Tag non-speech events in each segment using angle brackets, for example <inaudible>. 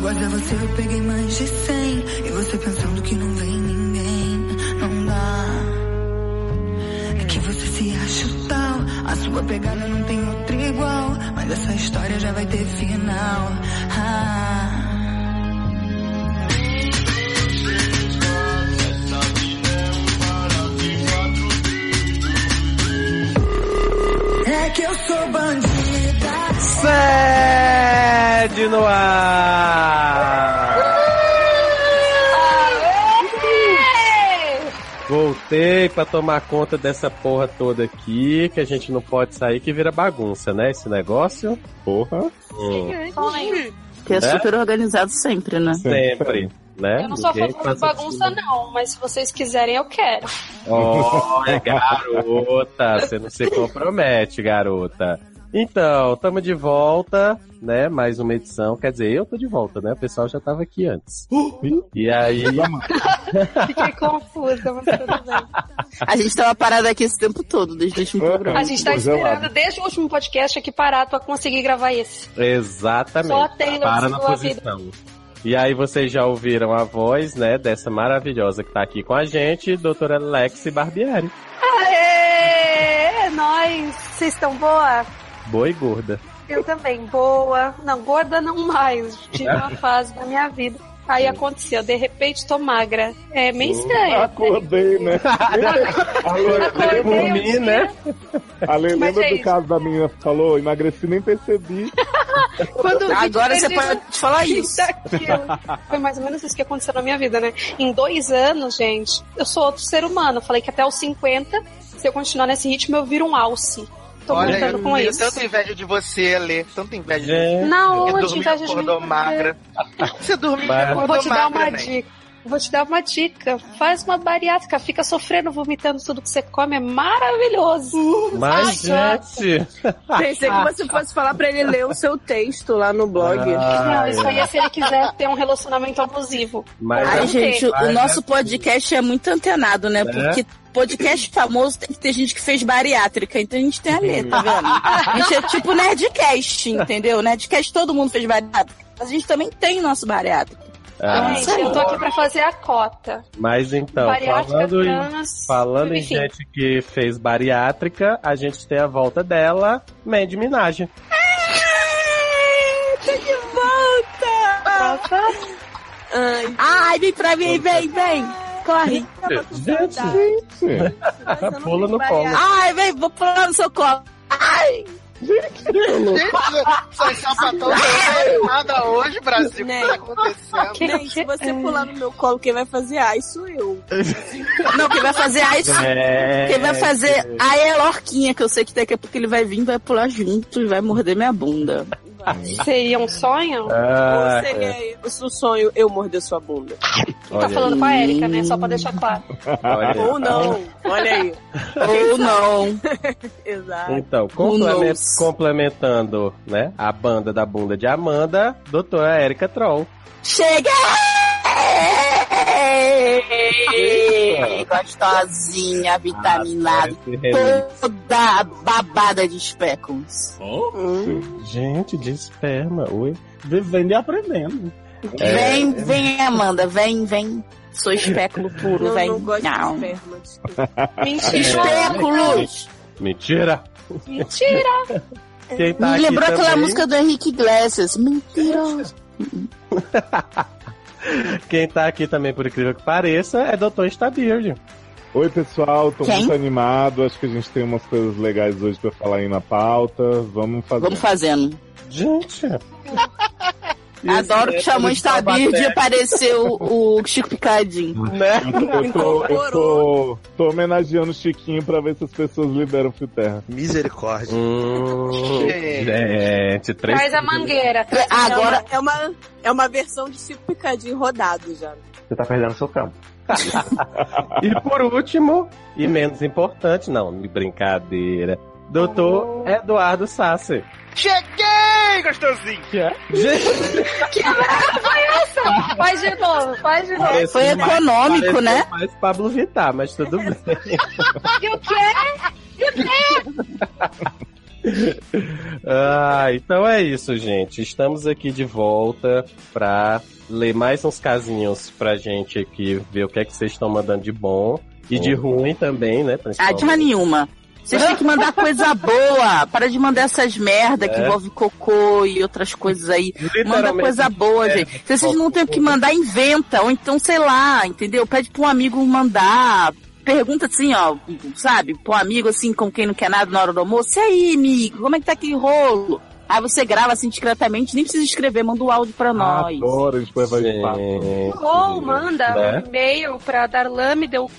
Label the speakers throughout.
Speaker 1: Guarda você, eu peguei mais de 100. E você pensando que não vem ninguém. Não dá. É que você se acha o tal. A sua pegada não tem outra igual. Mas essa história já vai ter final. Ah. É que eu sou bandida.
Speaker 2: Sede no ar! Voltei pra tomar conta dessa porra toda aqui, que a gente não pode sair, que vira bagunça, né? Esse negócio.
Speaker 3: Porra.
Speaker 2: Hum,
Speaker 4: Que é,
Speaker 2: É?
Speaker 4: super organizado sempre, né?
Speaker 2: sempre, né?
Speaker 3: Eu não sou a
Speaker 2: Ninguém
Speaker 3: favor
Speaker 2: faz assim, né?
Speaker 3: de bagunça, não, mas se vocês quiserem, eu quero.
Speaker 2: Olha, garota, você não se compromete, garota. Então, estamos de volta, né? Mais uma edição. Quer dizer, eu tô de volta, né? O pessoal já tava aqui antes. E aí.
Speaker 3: <laughs> Fiquei confusa, mas tudo bem.
Speaker 4: A gente tava parada aqui esse tempo todo, desde o último programa.
Speaker 3: A gente tá
Speaker 5: Pô,
Speaker 2: é,
Speaker 5: zelado.
Speaker 3: esperando desde o último podcast aqui parado pra conseguir gravar esse.
Speaker 2: Exatamente.
Speaker 3: Só tem
Speaker 2: Para
Speaker 3: nossa
Speaker 2: na
Speaker 3: boa
Speaker 2: posição. E aí vocês já ouviram a voz, né, dessa maravilhosa que tá aqui com a gente, doutora Lexi Barbieri.
Speaker 3: Aê! É nóis! Vocês estão boa?
Speaker 2: Boa e gorda.
Speaker 3: Eu também, boa. Não, gorda não mais. Tive uma
Speaker 2: É?
Speaker 3: fase da minha vida. Aí aconteceu, de repente tô magra. É meio estranho.
Speaker 5: Acordei, né?
Speaker 3: Acordei
Speaker 5: Acordei
Speaker 2: por
Speaker 3: um
Speaker 2: mim,
Speaker 3: dia-
Speaker 2: né?
Speaker 5: Ale,
Speaker 3: Mas
Speaker 5: lembra
Speaker 3: é
Speaker 5: do
Speaker 3: isso.
Speaker 5: caso da menina que falou? Emagreci, nem percebi.
Speaker 3: Quando o
Speaker 4: Agora
Speaker 3: vídeo
Speaker 4: você
Speaker 3: fez
Speaker 4: pode falar isso.
Speaker 3: Daquilo. Foi mais ou menos isso que aconteceu na minha vida, né? Em dois anos, gente, eu sou outro ser humano. Eu falei que até os 50, se eu continuar nesse ritmo, eu viro um alce. Tô
Speaker 6: Olha,
Speaker 3: brincando
Speaker 6: eu
Speaker 3: com
Speaker 6: tenho
Speaker 3: isso.
Speaker 6: tanta inveja de você, Lê. Tanta
Speaker 5: É.
Speaker 6: inveja de você.
Speaker 2: Gente,
Speaker 3: Na
Speaker 6: Porque
Speaker 3: onde,
Speaker 6: dormiu
Speaker 3: inveja
Speaker 6: e
Speaker 3: de
Speaker 6: acordou
Speaker 3: mim?
Speaker 6: magra.
Speaker 3: <laughs>
Speaker 6: Você dormiu e
Speaker 2: Mas-
Speaker 6: acordou
Speaker 3: Vou te dar uma
Speaker 6: magra, né?
Speaker 3: dica. Vou te dar uma dica. Faz uma bariátrica, fica sofrendo, vomitando tudo que você come. É maravilhoso.
Speaker 2: mas,
Speaker 3: Ai,
Speaker 2: gente.
Speaker 4: <laughs> Pensei que você fosse falar pra ele ler o seu texto lá no blog.
Speaker 3: Não,
Speaker 2: Ai,
Speaker 3: isso aí é se ele quiser ter um relacionamento abusivo.
Speaker 2: mas
Speaker 4: Ai,
Speaker 3: Vai
Speaker 4: gente,
Speaker 3: ter.
Speaker 4: o- o nosso podcast é muito antenado, né? Porque podcast famoso tem que ter gente que fez bariátrica, então a gente tem a ler, tá vendo? A gente é tipo Nerdcast, entendeu? Nerdcast todo mundo fez bariátrica. Mas a gente também tem nosso bariátrica.
Speaker 2: ah,
Speaker 3: Gente, eu tô aqui pra fazer a cota.
Speaker 2: mas então,
Speaker 3: bariátrica,
Speaker 2: falando em
Speaker 3: trans,
Speaker 2: Falando em
Speaker 3: enfim.
Speaker 2: gente que fez bariátrica, a gente tem a volta dela, Mandy Minaj.
Speaker 4: Ai, vem pra mim, vem, vem! Corre!
Speaker 3: tá
Speaker 2: Gente,
Speaker 5: Sim.
Speaker 2: pula no colo.
Speaker 4: Ai, vem, vou pular no seu colo. Ai!
Speaker 6: Gente, Vocês
Speaker 3: <laughs>
Speaker 6: sapatão não nada hoje, Brasil. O que
Speaker 3: Né?
Speaker 6: tá acontecendo?
Speaker 3: Que-
Speaker 4: Gente, se você pular no meu colo, quem vai fazer ai
Speaker 2: <laughs>
Speaker 4: sou eu. Não, quem vai fazer ai sou
Speaker 2: É,
Speaker 4: Quem vai fazer ai é a Lorquinha, que eu sei que daqui a pouco ele vai vir, vai pular junto e vai morder minha bunda.
Speaker 3: Seria um sonho?
Speaker 2: Ah,
Speaker 4: seria o sonho eu morder sua bunda?
Speaker 3: Tá
Speaker 2: olha
Speaker 3: falando com a Erika, né? Só pra deixar
Speaker 2: <laughs>
Speaker 3: claro.
Speaker 2: aí, olha aí.
Speaker 4: não,
Speaker 2: Ah.
Speaker 4: olha aí. Ou não. <laughs> Exato.
Speaker 2: Então,
Speaker 4: Who
Speaker 2: complemen-
Speaker 4: knows?
Speaker 2: complementando né, a banda da bunda de Amanda, doutora Erika Troll.
Speaker 4: Chega! Gostosinha, vitaminada,
Speaker 2: Esse remix.
Speaker 4: toda babada de speckles.
Speaker 2: Gente, de esperma. Oi.
Speaker 7: Vivendo e aprendendo.
Speaker 2: É.
Speaker 4: Vem, vem, Amanda, vem, vem. Sou espéculo puro,
Speaker 8: Não,
Speaker 4: vem.
Speaker 8: não gosto
Speaker 4: Não.
Speaker 8: de esperma. desculpa.
Speaker 3: Mentira!
Speaker 2: É.
Speaker 4: Espéculos!
Speaker 2: Mentira!
Speaker 3: Mentira!
Speaker 2: Quem tá
Speaker 4: Me
Speaker 2: aqui
Speaker 4: lembrou aquela
Speaker 2: também-
Speaker 4: música do Henrique Iglesias. Mentiroso.
Speaker 2: Quem tá aqui também, por incrível que pareça, é Doutor Stabird.
Speaker 5: Oi, pessoal, tô
Speaker 4: Quem?
Speaker 5: muito animado. Acho que a gente tem umas coisas legais hoje pra falar aí na pauta. Vamos fazer.
Speaker 4: Vamos fazendo.
Speaker 2: Gente!
Speaker 4: Adoro que
Speaker 2: é
Speaker 4: chamou Stabir de aparecer o, o Chico Picadinho.
Speaker 2: Né?
Speaker 5: um Eu, tô, eu tô, tô homenageando o Chiquinho pra ver se as pessoas liberam fio terra.
Speaker 6: Misericórdia.
Speaker 2: Hum, gente, três.
Speaker 3: Traz a mangueira.
Speaker 4: Agora,
Speaker 8: é uma, é uma, é uma versão de Chico Picadinho rodado já.
Speaker 9: Você tá perdendo seu campo.
Speaker 2: E por último, e menos importante, não, brincadeira. Doutor Eduardo Sassi.
Speaker 6: Cheguei, gostosinho.
Speaker 2: Gente,
Speaker 3: Faz de novo, faz de novo.
Speaker 2: parece
Speaker 4: foi
Speaker 2: é mais-
Speaker 4: econômico,
Speaker 2: parece
Speaker 4: né?
Speaker 2: Mais Pablo
Speaker 3: é
Speaker 2: Vittar, mas tudo bem.
Speaker 3: E o quê?
Speaker 2: Ah, então é isso, gente. Estamos aqui de volta pra ler mais uns casinhos pra gente aqui, ver o que é que vocês estão mandando de bom e de ruim também, né?
Speaker 4: Ah, de
Speaker 2: principalmente.
Speaker 4: nenhuma. Vocês têm que mandar coisa boa. Para de mandar essas merda que
Speaker 2: É.
Speaker 4: envolve cocô e outras coisas aí. Manda
Speaker 2: Literalmente.
Speaker 4: coisa boa,
Speaker 2: é,
Speaker 4: gente. Se vocês não têm o que mandar, inventa. Ou então, sei lá, entendeu? Pede pra um amigo mandar. Pergunta assim, ó, sabe? Pra um amigo assim, com quem não quer nada na hora do almoço. E aí, amigo, como é que tá aquele rolo? Aí você grava assim discretamente, nem precisa escrever, manda o áudio pra nós.
Speaker 5: Adoro, a gente vai vai
Speaker 2: Gente,
Speaker 5: papo.
Speaker 3: Ou manda
Speaker 2: Né?
Speaker 3: um e-mail pra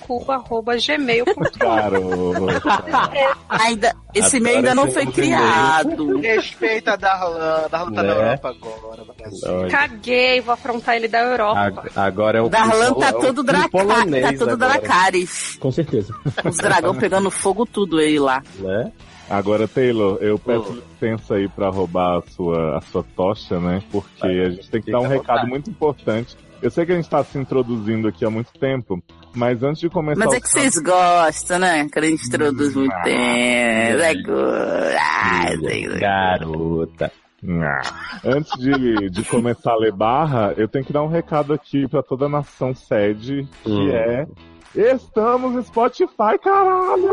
Speaker 2: <laughs>
Speaker 3: darlamedeucu.gmail.com.
Speaker 5: Garota.
Speaker 4: Ainda, esse
Speaker 2: Adoro
Speaker 4: e-mail ainda não
Speaker 2: esse
Speaker 4: foi
Speaker 2: e-mail.
Speaker 4: criado.
Speaker 6: Respeita a Darlan. Darlan tá na
Speaker 2: Né?
Speaker 6: Europa agora. no Brasil.
Speaker 2: Olha,
Speaker 3: Caguei, vou afrontar ele da Europa.
Speaker 2: ag- Agora é o
Speaker 4: Darlan
Speaker 2: é
Speaker 4: tá
Speaker 2: o-
Speaker 4: todo
Speaker 2: o
Speaker 4: dracar,
Speaker 2: polonês
Speaker 4: <laughs> tá todo
Speaker 2: agora,
Speaker 4: dracares.
Speaker 7: Com certeza.
Speaker 4: Os dragão pegando fogo tudo ele
Speaker 2: <laughs>
Speaker 4: lá.
Speaker 2: né?
Speaker 5: Agora, Taylor, eu peço licença aí pra roubar a sua, a sua tocha, né? Porque
Speaker 2: Vai,
Speaker 5: a gente tem que
Speaker 2: fica
Speaker 5: dar um
Speaker 2: à
Speaker 5: recado
Speaker 2: vontade.
Speaker 5: muito importante. Eu sei que a gente tá se introduzindo aqui há muito tempo, mas antes de começar
Speaker 4: Mas
Speaker 5: o
Speaker 4: é que vocês gostam, né? Quando a gente introduz muito
Speaker 2: Ah,
Speaker 4: tempo. É good. Ah, Ai, sei lá.
Speaker 2: Garota.
Speaker 5: Nha. Ah. Antes de, de começar a ler barra, eu tenho que dar um recado aqui pra toda a nação sede, que
Speaker 2: Hum.
Speaker 5: é Estamos no Spotify, caralho!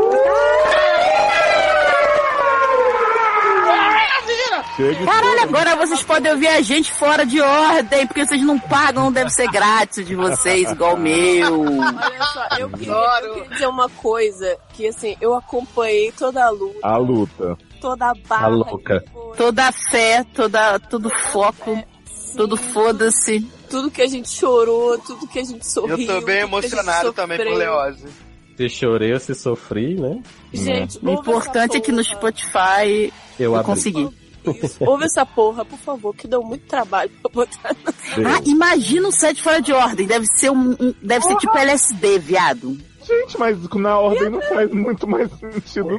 Speaker 5: Chega e
Speaker 4: Caralho, agora vocês podem ouvir a gente fora de ordem, porque vocês não pagam, não deve ser grátis de vocês, igual o meu.
Speaker 8: Olha só, eu queria,
Speaker 6: Adoro.
Speaker 8: eu queria dizer uma coisa, que assim, eu acompanhei toda a luta,
Speaker 5: a luta.
Speaker 8: toda a barra.
Speaker 2: A Tá louca.
Speaker 8: que foi,
Speaker 4: Toda a fé, toda, todo foco,
Speaker 8: sim,
Speaker 4: todo foda-se.
Speaker 8: Tudo que a gente chorou, tudo que a gente sorriu.
Speaker 6: Eu tô bem
Speaker 8: tudo que a gente
Speaker 6: emocionado também por
Speaker 8: sofreu.
Speaker 6: Leose.
Speaker 2: Se chorei ou se sofri, né?
Speaker 8: Gente,
Speaker 4: O importante é que no
Speaker 8: Spotify.
Speaker 4: Spotify
Speaker 2: Eu
Speaker 4: eu
Speaker 2: abri.
Speaker 4: consegui.
Speaker 8: Isso. Ouve essa porra, por favor, que deu muito trabalho pra botar.
Speaker 4: Ah, imagina um set fora de ordem. Deve ser um. um- deve ser tipo LSD, viado.
Speaker 5: Gente, mas na ordem não faz muito mais sentido.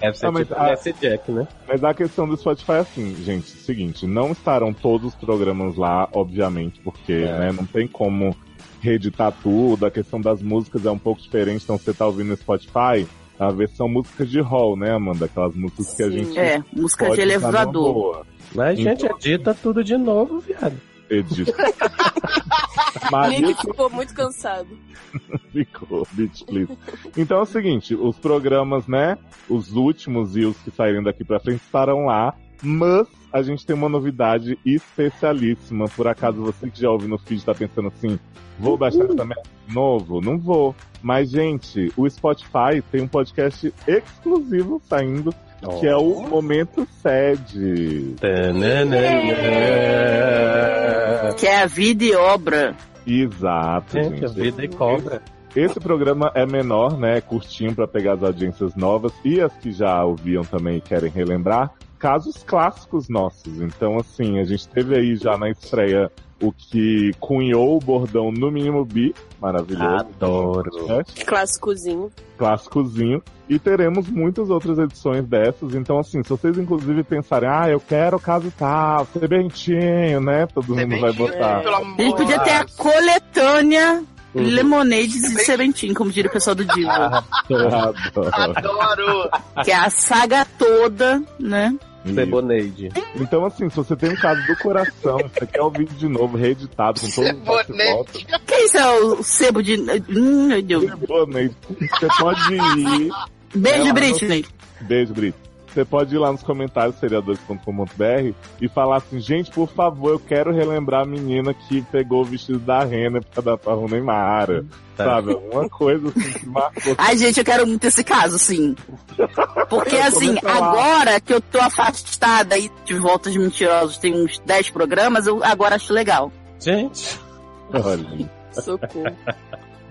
Speaker 2: Deve ser
Speaker 5: Ah, mas
Speaker 2: tipo
Speaker 5: a-
Speaker 2: Jesse Jack, né?
Speaker 5: Mas a questão do Spotify é assim, gente, seguinte, não estarão todos os programas lá, obviamente, porque né, não tem como reeditar tudo, a questão das músicas é um pouco diferente, então você tá ouvindo no Spotify, a versão música de hall, né, Amanda? Aquelas músicas que a
Speaker 8: Sim.
Speaker 5: gente
Speaker 4: É, música
Speaker 5: pode
Speaker 4: de
Speaker 5: usar numa
Speaker 4: elevador.
Speaker 5: boa.
Speaker 2: Mas,
Speaker 5: Então-
Speaker 2: gente, edita tudo de novo, viado.
Speaker 5: Edita.
Speaker 4: <laughs>
Speaker 8: Nick
Speaker 5: Maria
Speaker 8: ficou muito cansado.
Speaker 5: ficou, bitch, please. Então é o seguinte, os programas, né, os últimos e os que saírem daqui pra frente estarão lá, mas a gente tem uma novidade especialíssima. Por acaso você que já ouve no feed tá pensando assim, vou baixar essa merda de novo? Não vou. Mas, gente, o Spotify tem um podcast exclusivo saindo, que é o Momento Sede.
Speaker 2: Tananana.
Speaker 4: Que é a vida e obra.
Speaker 5: Exato,
Speaker 2: Gente, a vida é e cobra.
Speaker 5: Esse programa é menor, né? É curtinho pra pegar as audiências novas e as que já ouviam também e querem relembrar. Casos clássicos nossos. Então, assim, a gente teve aí já na estreia o que cunhou o bordão no mínimo bi, maravilhoso.
Speaker 2: Adoro.
Speaker 5: né?
Speaker 8: Clássicozinho.
Speaker 5: clássicozinho. E teremos muitas outras edições dessas. Então, assim, se vocês inclusive pensarem, ah, eu quero caso tal, sebentinho, né? Todo mundo vai
Speaker 6: Sementinho,
Speaker 5: botar.
Speaker 6: é Pelo
Speaker 4: A gente
Speaker 6: amor
Speaker 4: podia ter a
Speaker 6: de
Speaker 4: coletânea
Speaker 5: Uhum.
Speaker 4: Lemonades e
Speaker 6: Bem-
Speaker 4: Serentim, como diria o pessoal do Divo.
Speaker 5: Adoro.
Speaker 6: Adoro.
Speaker 4: que é a saga toda, né?
Speaker 2: Ceboneide.
Speaker 5: Então, assim, se você tem um caso do coração, você quer ouvir de novo, reeditado, com todos os bate-volta,
Speaker 6: Bonete.
Speaker 4: Quem isso é o sebo de. Hum, meu Deus.
Speaker 5: Bonete. Você pode ir.
Speaker 4: Beijo,
Speaker 5: Ela-
Speaker 4: Britney.
Speaker 5: Beijo, Brit. Você pode ir lá nos comentários seriadores.com.br e falar assim, gente, por favor, eu quero relembrar a menina que pegou o vestido da Renner pra dar pra Runa Mara.
Speaker 2: Tá.
Speaker 5: Sabe? Alguma coisa assim
Speaker 4: <laughs>
Speaker 5: que marcou.
Speaker 4: Ai, gente, eu quero muito esse caso, sim. Porque,
Speaker 5: <laughs> Eu
Speaker 4: assim,
Speaker 5: comecei lá.
Speaker 4: agora que eu tô afastada aí de Voltas Mentirosos, tem uns 10 programas, eu agora acho legal.
Speaker 2: Gente,
Speaker 5: Olha.
Speaker 8: Socorro.
Speaker 10: Ah.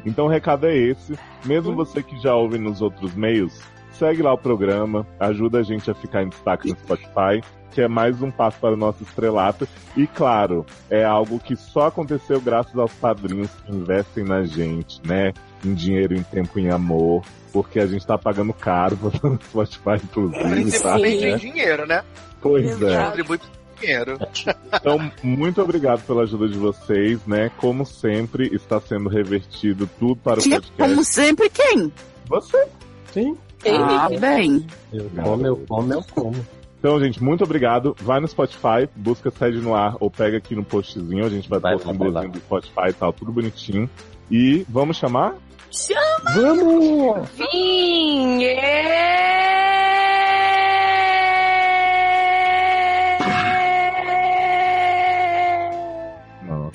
Speaker 5: Então o recado é esse. Mesmo você que já ouve nos outros meios, segue lá o programa, ajuda a gente a ficar em destaque no Spotify, que é mais um passo para o nosso estrelato. E claro, é algo que só aconteceu graças aos padrinhos que investem na gente, né? Em dinheiro, em tempo, em amor. Porque a gente tá pagando caro <laughs> botando no Spotify, inclusive, tá?
Speaker 6: Principalmente em
Speaker 5: Né?
Speaker 6: dinheiro, né?
Speaker 5: Pois é.
Speaker 6: Contribui com dinheiro.
Speaker 5: Então, muito obrigado pela ajuda de vocês, né? Como sempre, está sendo revertido tudo para o
Speaker 4: Que,
Speaker 5: podcast.
Speaker 4: como sempre, quem?
Speaker 5: Você
Speaker 2: sim.
Speaker 4: Ah, bem.
Speaker 2: Eu como, eu como, eu como.
Speaker 5: Então, gente, muito obrigado. Vai no Spotify, busca Sede no Ar ou pega aqui no postzinho. A gente vai,
Speaker 2: Vai,
Speaker 5: postar um
Speaker 2: vai, vai.
Speaker 5: bozinho do Spotify e tal, tudo bonitinho. E vamos chamar?
Speaker 2: Vamos!
Speaker 3: é.
Speaker 5: Não.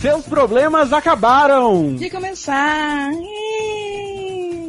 Speaker 7: Seus problemas acabaram!
Speaker 4: De começar.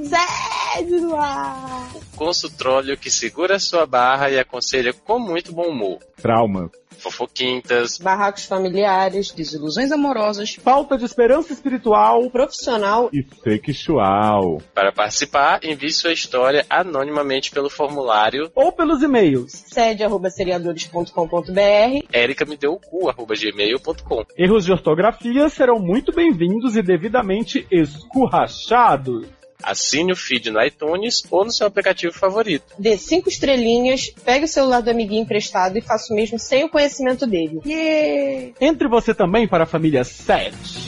Speaker 11: Sede no ar.
Speaker 12: O consultróleo que segura sua barra e aconselha com muito bom humor.
Speaker 5: Trauma.
Speaker 12: Fofoquintas,
Speaker 10: Barracos familiares, desilusões amorosas,
Speaker 7: Falta de esperança espiritual.
Speaker 10: profissional.
Speaker 5: E sexual.
Speaker 12: para participar, envie sua história anonimamente pelo formulário
Speaker 7: Ou pelos e-mails.
Speaker 10: Sede arroba seriadores.com.br.
Speaker 12: ericamedeucu.gmail.com
Speaker 7: Erros de ortografia serão muito bem-vindos e devidamente escurrachados.
Speaker 12: Assine o feed no iTunes ou no seu aplicativo favorito.
Speaker 10: Dê cinco estrelinhas, pegue o celular do amiguinho emprestado e faça o mesmo sem o conhecimento dele.
Speaker 7: Entre você também para a família 7.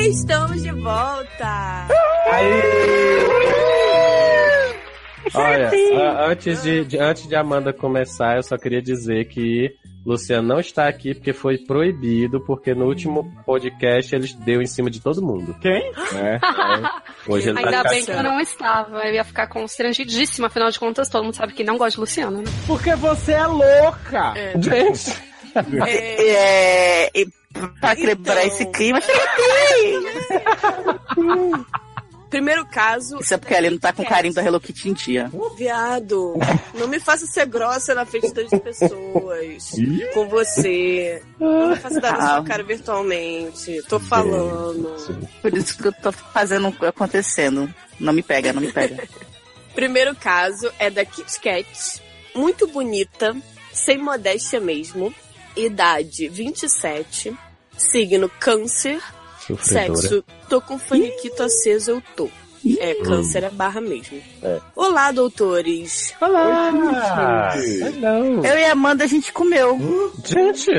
Speaker 11: Estamos de volta.
Speaker 2: Olha, a- antes de, de- antes de Amanda começar, eu só queria dizer que Luciano não está aqui porque foi proibido, porque no último podcast ele deu em cima de todo mundo.
Speaker 7: Quem?
Speaker 5: Né?
Speaker 2: Hoje ele
Speaker 3: Ainda
Speaker 2: tá
Speaker 3: bem que eu não estava. Eu ia ficar constrangidíssima, afinal de contas, todo mundo sabe que não gosta de Luciano, né?
Speaker 7: Porque você é louca!
Speaker 2: Gente,
Speaker 4: É, e pra quebrar
Speaker 11: Então.
Speaker 4: esse clima,
Speaker 11: Primeiro caso,
Speaker 4: isso é porque ele não tá com carinho da Hello Kitty em dia.
Speaker 11: viado, não me faça ser grossa na frente de tantas pessoas.
Speaker 5: Ih,
Speaker 11: Com você. Não me faça dar na
Speaker 4: Ah.
Speaker 11: sua cara virtualmente. Tô falando.
Speaker 4: Por isso que eu tô fazendo acontecendo. Não me pega, não me pega.
Speaker 11: Primeiro caso é da Kit Kat, muito bonita, sem modéstia mesmo, idade 27, signo câncer,
Speaker 2: sofredora.
Speaker 11: sexo, tô com faniquito aceso, eu tô. É, câncer é barra mesmo. Olá, doutores.
Speaker 2: Olá! Hello.
Speaker 4: Eu e a Amanda, a gente comeu.
Speaker 5: Hum.
Speaker 2: Gente,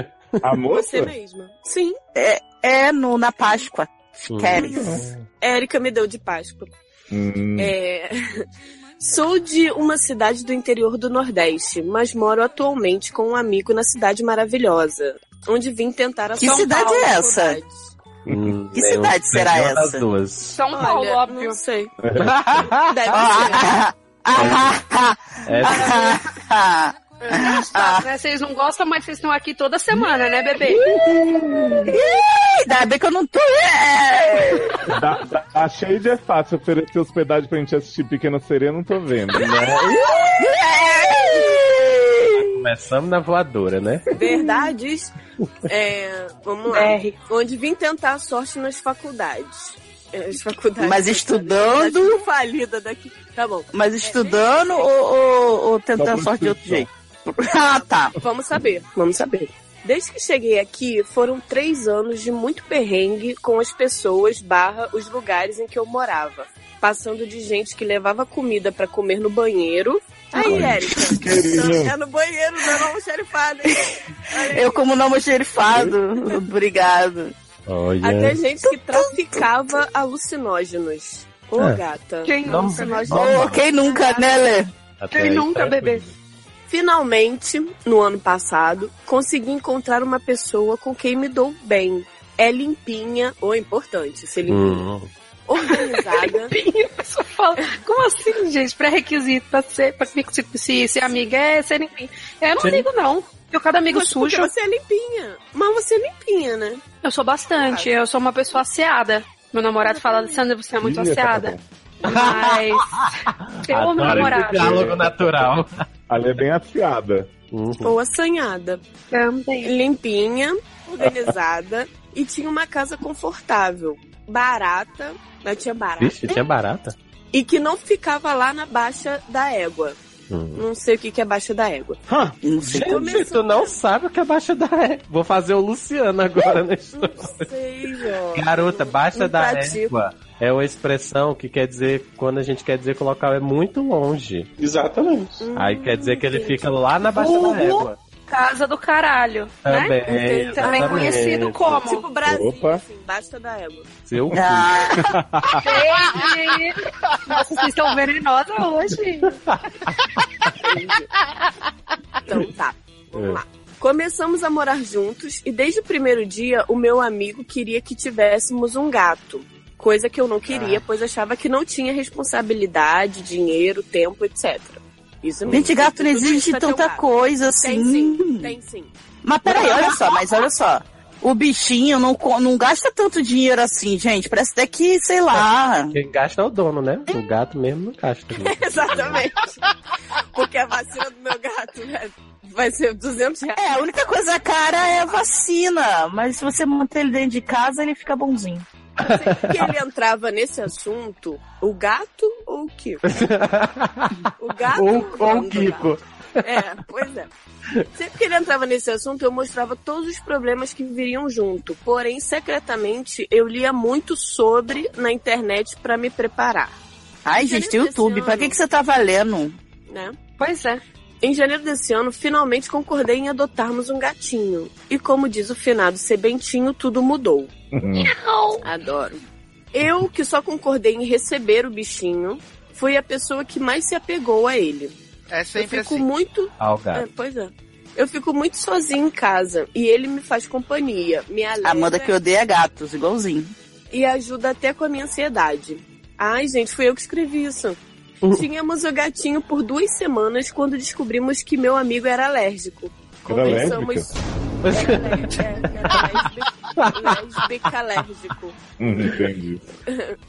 Speaker 5: A moça?
Speaker 11: Você mesma. Sim,
Speaker 4: É, no, na Páscoa.
Speaker 2: Hum.
Speaker 4: Queres.
Speaker 11: Érica me deu de Páscoa.
Speaker 5: Hum,
Speaker 11: É, <laughs> Sou de uma cidade do interior do Nordeste, mas moro atualmente com um amigo na cidade maravilhosa, onde vim tentar a
Speaker 4: Que
Speaker 11: São
Speaker 4: cidade
Speaker 11: Paulo,
Speaker 4: é essa?
Speaker 11: saudades.
Speaker 2: hum,
Speaker 4: Que
Speaker 2: né,
Speaker 4: cidade será
Speaker 5: é
Speaker 2: nenhuma das
Speaker 4: essa?
Speaker 2: duas.
Speaker 3: São Paulo,
Speaker 11: Olha,
Speaker 3: óbvio.
Speaker 11: Não sei.
Speaker 4: Ah,
Speaker 11: Deve ser.
Speaker 4: ah, ah, ah, ah,
Speaker 2: Essa-
Speaker 4: <laughs> ah, ah, ah.
Speaker 3: Tá, <laughs> né? Vocês não gostam, mas vocês estão aqui toda semana, né, bebê?
Speaker 4: Ainda bem que eu não tô. É.
Speaker 5: dá- dá- achei de é fácil oferecer hospedagem pra gente assistir Pequena Sereia, não tô vendo.
Speaker 2: Começamos na voadora, né?
Speaker 11: Verdades. É, vamos lá. Onde vim tentar a sorte nas faculdades. É, As faculdades.
Speaker 4: Mas estudando,
Speaker 11: Tá falida daqui. Tá bom.
Speaker 4: mas estudando ou, ou, ou
Speaker 5: Só
Speaker 4: tentando
Speaker 5: por
Speaker 4: sorte de outro
Speaker 5: instrução.
Speaker 4: jeito? <laughs> Ah, tá.
Speaker 11: Vamos saber, vamos saber. Desde que cheguei aqui, foram três anos de muito perrengue com as pessoas barra os lugares em que eu morava. Passando de gente que levava comida pra comer no banheiro. Aí,
Speaker 5: Olha.
Speaker 11: Érica.
Speaker 5: Querido.
Speaker 11: É no banheiro, não é no xerifado. hein? Olha aí.
Speaker 4: Eu como não mocherifado. Obrigado.
Speaker 11: Até
Speaker 2: Olha.
Speaker 11: gente que traficava alucinógenos. Ô,
Speaker 2: É.
Speaker 11: gata.
Speaker 3: Quem
Speaker 2: Não,
Speaker 3: nunca? nós-
Speaker 2: não.
Speaker 4: Ô, quem nunca, né, Lê?
Speaker 2: Até
Speaker 3: Quem
Speaker 2: aí,
Speaker 3: nunca,
Speaker 2: tá
Speaker 3: bebê?
Speaker 2: tudo.
Speaker 11: Finalmente, no ano passado, consegui encontrar uma pessoa com quem me dou bem. É limpinha, ou importante, ser limpinha,
Speaker 2: Hum.
Speaker 11: organizada.
Speaker 3: Limpinha, a pessoa fala. Como assim, gente? Pré-requisito pra ser, pra, se, se, se amiga é ser limpinha. Eu não
Speaker 2: Sim.
Speaker 3: ligo, não. Eu cada amigo
Speaker 11: Mas porque
Speaker 3: sujo.
Speaker 11: Você é limpinha. Mas você é limpinha, né?
Speaker 3: Eu sou bastante. Eu sou uma pessoa asseada. Meu namorado fala, Alessandra, você é
Speaker 2: tá
Speaker 3: muito
Speaker 5: Ih, tá
Speaker 3: asseada. Mas. Eu amo meu
Speaker 2: Adoro esse
Speaker 3: namorado.
Speaker 2: diálogo natural.
Speaker 5: Ali é bem afiada.
Speaker 2: Uhum.
Speaker 11: Ou assanhada.
Speaker 3: Também.
Speaker 11: Limpinha, organizada e tinha uma casa confortável. Barata, ela tinha barata.
Speaker 2: Vixe, tinha barata.
Speaker 11: E que não ficava lá na baixa da égua. Não sei o que, que é baixa da égua.
Speaker 2: Hum. Gente, tu não sabe o que é baixa da égua. Vou fazer o Luciano agora né? na história.
Speaker 11: Sei, ó.
Speaker 2: Garota, baixa
Speaker 11: Não
Speaker 2: da
Speaker 11: pratico.
Speaker 2: égua é uma expressão que quer dizer quando a gente quer dizer que o local é muito longe.
Speaker 13: Exatamente.
Speaker 2: Aí quer dizer que
Speaker 11: Hum.
Speaker 2: ele fica lá na baixa da
Speaker 3: Vulgo,
Speaker 2: égua.
Speaker 3: Casa do caralho. né?
Speaker 2: Também,
Speaker 3: Também
Speaker 2: exatamente.
Speaker 3: conhecido como.
Speaker 2: tá
Speaker 11: <laughs> Tipo Brasil,
Speaker 13: Opa.
Speaker 11: assim, baixa da égua.
Speaker 2: Seu cu.
Speaker 3: Gente! Nossa, vocês estão venenosa hoje.
Speaker 4: Ah.
Speaker 11: Então tá. Começamos a morar juntos e desde o primeiro dia o meu amigo queria que tivéssemos um gato. Coisa que eu não
Speaker 4: Ah.
Speaker 11: queria, pois achava que não tinha responsabilidade, dinheiro, tempo, etc. Isso é mesmo.
Speaker 4: Gente, gato não então
Speaker 11: Tudo
Speaker 4: exige
Speaker 11: isso é ter um
Speaker 4: tanta
Speaker 11: gato.
Speaker 4: coisa assim.
Speaker 11: Tem sim, tem sim. <laughs>
Speaker 4: Mas peraí, olha só, mas olha só. O bichinho não, co- não gasta tanto dinheiro assim, gente. Parece até que, sei lá.
Speaker 2: Quem gasta é o dono, né? O gato mesmo não gasta. né?
Speaker 11: Exatamente. Porque a vacina do meu gato né, vai ser 200 reais.
Speaker 4: É, a única coisa cara é a vacina. Mas se você manter ele dentro de casa, ele fica bonzinho.
Speaker 11: que ele entrava nesse assunto, o gato ou o Kiko? O gato
Speaker 2: Ou,
Speaker 11: o
Speaker 2: ou
Speaker 11: dono
Speaker 2: o
Speaker 11: do
Speaker 2: Kiko.
Speaker 11: gato? É, pois é. Sempre que ele entrava nesse assunto, eu mostrava todos os problemas que viriam junto. Porém, secretamente, eu lia muito sobre na internet pra me preparar,
Speaker 4: Ai, gente, tem YouTube. Pra que, que você tá valendo?
Speaker 11: né?
Speaker 3: Pois é.
Speaker 11: Em janeiro desse ano, finalmente concordei em adotarmos um gatinho. E como diz o finado Sebentinho, tudo mudou.
Speaker 5: Hum,
Speaker 11: Adoro. Eu, que só concordei em receber o bichinho, fui a pessoa que mais se apegou a ele.
Speaker 6: É sempre
Speaker 11: eu fico
Speaker 6: assim.
Speaker 11: muito.
Speaker 2: Ah, o
Speaker 11: É,
Speaker 2: gato.
Speaker 11: pois é. Eu fico muito sozinha em casa e ele me faz companhia, me alegra
Speaker 4: Amanda é que odeia gatos, igualzinho.
Speaker 11: e ajuda até com a minha ansiedade. Ai, gente, fui eu que escrevi isso.
Speaker 2: Uhum.
Speaker 11: Tínhamos o gatinho por duas semanas quando descobrimos que meu amigo era alérgico.
Speaker 13: Era
Speaker 11: Conversamos- Era alérgico, é, era lésbica- lésbica alérgico.
Speaker 5: Hum, entendi.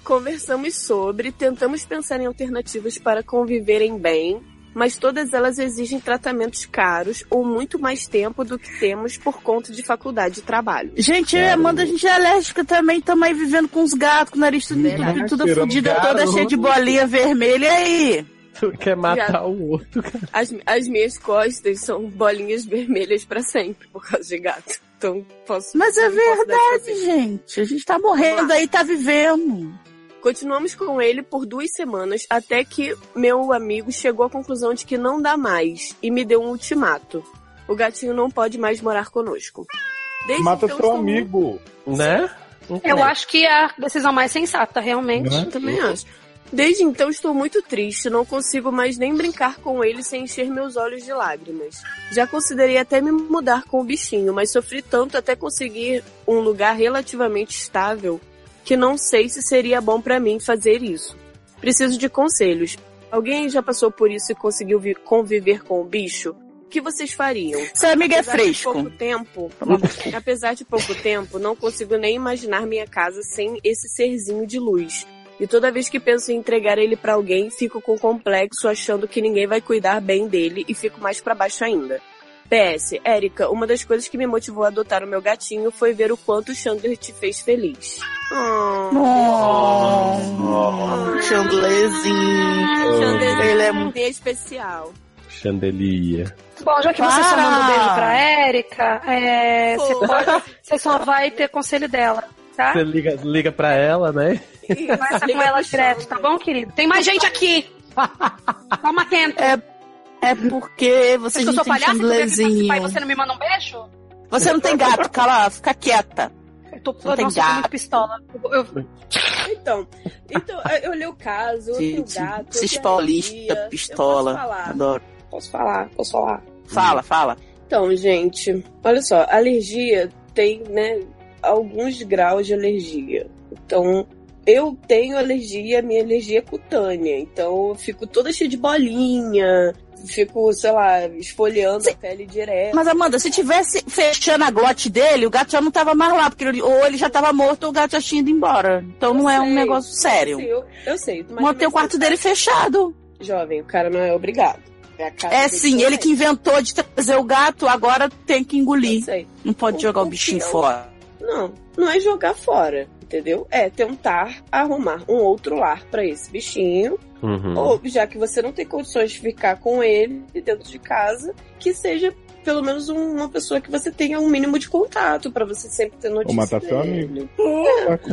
Speaker 11: Conversamos sobre, tentamos pensar em alternativas para conviverem bem, mas todas elas exigem tratamentos caros ou muito mais tempo do que temos por conta de faculdade e trabalho.
Speaker 4: Gente, eu e a Amanda, a gente é alérgica também, tamo aí vivendo com os gatos, com o nariz tudo,
Speaker 11: Verdade.
Speaker 4: tudo, tudo
Speaker 5: Cheirando
Speaker 4: fudido,
Speaker 5: garoto.
Speaker 4: toda cheia de bolinha vermelha, e aí?
Speaker 2: Tu quer matar o outro.
Speaker 11: As, as minhas costas são bolinhas <laughs> vermelhas para sempre por causa de gato. Então posso.
Speaker 4: Mas é
Speaker 11: não posso dar isso pra
Speaker 4: verdade,
Speaker 11: vocês.
Speaker 4: gente, a gente tá morrendo aí, tá vivendo.
Speaker 11: Continuamos com ele por duas semanas até que meu amigo chegou à conclusão de que não dá mais e me deu um ultimato. O gatinho não pode mais morar conosco. Desde
Speaker 5: Mata seu
Speaker 11: então, estou
Speaker 5: amigo.
Speaker 2: Né?
Speaker 3: Eu acho que é a decisão mais sensata, realmente.
Speaker 2: é?
Speaker 5: Né?
Speaker 11: muito- Também acho. Desde então estou muito triste, não consigo mais nem brincar com ele sem encher meus olhos de lágrimas. Já considerei até me mudar com o bichinho, mas sofri tanto até conseguir um lugar relativamente estável que não sei se seria bom pra mim fazer isso. Preciso de conselhos. Alguém já passou por isso e conseguiu vi- conviver com o bicho? O que vocês fariam?
Speaker 4: Seu amigo é
Speaker 11: Apesar de pouco
Speaker 4: fresco.
Speaker 11: tempo, <laughs> apesar de pouco tempo, não consigo nem imaginar minha casa sem esse serzinho de luz. E toda vez que penso em entregar ele pra alguém, fico com complexo achando que ninguém vai cuidar bem dele e fico mais pra baixo ainda. PS, Érica, uma das coisas que me motivou a adotar o meu gatinho foi ver o quanto o Chandler te fez feliz. Oh,
Speaker 4: Oh, chandlezinho.
Speaker 11: Chandler
Speaker 4: Ele é
Speaker 11: um bem especial.
Speaker 2: Chandelier.
Speaker 3: Bom, já que você só
Speaker 4: Para!
Speaker 3: mandou beijo pra Érica, é, você,
Speaker 11: Pô.
Speaker 3: pode- você só vai ter conselho dela, tá?
Speaker 2: Você liga, liga pra ela, né?
Speaker 3: Conversa com ela direto, tá bom, querido? Tem mais gente aqui! Toma quente!
Speaker 4: É porque você
Speaker 3: Você eu
Speaker 4: não
Speaker 3: sou
Speaker 4: tem
Speaker 3: palhaça, eu aqui
Speaker 4: chandlezinho.
Speaker 3: participar e você não me manda um beijo?
Speaker 4: Você não tem gato, cala, fica quieta.
Speaker 3: Eu tô,
Speaker 4: Não tem
Speaker 3: nossa, eu tô
Speaker 4: gato.
Speaker 3: muito pistola. Eu- eu-
Speaker 11: Então, então eu li o caso, eu
Speaker 4: Gente,
Speaker 11: tenho gato.
Speaker 4: esses
Speaker 11: eu tenho alergia,
Speaker 4: paulistas,
Speaker 11: eu
Speaker 4: pistola, Tá
Speaker 11: Posso falar,
Speaker 4: adoro.
Speaker 11: posso falar, posso falar.
Speaker 4: Fala, fala.
Speaker 11: Então, gente, olha só, alergia tem, né, alguns graus de alergia. Então, eu tenho alergia, minha alergia é cutânea. Então, eu fico toda cheia de bolinha, fico, sei lá, esfoliando a pele direto.
Speaker 4: Mas Amanda, se tivesse fechando a glote dele, o gato já não tava mais lá, porque ele- ou ele já tava morto ou o gato já tinha ido embora. Então não é um
Speaker 11: sei,
Speaker 4: negócio sério.
Speaker 11: Eu, eu sei. mas- é
Speaker 4: Manter o quarto dele fechado.
Speaker 11: Jovem, o cara não é obrigado. É, a casa
Speaker 4: É
Speaker 11: dele
Speaker 4: sim, ele
Speaker 11: também.
Speaker 4: que inventou de trazer o gato, agora tem que
Speaker 11: Eu
Speaker 4: engolir.
Speaker 11: sei.
Speaker 4: Não pode
Speaker 11: Com
Speaker 4: jogar o
Speaker 11: confiança.
Speaker 4: bichinho fora.
Speaker 11: Não, não é jogar fora. entendeu? É tentar arrumar um outro lar pra esse bichinho.
Speaker 2: Uhum.
Speaker 11: Ou, já que você não tem condições de ficar com ele dentro de casa, que seja pelo menos um- uma pessoa que você tenha um mínimo de contato pra você sempre ter notícia.
Speaker 5: Ou matar seu
Speaker 11: dele.
Speaker 5: amigo.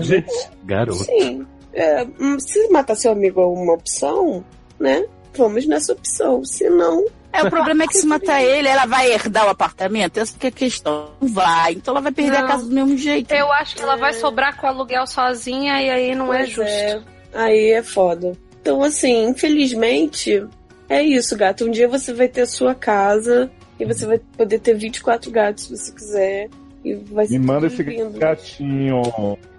Speaker 2: Gente, garoto.
Speaker 11: Sim. É, hum, se matar seu amigo é uma opção, né? Vamos nessa opção. Se não.
Speaker 4: É, o problema <laughs> é que se matar ele, ela vai herdar o apartamento? Essa que é a questão. Não Vai. Então ela vai perder a
Speaker 3: Não.
Speaker 4: casa do mesmo jeito.
Speaker 3: Eu acho que ela vai sobrar com o aluguel sozinha e aí não é
Speaker 11: Pois
Speaker 3: justo.
Speaker 11: é. Aí é foda. Então, assim, infelizmente, é isso, gato. Um dia você vai ter a sua casa e você
Speaker 5: Uhum.
Speaker 11: vai poder ter 24 gatos se você quiser. E vai
Speaker 5: Me
Speaker 11: ser
Speaker 5: manda
Speaker 11: tudo
Speaker 5: esse
Speaker 11: lindo.
Speaker 5: gatinho.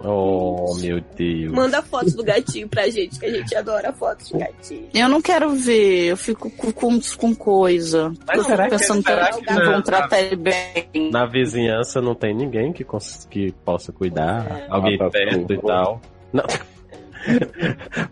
Speaker 2: Oh, meu Deus.
Speaker 11: Manda fotos do gatinho pra gente, que a gente adora fotos do gatinho.
Speaker 4: Eu não quero ver, eu fico com, com, com coisa.
Speaker 2: Mas
Speaker 4: eu
Speaker 2: será que-
Speaker 4: fico pensando que,
Speaker 2: será
Speaker 4: eu-
Speaker 2: que não? Ah.
Speaker 4: vão tratar ele bem.
Speaker 2: Na vizinhança não tem ninguém que, cons- que possa cuidar, alguém
Speaker 5: Ah, tá,
Speaker 2: perto
Speaker 5: tá.
Speaker 2: e tal. Não.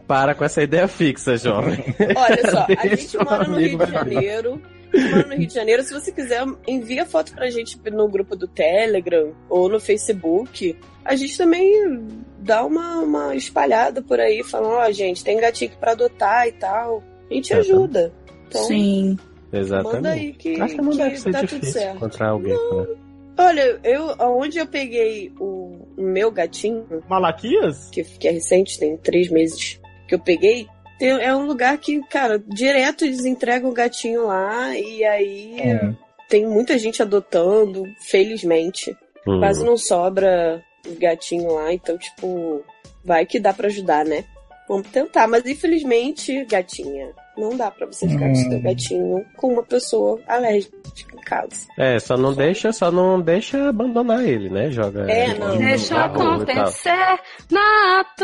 Speaker 2: Para com essa ideia fixa, jovem.
Speaker 11: Olha só, a gente
Speaker 2: Deixa o
Speaker 11: mora no Rio
Speaker 2: amigo
Speaker 11: de
Speaker 2: agora.
Speaker 11: Janeiro. a gente Mora no Rio de Janeiro. Se você quiser, envia foto pra gente no grupo do Telegram ou no Facebook. A gente também dá uma, uma espalhada por aí, falando, ó, gente, tem gatinho aqui pra adotar e tal. A gente
Speaker 2: Uhum.
Speaker 11: ajuda. Então,
Speaker 4: Sim.
Speaker 11: manda aí
Speaker 2: Exatamente.
Speaker 11: que,
Speaker 2: Acho que não
Speaker 11: que
Speaker 2: deve ser
Speaker 11: dá tudo
Speaker 2: difícil
Speaker 11: certo.
Speaker 2: encontrar alguém. pra-
Speaker 11: Olha, eu, onde eu peguei o meu gatinho,
Speaker 7: Malaquias?
Speaker 11: que, que é recente, tem três meses que eu peguei. Tem- é um lugar que, cara, direto eles entregam o gatinho lá e aí
Speaker 5: É.
Speaker 11: tem muita gente adotando, felizmente.
Speaker 2: Hum.
Speaker 11: Quase não sobra gatinho lá, então, tipo, vai que dá pra ajudar, né? Vamos tentar, mas infelizmente, gatinha, não dá pra você ficar com
Speaker 5: Hum.
Speaker 11: seu gatinho com uma pessoa alérgica em casa.
Speaker 2: É, só não deixa, só não deixa abandoar ele, né? Joga.
Speaker 11: É,
Speaker 2: ele
Speaker 11: não.
Speaker 2: no
Speaker 3: Deixa
Speaker 2: barro e tal.
Speaker 3: acontecer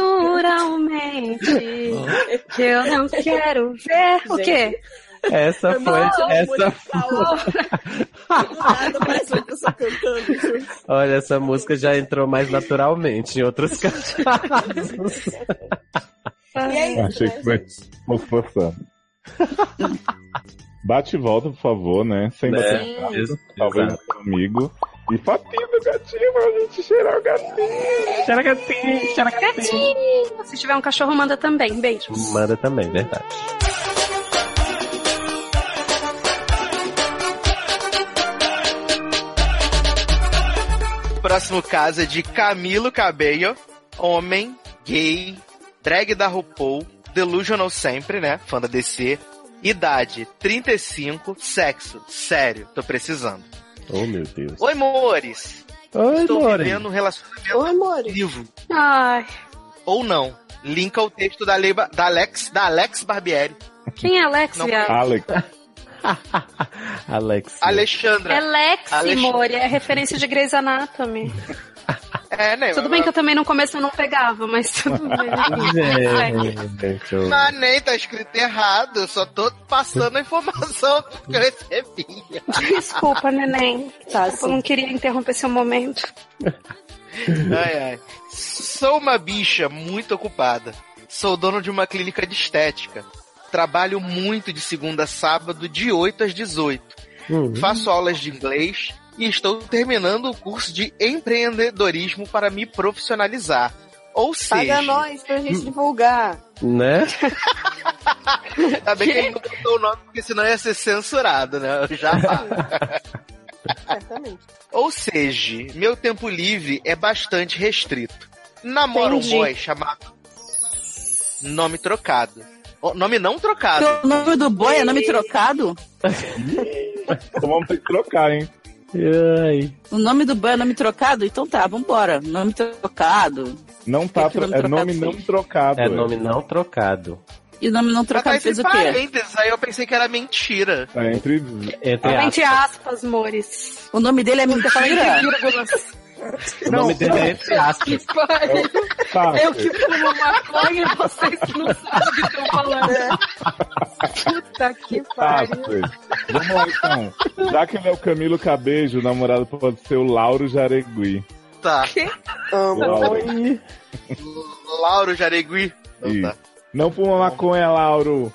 Speaker 4: <laughs>
Speaker 3: naturalmente. que eu não quero ver. O
Speaker 11: Gente.
Speaker 3: quê?
Speaker 2: Essa foi,
Speaker 5: <laughs>
Speaker 2: essa
Speaker 11: Do nada parece uma pessoa cantando. juro.
Speaker 2: Olha, essa música já entrou mais naturalmente em outros casos.
Speaker 11: E é isso,
Speaker 5: Achei
Speaker 11: né,
Speaker 5: que foi-
Speaker 11: gente?
Speaker 5: Vou forçando. Bate e volta, por favor, né? Sem
Speaker 2: Né?
Speaker 5: bater
Speaker 2: Sim.
Speaker 5: em casa,
Speaker 2: Ex-
Speaker 5: Talvez
Speaker 2: exato.
Speaker 5: comigo. E papinho do gatinho pra gente cheirar o gatinho.
Speaker 3: Gatinho! Se tiver um cachorro, manda também. Beijo.
Speaker 2: Manda também, né? verdade.
Speaker 6: O próximo caso é de Camilo Cabello, homem, gay, drag da RuPaul, delusional sempre, né? Fã da DC. Idade, 35, sexo, sério, tô precisando.
Speaker 2: Oh, meu Deus.
Speaker 6: Oi, Mores!
Speaker 2: Oi,
Speaker 6: Estou
Speaker 2: Lore.
Speaker 6: vivendo um relacionamento
Speaker 11: Ô, amor.
Speaker 6: vivo,
Speaker 3: Ai,
Speaker 6: ou não. Linka o texto da, Leiba, da Alex, da Alex Barbieri.
Speaker 3: quem é Alex,
Speaker 6: Não.
Speaker 3: viado?
Speaker 5: Alex,
Speaker 2: Alex.
Speaker 3: É
Speaker 6: Alexandra.
Speaker 3: Lexi,
Speaker 6: Alex-
Speaker 3: Mori, é referência de Grey's Anatomy.
Speaker 6: É, né?
Speaker 3: Tudo bem que eu também no começo eu não pegava, mas tudo bem.
Speaker 2: É. Gente, eu-
Speaker 6: Mas nem tá escrito errado, eu só tô passando a informação que eu recebi.
Speaker 3: Desculpa, neném.
Speaker 11: Tá,
Speaker 3: Eu não queria interromper seu momento.
Speaker 6: Ai, ai. Sou uma bicha muito ocupada. Sou dono de uma clínica de estética. Trabalho muito de segunda a sábado, de 8 às 18.
Speaker 2: Hum.
Speaker 6: Faço aulas de inglês e estou terminando o curso de empreendedorismo para me profissionalizar. Ou
Speaker 11: Paga
Speaker 6: seja,
Speaker 11: nós pra gente divulgar.
Speaker 2: Né?
Speaker 6: ainda bem que ele não botou o nome, porque senão ia ser censurado, né? Eu
Speaker 4: <laughs>
Speaker 6: já falo.
Speaker 11: Certamente.
Speaker 6: Ou seja, meu tempo livre é bastante restrito. Namoro
Speaker 11: Entendi.
Speaker 6: um boy chamado. Nome trocado. Ó, nome não trocado.
Speaker 4: O nome do boi é nome trocado?
Speaker 5: então vamos ter que trocar, hein?
Speaker 2: Ai.
Speaker 4: O nome do boi é nome trocado? Então tá, vambora. Nome trocado.
Speaker 5: Não tá.
Speaker 4: É que
Speaker 5: tro-
Speaker 4: nome
Speaker 5: É
Speaker 4: trocado
Speaker 5: nome não
Speaker 4: fez.
Speaker 5: trocado.
Speaker 2: É nome não trocado.
Speaker 4: E o nome não trocado
Speaker 6: Mas tá
Speaker 4: fez
Speaker 6: entre
Speaker 4: o quê?
Speaker 6: parênteses, aí eu pensei que era mentira.
Speaker 5: Tá entre.
Speaker 2: Entre aspas.
Speaker 3: Entre aspas, Mores.
Speaker 4: O nome dele é mentira?
Speaker 2: O nome dele é entre aspas.
Speaker 5: Tá.
Speaker 3: Eu que fumo maconha, vocês que não sabem o que estão falando.
Speaker 11: É.
Speaker 3: Puta que
Speaker 5: Tá,
Speaker 3: pariu.
Speaker 5: Fê. Vamos lá então. Já que ele é o Camilo Cabejo, o namorado pode ser o Lauro Jaregui.
Speaker 6: Tá.
Speaker 5: O Lauro.
Speaker 6: Lauro Jaregui.
Speaker 5: Ih.
Speaker 6: Então tá.
Speaker 5: Não fuma maconha, Lauro.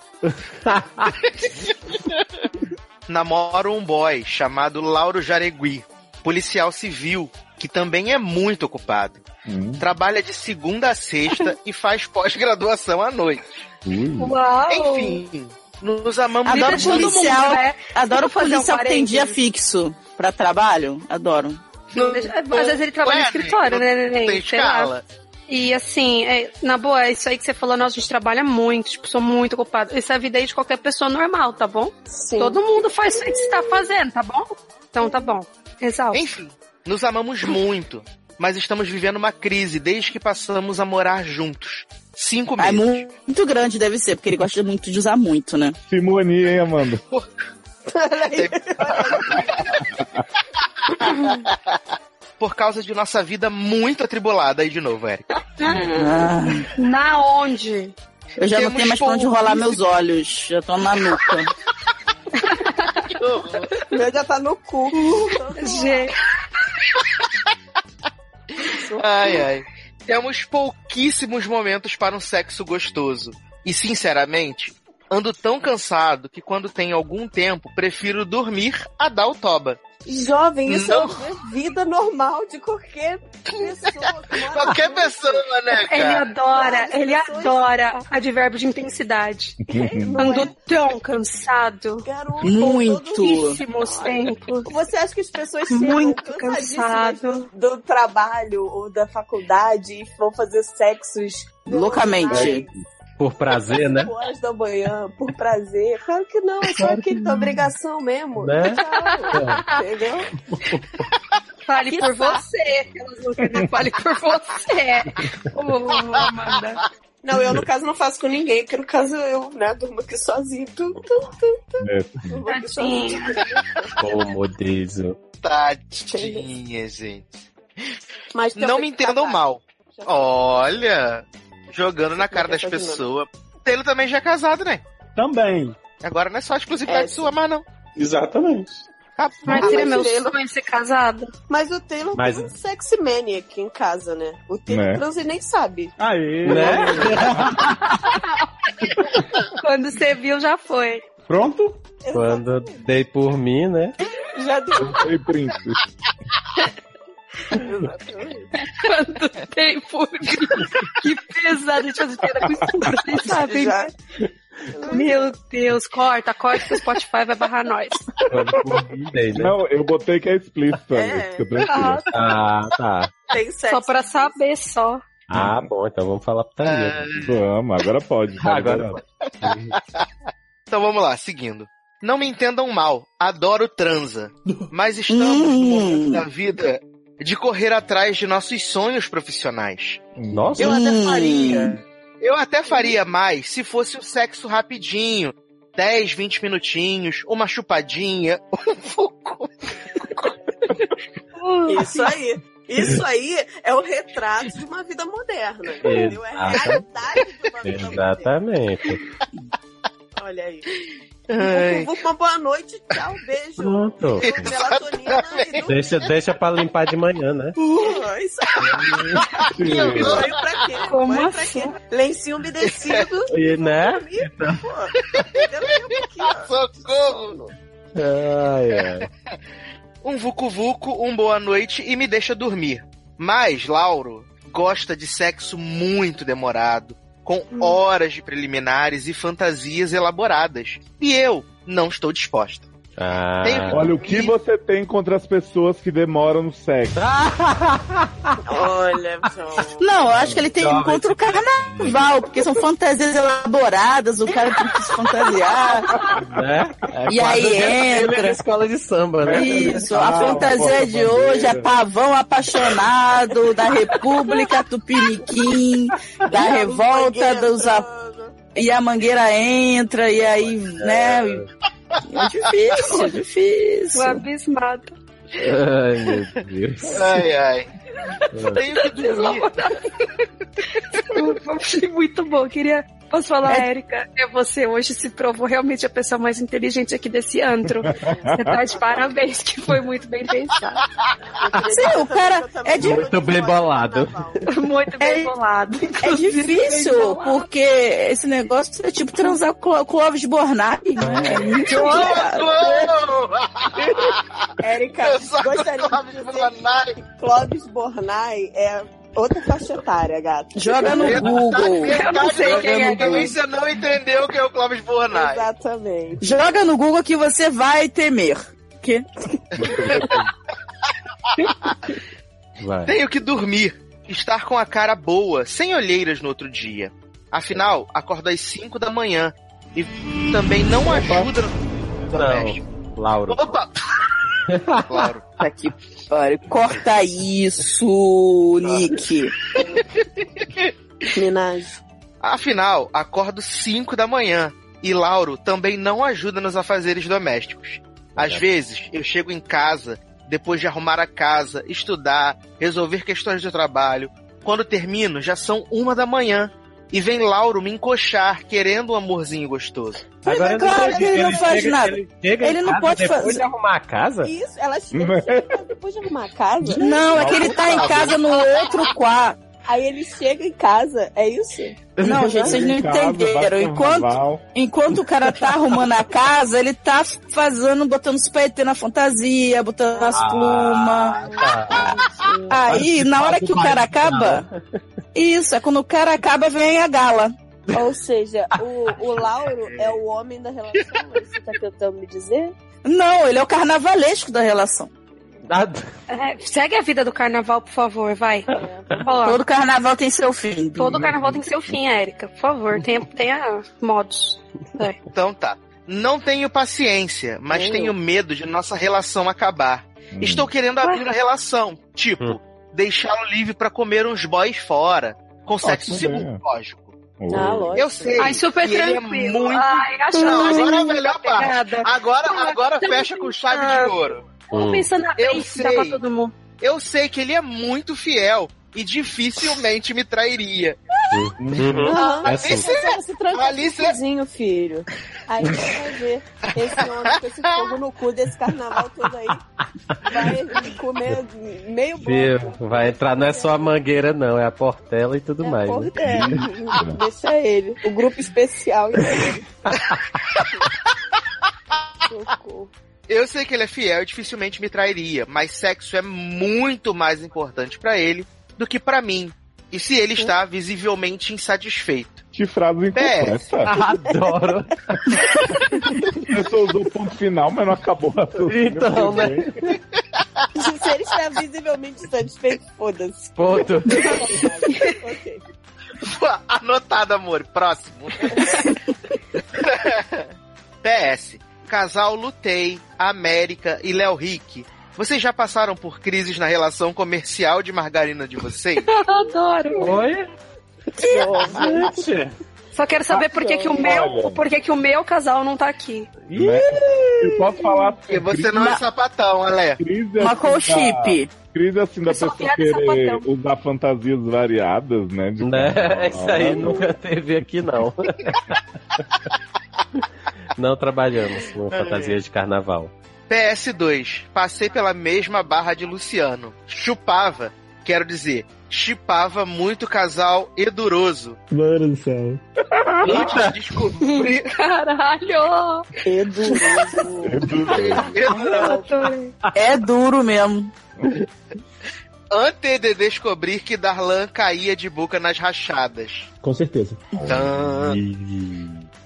Speaker 6: Namoro um boy chamado Lauro Jaregui, policial civil, que também é muito ocupado.
Speaker 2: Hum.
Speaker 6: trabalha de segunda a sexta e faz pós-graduação à noite.
Speaker 3: Uau!
Speaker 6: Enfim, nos amamos
Speaker 4: Adoro
Speaker 6: livremente.
Speaker 4: policial.
Speaker 3: mundo, né?
Speaker 4: Adoro
Speaker 3: Vamos fazer um
Speaker 4: policial que tem
Speaker 3: parênteses.
Speaker 4: dia fixo pra trabalho. Adoro.
Speaker 3: Às vezes ele trabalha no
Speaker 6: Ué,
Speaker 3: escritório,
Speaker 6: não-
Speaker 3: né,
Speaker 6: Não
Speaker 3: neném?
Speaker 6: tem
Speaker 3: Sei lá.
Speaker 6: escala.
Speaker 3: E assim, é, na boa, é isso aí que você falou, nossa, a gente trabalha muito, tipo, sou muito ocupado. Isso é a vida aí de qualquer pessoa normal, tá bom?
Speaker 11: Sim.
Speaker 3: Todo mundo faz isso aí que você tá fazendo, tá bom? Então tá bom. Exalto.
Speaker 6: Enfim, nos amamos muito, mas estamos vivendo uma crise desde que passamos a morar juntos. Cinco
Speaker 4: É
Speaker 6: meses.
Speaker 4: mu- muito grande, deve ser, porque ele gosta muito de usar muito, né?
Speaker 5: Simonia, hein, Amanda?
Speaker 6: Por causa de nossa vida muito atribulada aí de novo, Eric.
Speaker 4: Ah,
Speaker 3: Na onde?
Speaker 4: eu já não
Speaker 6: Temos
Speaker 4: tenho mais pra onde
Speaker 6: pouco.
Speaker 4: rolar meus olhos. Já tô na nuca.
Speaker 11: O meu já tá no cu.
Speaker 3: Gente,
Speaker 6: Ai, ai. Temos pouquíssimos momentos para um sexo gostoso. E, sinceramente, ando tão cansado que quando tenho algum tempo, prefiro dormir a dar o toba.
Speaker 8: Jovem, isso
Speaker 6: Não.
Speaker 8: é a vida normal de qualquer pessoa. que mora
Speaker 11: Ah,
Speaker 6: Qualquer
Speaker 8: junto.
Speaker 6: pessoa, né,
Speaker 3: ele é
Speaker 6: cara?
Speaker 3: adora, ele
Speaker 8: Nossa,
Speaker 3: adora advérbio de intensidade.
Speaker 8: Não é?
Speaker 3: Andou tão cansado.
Speaker 8: Garoto,
Speaker 4: Muito.
Speaker 8: todo-
Speaker 3: Pouquíssimos tempos.
Speaker 8: Você acha que as pessoas chegam
Speaker 3: Muito
Speaker 8: cansadíssimas
Speaker 3: cansado.
Speaker 8: do, do trabalho ou da faculdade e vão fazer sexos
Speaker 4: Loucamente.
Speaker 2: Por prazer, né?
Speaker 8: 5 horas da manhã, por prazer? Claro que não, é só aquilo da obrigação mesmo.
Speaker 2: Né?
Speaker 8: Tchau, entendeu?
Speaker 3: Fale por você. Aquelas
Speaker 8: <laughs>
Speaker 3: loucas, né? Fale por você. Ô, Amanda.
Speaker 11: Não, eu no caso não faço com ninguém, porque no caso eu, né, durmo aqui sozinho. Tu, tu,
Speaker 2: É,
Speaker 11: durmo aqui sozinho.
Speaker 3: Tadinha.
Speaker 2: Ô, modelo.
Speaker 6: Tadinha, gente.
Speaker 11: Mas tem um Ah,
Speaker 6: Não
Speaker 11: que
Speaker 6: me entendam
Speaker 11: casar.
Speaker 6: mal. Olha, jogando na cara das
Speaker 11: Tá jogando.
Speaker 6: pessoas. Taylor também já é casado, né?
Speaker 7: Também.
Speaker 6: Agora não é só exclusividade
Speaker 11: É,
Speaker 6: sua, mas não.
Speaker 14: Exatamente.
Speaker 6: Tá bom.
Speaker 3: Mas seria meu
Speaker 11: Taylor-
Speaker 3: sonho ser casada.
Speaker 11: tá. Mas o Taylor
Speaker 2: Mas-
Speaker 11: tem um sexy maniac em casa, né? O Taylor
Speaker 5: Né?
Speaker 11: transa e nem sabe.
Speaker 7: Aê!
Speaker 2: Né?
Speaker 3: Quando você viu, já foi.
Speaker 14: Pronto?
Speaker 2: Quando dei por mim, né? <laughs>
Speaker 11: Já deu.
Speaker 5: Ei, príncipe.
Speaker 11: Exatamente.
Speaker 3: Quanto tempo. <laughs> que pesado. Deixa eu fazer com isso. Vocês sabem.
Speaker 11: Já.
Speaker 3: né? Meu Deus. Corta, corta que o Spotify vai barrar nós.
Speaker 2: Quando por mim dei, né?
Speaker 5: Não, eu botei que é explícito,
Speaker 11: É.
Speaker 5: amigo, fica tranquilo.
Speaker 2: Ah, tá.
Speaker 11: Tem sexo.
Speaker 3: Só pra saber só.
Speaker 2: Ah, bom, então vamos falar putaria.
Speaker 5: Vamos, agora pode. tá
Speaker 2: Agora
Speaker 5: liberado.
Speaker 6: Então vamos lá, seguindo. Não me entendam mal, adoro transa. Mas estamos no momento da vida de correr atrás de nossos sonhos profissionais.
Speaker 2: Nossa,
Speaker 6: Eu até
Speaker 4: Hum.
Speaker 6: faria. Eu até faria mais se fosse um sexo rapidinho. 10, 20 minutinhos, uma chupadinha, um pouco.
Speaker 11: Isso aí. Isso aí é o retrato de uma vida moderna, entendeu? É a realidade de uma vida moderna.
Speaker 2: exatamente.
Speaker 11: Olha aí. Vucu, Uma boa noite, tchau, beijo.
Speaker 2: Pronto.
Speaker 11: Melatonina e dormir.
Speaker 2: Deixa, deixa pra limpar de manhã, né?
Speaker 11: Pô, Isso aí,
Speaker 5: Sim.
Speaker 11: banho pra <laughs> quê?
Speaker 3: Como
Speaker 11: banho
Speaker 3: assim?
Speaker 11: pra quê? É? Lencinho <laughs> umedecido.
Speaker 2: E, né?
Speaker 11: dormir,
Speaker 6: Então.
Speaker 11: pô. Entendeu? Um pouquinho,
Speaker 6: <laughs>
Speaker 11: ó.
Speaker 6: Socorro!
Speaker 2: Ai, ai.
Speaker 6: Um vucu-vucu, um boa noite e me deixa dormir. Mas Lauro gosta de sexo muito demorado, com horas de preliminares e fantasias elaboradas. E eu não estou disposta.
Speaker 2: Ah,
Speaker 5: Olha, o que você tem contra as pessoas que demoram no sexo?
Speaker 11: <laughs> Olha, João.
Speaker 4: Não, eu acho que ele tem
Speaker 2: Não,
Speaker 4: um contra o carnaval, porque são fantasias elaboradas, o cara tem que se fantasiar.
Speaker 2: né? É
Speaker 4: E
Speaker 2: quase
Speaker 4: aí
Speaker 2: o mesmo
Speaker 4: entra.
Speaker 2: filme da escola de samba, né?
Speaker 4: Isso,
Speaker 5: Ah,
Speaker 4: a
Speaker 5: porra,
Speaker 4: fantasia de hoje é
Speaker 5: bandeira.
Speaker 4: pavão apaixonado, da República Tupiniquim, da revolta dos. A... E a mangueira entra, e aí, né? É difícil, é
Speaker 3: Tô
Speaker 4: difícil.
Speaker 3: abismado.
Speaker 2: Ai, meu Deus.
Speaker 6: Ai, ai. Tenho que dormir.
Speaker 3: Eu Achei muito bom. Queria. Posso falar, Érica? É você hoje se provou realmente a pessoa mais inteligente aqui desse antro. Você tá de parabéns, que foi muito bem pensado.
Speaker 4: Sim, o cara é de-
Speaker 2: Muito bem bolado.
Speaker 3: Muito bem
Speaker 4: É-
Speaker 3: bolado.
Speaker 4: É difícil, porque esse negócio é tipo transar com o Clóvis Bornai. É muito complicado.
Speaker 6: Socorro!
Speaker 11: Érica,
Speaker 6: Eu só
Speaker 11: gostaria
Speaker 6: gostava
Speaker 11: de
Speaker 6: de
Speaker 11: dizer
Speaker 6: falar.
Speaker 11: que Clóvis Bornai é Outra faixa etária, gato.
Speaker 4: Joga no Google.
Speaker 6: Eu
Speaker 4: não sei quem é
Speaker 6: Também você não entendeu o que é o Clóvis Bornai.
Speaker 11: Exatamente.
Speaker 4: Joga no Google que você vai temer. Que?
Speaker 2: Vai.
Speaker 6: Tenho que dormir. Estar com a cara boa, sem olheiras no outro dia. Afinal, acordo às 5 da manhã. E também não ajuda no doméstico.
Speaker 2: Lauro.
Speaker 6: Opa! claro.
Speaker 4: Puta que pariu. Corta isso, Nick.
Speaker 11: Minaj.
Speaker 6: Afinal, acordo 5 da manhã. E Lauro também não ajuda nos afazeres domésticos. Às vezes, eu chego em casa depois de arrumar a casa, estudar, resolver questões do trabalho. Quando termino, já são uma da manhã. E vem Lauro me encoxar, querendo um amorzinho gostoso.
Speaker 4: Agora é claro que ele não faz
Speaker 2: chega-
Speaker 4: nada.
Speaker 2: Ele, chega
Speaker 4: Ele
Speaker 2: em
Speaker 4: não
Speaker 2: casa
Speaker 4: pode
Speaker 2: depois
Speaker 4: fazer-
Speaker 2: de arrumar a casa?
Speaker 11: Isso, ela
Speaker 5: <laughs>
Speaker 11: chega depois de arrumar a casa.
Speaker 4: Não, é que ele tá em casa no outro quarto.
Speaker 11: Aí ele chega em casa, é isso?
Speaker 4: Não, gente, vocês não
Speaker 5: Em casa, bate
Speaker 4: entenderam.
Speaker 5: um
Speaker 4: Enquanto,
Speaker 5: carnaval.
Speaker 4: enquanto o cara tá arrumando a casa, ele tá fazendo, botando super ET na fantasia, botando as plumas. Aí, na hora que o cara acaba. Isso, é quando o cara acaba, vem a gala.
Speaker 11: Ou seja, o, o Lauro é o homem da relação, é isso que tá tentando me dizer?
Speaker 4: Não, ele é o carnavalesco da relação.
Speaker 2: Nada.
Speaker 3: É, segue a vida do carnaval, por favor, vai. Ó,
Speaker 6: É.
Speaker 4: Todo carnaval tem seu fim.
Speaker 3: todo carnaval tem seu fim, Érica. Por favor, tenha, tenha modos.
Speaker 6: Então tá. Não tenho paciência, mas tenho medo de nossa relação acabar. Estou querendo abrir a relação. Tipo,
Speaker 2: Hum.
Speaker 6: deixá-lo livre pra comer uns boys fora. Com sexo
Speaker 5: tudo
Speaker 6: seguro,
Speaker 5: bem.
Speaker 6: lógico.
Speaker 5: Ô,
Speaker 11: Ah, lógico.
Speaker 6: Eu sei.
Speaker 3: Ai, super
Speaker 6: que ele É
Speaker 3: tranquilo.
Speaker 6: muito...
Speaker 3: Ai, acho
Speaker 6: Não,
Speaker 3: acho
Speaker 6: agora é a
Speaker 3: muita
Speaker 6: melhor parte.
Speaker 3: pegada.
Speaker 6: Agora, agora
Speaker 3: tá
Speaker 6: fecha com chave de
Speaker 3: brincando.
Speaker 6: ouro.
Speaker 3: Tô
Speaker 2: hum.
Speaker 3: pensando na tá
Speaker 6: Eu
Speaker 3: frente, dá
Speaker 6: sei.
Speaker 3: pra todo mundo.
Speaker 6: Eu sei que ele é muito fiel e dificilmente me trairia.
Speaker 2: Uhum.
Speaker 11: Aham.
Speaker 2: É
Speaker 6: Mas
Speaker 2: assim.
Speaker 6: isso é-
Speaker 11: Então, se tranca
Speaker 6: Alice-
Speaker 11: sozinho, filho. Aí você vai ver esse homem com esse fogo no cu desse carnaval todo aí. Vai comer meio
Speaker 2: Viu?
Speaker 11: bloco.
Speaker 2: Vai entrar, não é só a mangueira, não, é a portela e tudo
Speaker 11: É,
Speaker 2: mais.
Speaker 11: porra,
Speaker 2: né?
Speaker 11: é. Deixa ele. O grupo especial. entendeu? Socorro.
Speaker 6: Eu sei que ele é fiel e dificilmente me trairia, mas sexo é muito mais importante pra ele do que pra mim. E se ele está visivelmente insatisfeito? <laughs>
Speaker 5: Que frase incompleta.
Speaker 2: Adoro.
Speaker 5: A pessoa usou o ponto final, mas não acabou a
Speaker 2: Então, né?
Speaker 11: Se ele está visivelmente satisfeito, <laughs> foda-se.
Speaker 2: Ponto.
Speaker 11: Ok.
Speaker 6: Anotado, amor. Próximo. <laughs> PS. Casal Lutei, América e Léo Rick. Vocês já passaram por crises na relação comercial de margarina de vocês?
Speaker 3: Adoro.
Speaker 2: Oi? Gente.
Speaker 3: Só quero saber por que, que o meu, por que, que o meu casal não tá aqui.
Speaker 2: Ih,
Speaker 5: E pode falar
Speaker 6: Porque você não é sapatão, Ale.
Speaker 5: crise
Speaker 4: Uma
Speaker 5: assim, da-
Speaker 4: com chip.
Speaker 5: Crise assim da
Speaker 3: Eu sou
Speaker 5: pessoa
Speaker 3: piada
Speaker 5: querer
Speaker 3: sapatão.
Speaker 5: usar fantasias variadas, né? de carnaval.
Speaker 2: né? Isso aí nunca teve aqui, não. Não trabalhamos com fantasia de carnaval.
Speaker 6: PS2. Passei pela mesma barra de Luciano. Chupava, quero dizer, chipava muito casal eduroso.
Speaker 14: Mano do céu.
Speaker 6: Antes de descobrir.
Speaker 4: <laughs>
Speaker 3: Caralho!
Speaker 11: É duro.
Speaker 5: <laughs> É duro.
Speaker 4: É duro mesmo.
Speaker 6: Antes de descobrir que Darlan caía de boca nas rachadas.
Speaker 14: Com certeza.
Speaker 6: Tã.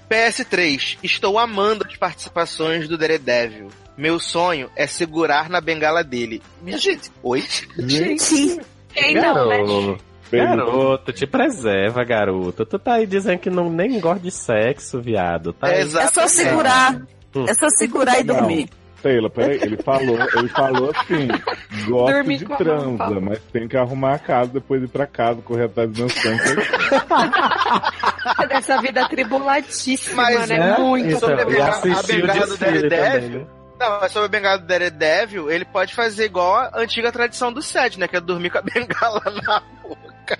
Speaker 6: PS3. Estou amando as participações do Daredevil. Meu sonho é segurar na bengala dele. Minha gente, oi?
Speaker 3: Quem não, né?
Speaker 2: Garoto, garoto, te preserva, garoto. Tu tá aí dizendo que não, nem gosta de sexo, viado. Tá aí.
Speaker 6: Ah.
Speaker 4: É só segurar. É só segurar e
Speaker 5: Não.
Speaker 4: dormir.
Speaker 5: Taylor, peraí, ele falou, ele falou assim, gosto
Speaker 3: Dormir
Speaker 5: de
Speaker 3: com a
Speaker 5: transa,
Speaker 3: roupa.
Speaker 5: mas tem que arrumar a casa, depois ir pra casa, correr atrás dos meus tanques.
Speaker 3: Dessa vida atribuladíssima,
Speaker 6: Mas
Speaker 3: né?
Speaker 2: É?
Speaker 6: muito
Speaker 2: Então,
Speaker 6: sobre
Speaker 2: e
Speaker 6: a- a
Speaker 2: assistiu o
Speaker 6: bengala do
Speaker 2: desfile
Speaker 6: Daredevil.
Speaker 2: também, né?
Speaker 6: Não, mas sobre a bengala do Daredevil, ele pode fazer igual a antiga tradição do Seth, né? Que é dormir com a <laughs> bengala na boca.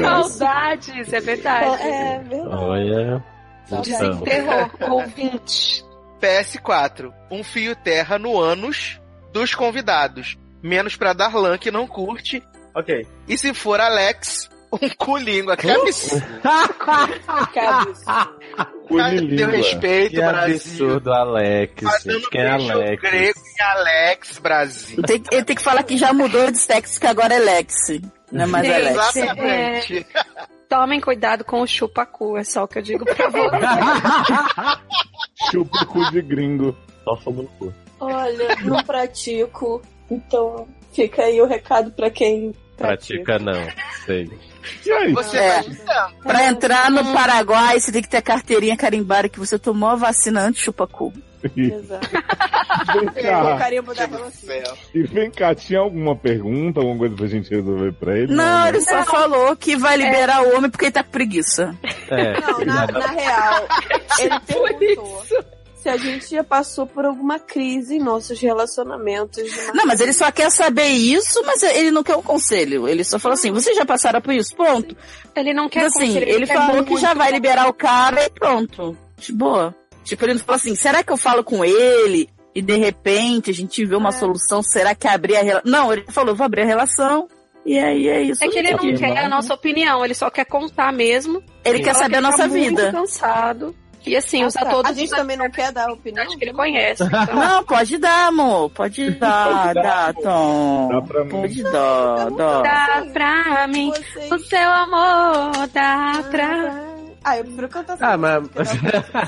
Speaker 3: Saudades, é verdade.
Speaker 11: É verdade.
Speaker 2: Olha.
Speaker 11: Saudades.
Speaker 2: Então,
Speaker 3: Terror, ouvinte.
Speaker 6: PS4, um fio terra no ânus dos convidados. Menos pra Darlan, que não curte.
Speaker 2: ok.
Speaker 6: E se for Alex, um <laughs> culíngua.
Speaker 2: Uh,
Speaker 6: Que absurdo.
Speaker 11: Que absurdo.
Speaker 6: Teu respeito,
Speaker 2: Que
Speaker 6: Brasil.
Speaker 2: absurdo, Alex.
Speaker 6: Fazendo
Speaker 2: Gente, quem é
Speaker 6: beijo
Speaker 2: Alex?
Speaker 6: grego em Alex, Brasil.
Speaker 4: Tem que- ele tem que falar que já mudou de sexo, que agora é Lexi. Não, mas é Alex.
Speaker 6: Exatamente.
Speaker 3: Tomem cuidado com o chupacu, é só o que eu digo pra
Speaker 4: <laughs>
Speaker 3: vocês.
Speaker 5: Chupa o cu de gringo.
Speaker 14: Só fogo no cu.
Speaker 11: Olha, não pratico, então fica aí o recado pra quem
Speaker 2: Pratica não, sei.
Speaker 5: E aí?
Speaker 6: Você
Speaker 4: É.
Speaker 6: vai ajudando.
Speaker 4: Pra entrar no Paraguai, você tem que ter a carteirinha carimbada que você tomou a vacina antes chupacu.
Speaker 11: Exato.
Speaker 5: Vem
Speaker 11: O
Speaker 5: cá,
Speaker 11: carimbo da balança.
Speaker 5: e vem cá, tinha alguma pergunta, alguma coisa pra gente resolver pra ele?
Speaker 4: Não, ele só falou que vai liberar o homem porque ele tá com preguiça.
Speaker 2: É,
Speaker 11: Não, na, na real, ele perguntou se a gente já passou por alguma crise em nossos relacionamentos. de
Speaker 4: Não, mas ele só quer saber isso, mas ele não quer um conselho. Ele só falou assim: vocês já passaram por isso? Ponto.
Speaker 3: Ele não quer
Speaker 4: Mas assim,
Speaker 3: conselho,
Speaker 4: ele
Speaker 3: quer
Speaker 4: falou que
Speaker 3: muito
Speaker 4: já vai
Speaker 3: conselho.
Speaker 4: liberar o cara e pronto. De boa. Tipo, ele não falou assim: será que eu falo com ele? E de repente a gente vê
Speaker 3: É.
Speaker 4: uma solução, será que abrir a relação? Não, ele falou, vou abrir a relação. E aí é isso.
Speaker 3: É que ele não
Speaker 4: mesmo.
Speaker 3: quer a nossa opinião, ele só quer contar mesmo.
Speaker 4: Ele quer
Speaker 3: Fala
Speaker 4: saber
Speaker 3: que
Speaker 4: a nossa
Speaker 3: tá muito <laughs>
Speaker 4: vida.
Speaker 3: cansado. E assim,
Speaker 11: Ah,
Speaker 3: usar
Speaker 11: tá.
Speaker 3: todos
Speaker 11: A gente
Speaker 3: os
Speaker 11: também não quer dar opinião?
Speaker 3: que ele
Speaker 4: <laughs>
Speaker 3: conhece. então.
Speaker 4: Não, pode dar, amor. Pode dar, dá, Tom.
Speaker 5: Dá pra mim.
Speaker 4: pode dar, dá.
Speaker 3: Dá pra mim
Speaker 11: Vocês-
Speaker 3: o seu amor, dá pra...
Speaker 11: Ah, eu prefiro cantar
Speaker 2: Ah, mas- <laughs>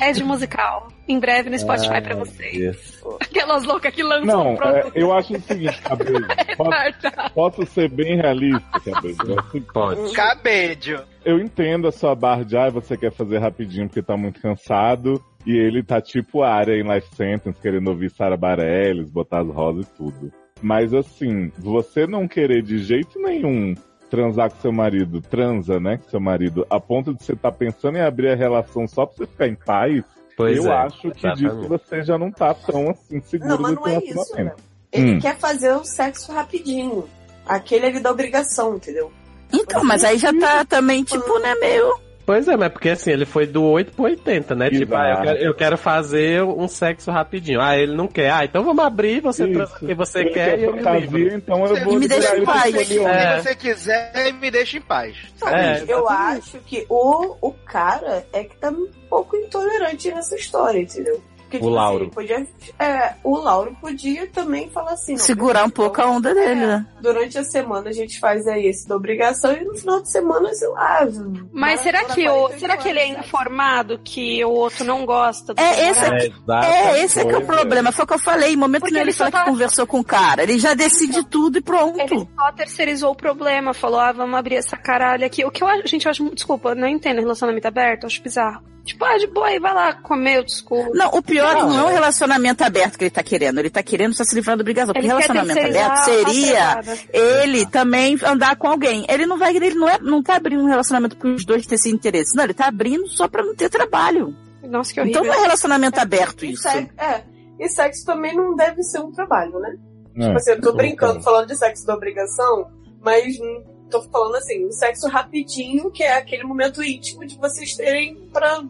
Speaker 3: É de musical. Em breve no Spotify pra vocês. <laughs> Aquelas loucas que lançam
Speaker 5: Não,
Speaker 3: o
Speaker 5: é,
Speaker 3: produto.
Speaker 5: eu acho o seguinte, Cabelo. Posso,
Speaker 3: Marta.
Speaker 5: posso ser bem realista, Cabelo?
Speaker 2: pode.
Speaker 6: Cabedio.
Speaker 5: Eu entendo a sua barra de, ah, você quer fazer rapidinho porque tá muito cansado. E ele tá tipo área em Life Sentence, querendo ouvir Sara Bareilles, botar as rosas e tudo. Mas assim, você não querer de jeito nenhum transar com seu marido, transa, né, com seu marido, a ponto de você tá pensando em abrir a relação só pra você ficar em paz,
Speaker 2: Pois
Speaker 5: eu
Speaker 2: é,
Speaker 5: acho que disso
Speaker 2: exatamente.
Speaker 5: você já não tá tão assim seguro
Speaker 11: Não, mas
Speaker 5: do
Speaker 11: não
Speaker 5: seu
Speaker 2: um
Speaker 11: é isso.
Speaker 5: relacionamento.
Speaker 11: né? Ele
Speaker 5: Hum.
Speaker 11: quer fazer o sexo rapidinho. Aquele ele da obrigação, entendeu?
Speaker 4: Então, mas aí já tá também, tipo, né, meio.
Speaker 2: Pois é, mas porque assim, ele foi do 8 pro 80, né? Tipo, ah, eu quero, eu quero fazer um sexo rapidinho. Ah, ele não quer. Ah, então vamos abrir, você
Speaker 5: Isso.
Speaker 2: transa o que você
Speaker 5: Ele
Speaker 2: quer e eu me livro.
Speaker 5: fantasia, então eu vou
Speaker 4: E me deixa em
Speaker 5: liberar ele pra
Speaker 4: paz.
Speaker 5: escolher onde.
Speaker 2: É.
Speaker 6: Se você quiser, me deixa em paz.
Speaker 11: Então,
Speaker 2: É,
Speaker 11: eu
Speaker 2: exatamente.
Speaker 11: acho que o, o cara é que tá um pouco intolerante nessa história, entendeu? Porque,
Speaker 2: O Lauro.
Speaker 11: ele podia, é, o Lauro podia também falar assim. não,
Speaker 4: Segurar um pouco a onda dele, né?
Speaker 11: Durante a semana a gente faz aí esse da obrigação e no final de semana, sei lá.
Speaker 3: Mas
Speaker 11: vai-
Speaker 3: será
Speaker 11: vai
Speaker 3: que, o,
Speaker 11: 48
Speaker 3: será que ele é
Speaker 11: horas, sabe?
Speaker 3: informado que o outro não gosta? do
Speaker 4: É, esse
Speaker 3: namorado?
Speaker 2: É,
Speaker 4: É, esse é que é o
Speaker 5: coisa.
Speaker 4: problema. Foi o que eu falei. No momento
Speaker 3: Porque
Speaker 4: que ele
Speaker 3: ele
Speaker 4: fala
Speaker 3: só tá-
Speaker 4: que conversou com o cara, ele já decide tudo e
Speaker 3: Ele
Speaker 4: pronto.
Speaker 3: só terceirizou o problema, falou, ah, vamos abrir essa caralho aqui. O que eu acho, gente, eu acho, desculpa, eu não entendo relacionamento aberto, eu acho bizarro. Tipo, ah, de boa, aí vai lá comer, eu desculpo.
Speaker 4: Não, o pior não, é o relacionamento aberto que ele tá querendo. Ele tá querendo só se livrar da obrigação.
Speaker 3: Ele
Speaker 4: Porque
Speaker 3: quer
Speaker 4: relacionamento
Speaker 3: terceirizar
Speaker 4: aberto
Speaker 3: a
Speaker 4: seria
Speaker 3: pegada.
Speaker 4: ele também andar com alguém. Ele não vai, ele não, é, não tá abrindo um relacionamento porque os dois têm esse interesse. Não, ele tá abrindo só pra não ter trabalho.
Speaker 3: Nossa, que horrível.
Speaker 4: Então não é relacionamento aberto
Speaker 11: E
Speaker 4: isso.
Speaker 11: sexo, é. E sexo também não deve ser um trabalho, né?
Speaker 5: É.
Speaker 11: Tipo assim, eu tô
Speaker 4: um
Speaker 5: Então,
Speaker 11: brincando, falando de sexo da obrigação, mas hum, tô falando assim, um sexo rapidinho, que é aquele momento íntimo de vocês terem pra,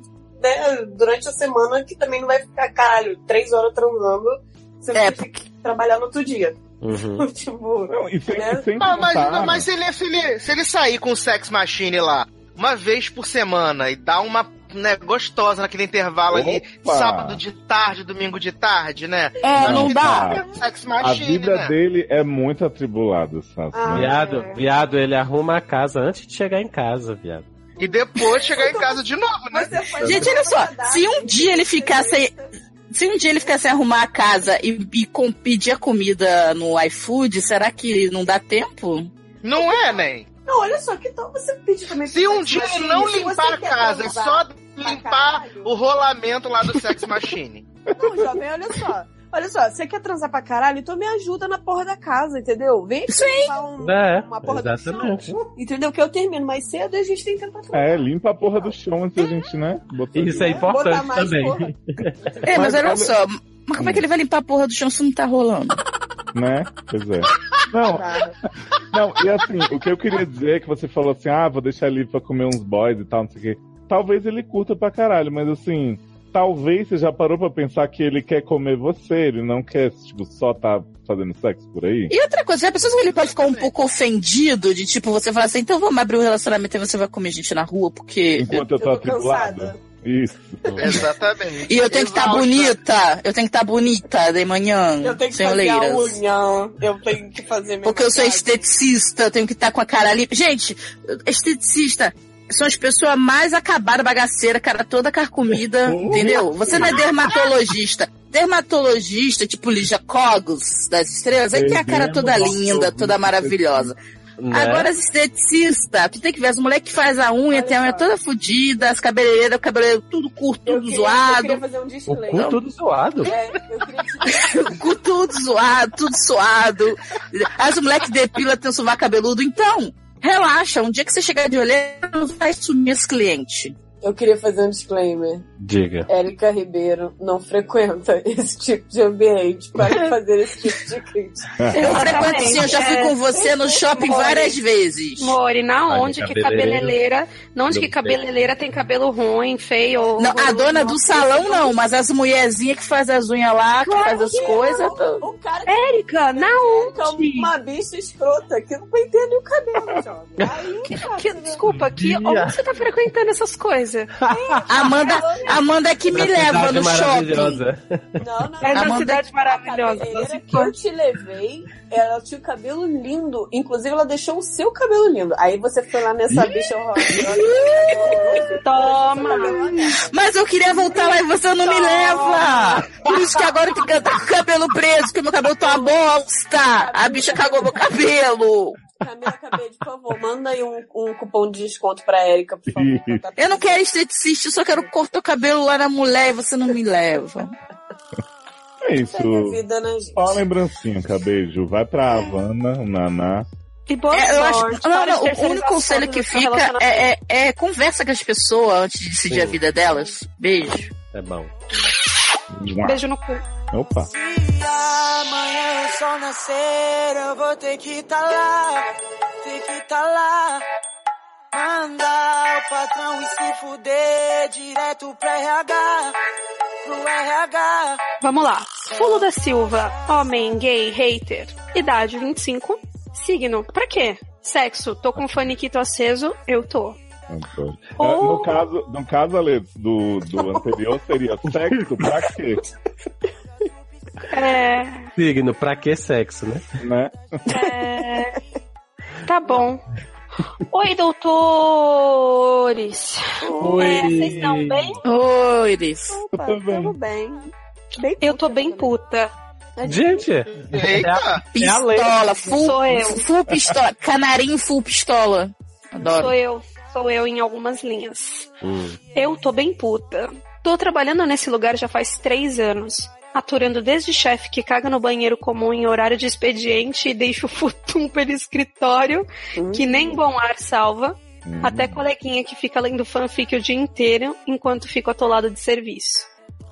Speaker 11: né, durante a semana, que também não vai ficar, caralho, três horas transando, você
Speaker 4: É,
Speaker 11: vai ter que trabalhar no outro dia. <laughs>
Speaker 2: Uhum.
Speaker 11: tipo,
Speaker 5: Não, e sem,
Speaker 11: né?
Speaker 5: sem
Speaker 6: Não, Ah, mas,
Speaker 5: contar-
Speaker 6: não, mas se, ele, é, se, ele, se ele sair com o Sex Machine lá uma vez por semana e dar uma né, gostosa naquele intervalo ali,
Speaker 5: Opa!
Speaker 6: sábado de tarde, domingo de tarde, né?
Speaker 4: É, não
Speaker 6: Acho que
Speaker 4: dá.
Speaker 6: tem que ter um Sex
Speaker 5: A
Speaker 6: Machine,
Speaker 5: vida
Speaker 6: né?
Speaker 5: dele é muito atribulada, sabe?
Speaker 11: Ah,
Speaker 5: né?
Speaker 2: Viado, viado, ele arruma a casa antes de chegar em casa, viado.
Speaker 6: E depois chegar em casa de novo, né?
Speaker 11: Você faz
Speaker 4: Gente, olha só, se um dia ele ficar sem- Se um dia ele ficar sem arrumar a casa e, e com- pedir a comida no iFood, será que não dá tempo?
Speaker 6: Não é, nem.
Speaker 11: Não, olha só, que tal você pedir também
Speaker 6: Se
Speaker 11: pro
Speaker 6: um
Speaker 11: sex
Speaker 6: dia ele
Speaker 11: machine?
Speaker 6: não
Speaker 11: assim, Se
Speaker 6: limpar
Speaker 11: você
Speaker 6: a
Speaker 11: quer
Speaker 6: casa, é
Speaker 11: transar-
Speaker 6: só limpar
Speaker 11: caralho.
Speaker 6: o rolamento lá do Sex Machine.
Speaker 11: Não, jovem, olha só. Olha só, você quer transar pra caralho? Então me ajuda na porra da casa, entendeu? Vem limpar um,
Speaker 2: É,
Speaker 11: uma porra do chão.
Speaker 2: exatamente.
Speaker 11: Entendeu? Que eu termino mais cedo e a gente tem que tentar tudo.
Speaker 5: É, limpa a porra do chão antes da gente, né? Botar
Speaker 2: Isso é
Speaker 5: ali.
Speaker 11: Botar
Speaker 2: importante
Speaker 11: mais
Speaker 2: também.
Speaker 11: porra.
Speaker 4: É, mas,
Speaker 5: Mas
Speaker 4: olha
Speaker 5: olha-
Speaker 4: só, mas como é que ele vai limpar a porra do chão se não tá rolando?
Speaker 5: Né? Pois é. Não, não, e assim, o que eu queria dizer é que você falou assim, ah, vou deixar ele pra comer uns boys e tal, não sei o quê. Talvez ele curta pra caralho, mas assim, talvez você já parou pra pensar que ele quer comer você, ele não quer, tipo, só tá fazendo sexo por aí?
Speaker 4: E outra coisa, já pensou se ele pode ficar um pouco ofendido de um tipo, você falar assim, então vamos abrir o relacionamento e você vai comer gente na rua, porque.
Speaker 5: Enquanto eu tô,
Speaker 11: Eu tô
Speaker 5: atribulado.
Speaker 11: cansada.
Speaker 5: Isso.
Speaker 6: Exatamente.
Speaker 4: E eu tenho que tá estar
Speaker 6: Exausta.
Speaker 4: bonita. Eu tenho que estar bonita de manhã.
Speaker 11: Eu tenho que
Speaker 4: sem
Speaker 11: fazer a
Speaker 4: oleiras.
Speaker 11: unha, eu tenho que fazer minha
Speaker 4: Porque eu sou
Speaker 11: maquiagem.
Speaker 4: esteticista, eu tenho que estar com a cara limpa. Gente, esteticista são as pessoas mais acabadas, bagaceira, cara toda carcomida, entendeu? Você não é dermatologista. Dermatologista, tipo Lígia Cogos das estrelas, aí tem a cara toda linda, toda maravilhosa.
Speaker 2: Né?
Speaker 4: Agora as esteticistas, tu tem que ver as mulheres que faz a unha, tem a unha toda fodida, as cabeleireiras, o cabelo tudo curto,
Speaker 11: Eu
Speaker 4: tudo
Speaker 11: queria, Eu
Speaker 4: zoado,
Speaker 11: queria fazer um
Speaker 2: o
Speaker 11: display.
Speaker 2: cu todo zoado.
Speaker 11: É, eu queria te
Speaker 4: o cu tudo zoado, tudo suado. As moleques depila tem o sovaco cabeludo. Então, relaxa. Um dia que você chegar de olheira, não vai sumir esse cliente.
Speaker 11: Eu queria fazer um disclaimer.
Speaker 2: Diga.
Speaker 11: Érica Ribeiro não frequenta <laughs> esse tipo de ambiente para fazer esse tipo de crítica.
Speaker 4: Eu frequento sim, assim, eu já fui
Speaker 3: é.
Speaker 4: com você no shopping
Speaker 3: Mole.
Speaker 4: várias vezes.
Speaker 3: More, na
Speaker 2: Ai,
Speaker 3: onde que
Speaker 2: cabeleireiro.
Speaker 3: cabeleireira. Na onde que
Speaker 2: Meu Deus.
Speaker 3: cabeleireira tem cabelo ruim, feio.
Speaker 4: Não, a
Speaker 3: horroroso,
Speaker 4: dona
Speaker 3: não.
Speaker 4: do salão não, mas as mulherzinhas que faz as unhas lá, que faz as
Speaker 11: é.
Speaker 4: coisas. então. É, tô-
Speaker 11: O cara
Speaker 3: Érica, na
Speaker 11: que é uma bicha escrota que não penteia nem
Speaker 3: <laughs>
Speaker 11: o cabelo, jovem. Aí, cara,
Speaker 3: Que,
Speaker 11: né?
Speaker 3: <laughs> desculpa, que onde você tá frequentando essas coisas?
Speaker 4: Amanda, Amanda é que me leva
Speaker 2: é
Speaker 4: no shopping.
Speaker 11: Não, não,
Speaker 3: É
Speaker 11: não.
Speaker 3: na
Speaker 4: Amanda-
Speaker 3: cidade
Speaker 11: A
Speaker 3: maravilhosa.
Speaker 11: cabeleireira
Speaker 3: assim,
Speaker 11: que eu te levei, ela tinha o cabelo lindo. Inclusive, ela deixou o seu cabelo lindo. Aí você foi lá nessa bicha horrorosa.
Speaker 3: Toma!
Speaker 4: Mas eu queria voltar lá e você não me leva. Por isso que agora eu tenho que andar com o cabelo preso, porque meu cabelo tá uma bosta. A bicha cagou meu cabelo.
Speaker 11: Camila Cabede, por favor, manda aí um, um cupom de desconto pra Erika, por favor. Tá?
Speaker 4: Eu não quero esteticista, eu só quero cortar o cabelo lá na mulher e você não me leva.
Speaker 5: É
Speaker 11: Isso aí é
Speaker 5: isso.
Speaker 11: vida, né, gente?
Speaker 5: Só uma lembrancinha, cabejo. Vai pra Havana, o Naná.
Speaker 3: E boa
Speaker 4: É, eu acho-
Speaker 3: sorte. para
Speaker 4: não, não,
Speaker 3: as
Speaker 4: o
Speaker 3: terceirizações
Speaker 4: único conselho
Speaker 3: do
Speaker 4: que
Speaker 3: seu
Speaker 4: fica
Speaker 3: relacionamento.
Speaker 4: é, é- é conversa com as pessoas antes de decidir a vida delas. Beijo.
Speaker 2: É bom.
Speaker 5: Mua.
Speaker 3: Beijo no cu.
Speaker 5: um Opa.
Speaker 1: Se amanhã o sol nascer, eu vou ter que tá lá, ter que tá lá. Mandar o patrão e se fuder direto pro RH, pro RH.
Speaker 3: Vamos lá. Pulo da Silva, homem, gay, hater, idade 25, signo, pra quê? Sexo, tô com o faniquito aceso, eu tô.
Speaker 5: Adoro. É,
Speaker 3: Ou-
Speaker 5: No caso, no caso Alex, do, do anterior seria sexo pra quê?
Speaker 3: É,
Speaker 2: Signo, pra que sexo, né?
Speaker 5: Né?
Speaker 3: é, tá bom. Oi, doutores. É, vocês estão bem?
Speaker 4: Oi, Iris.
Speaker 11: Opa,
Speaker 5: Tudo bem.
Speaker 11: tudo bem. Bem né?
Speaker 3: Eu tô bem
Speaker 11: também.
Speaker 3: puta.
Speaker 2: Gente, é a-
Speaker 6: Eita!
Speaker 2: É a lei.
Speaker 4: Pistola, full,
Speaker 3: Sou eu.
Speaker 4: full pistola. Canarim full pistola. Adoro.
Speaker 3: Sou eu. Sou eu em algumas linhas.
Speaker 2: Hum.
Speaker 3: Eu tô bem puta. Tô trabalhando nesse lugar já faz três anos. Aturando desde chefe que caga no banheiro comum em horário de expediente e deixa o futum pelo escritório, que nem bom ar salva,
Speaker 5: Hum.
Speaker 3: até coleguinha que fica lendo fanfic o dia inteiro enquanto fico atolado de serviço.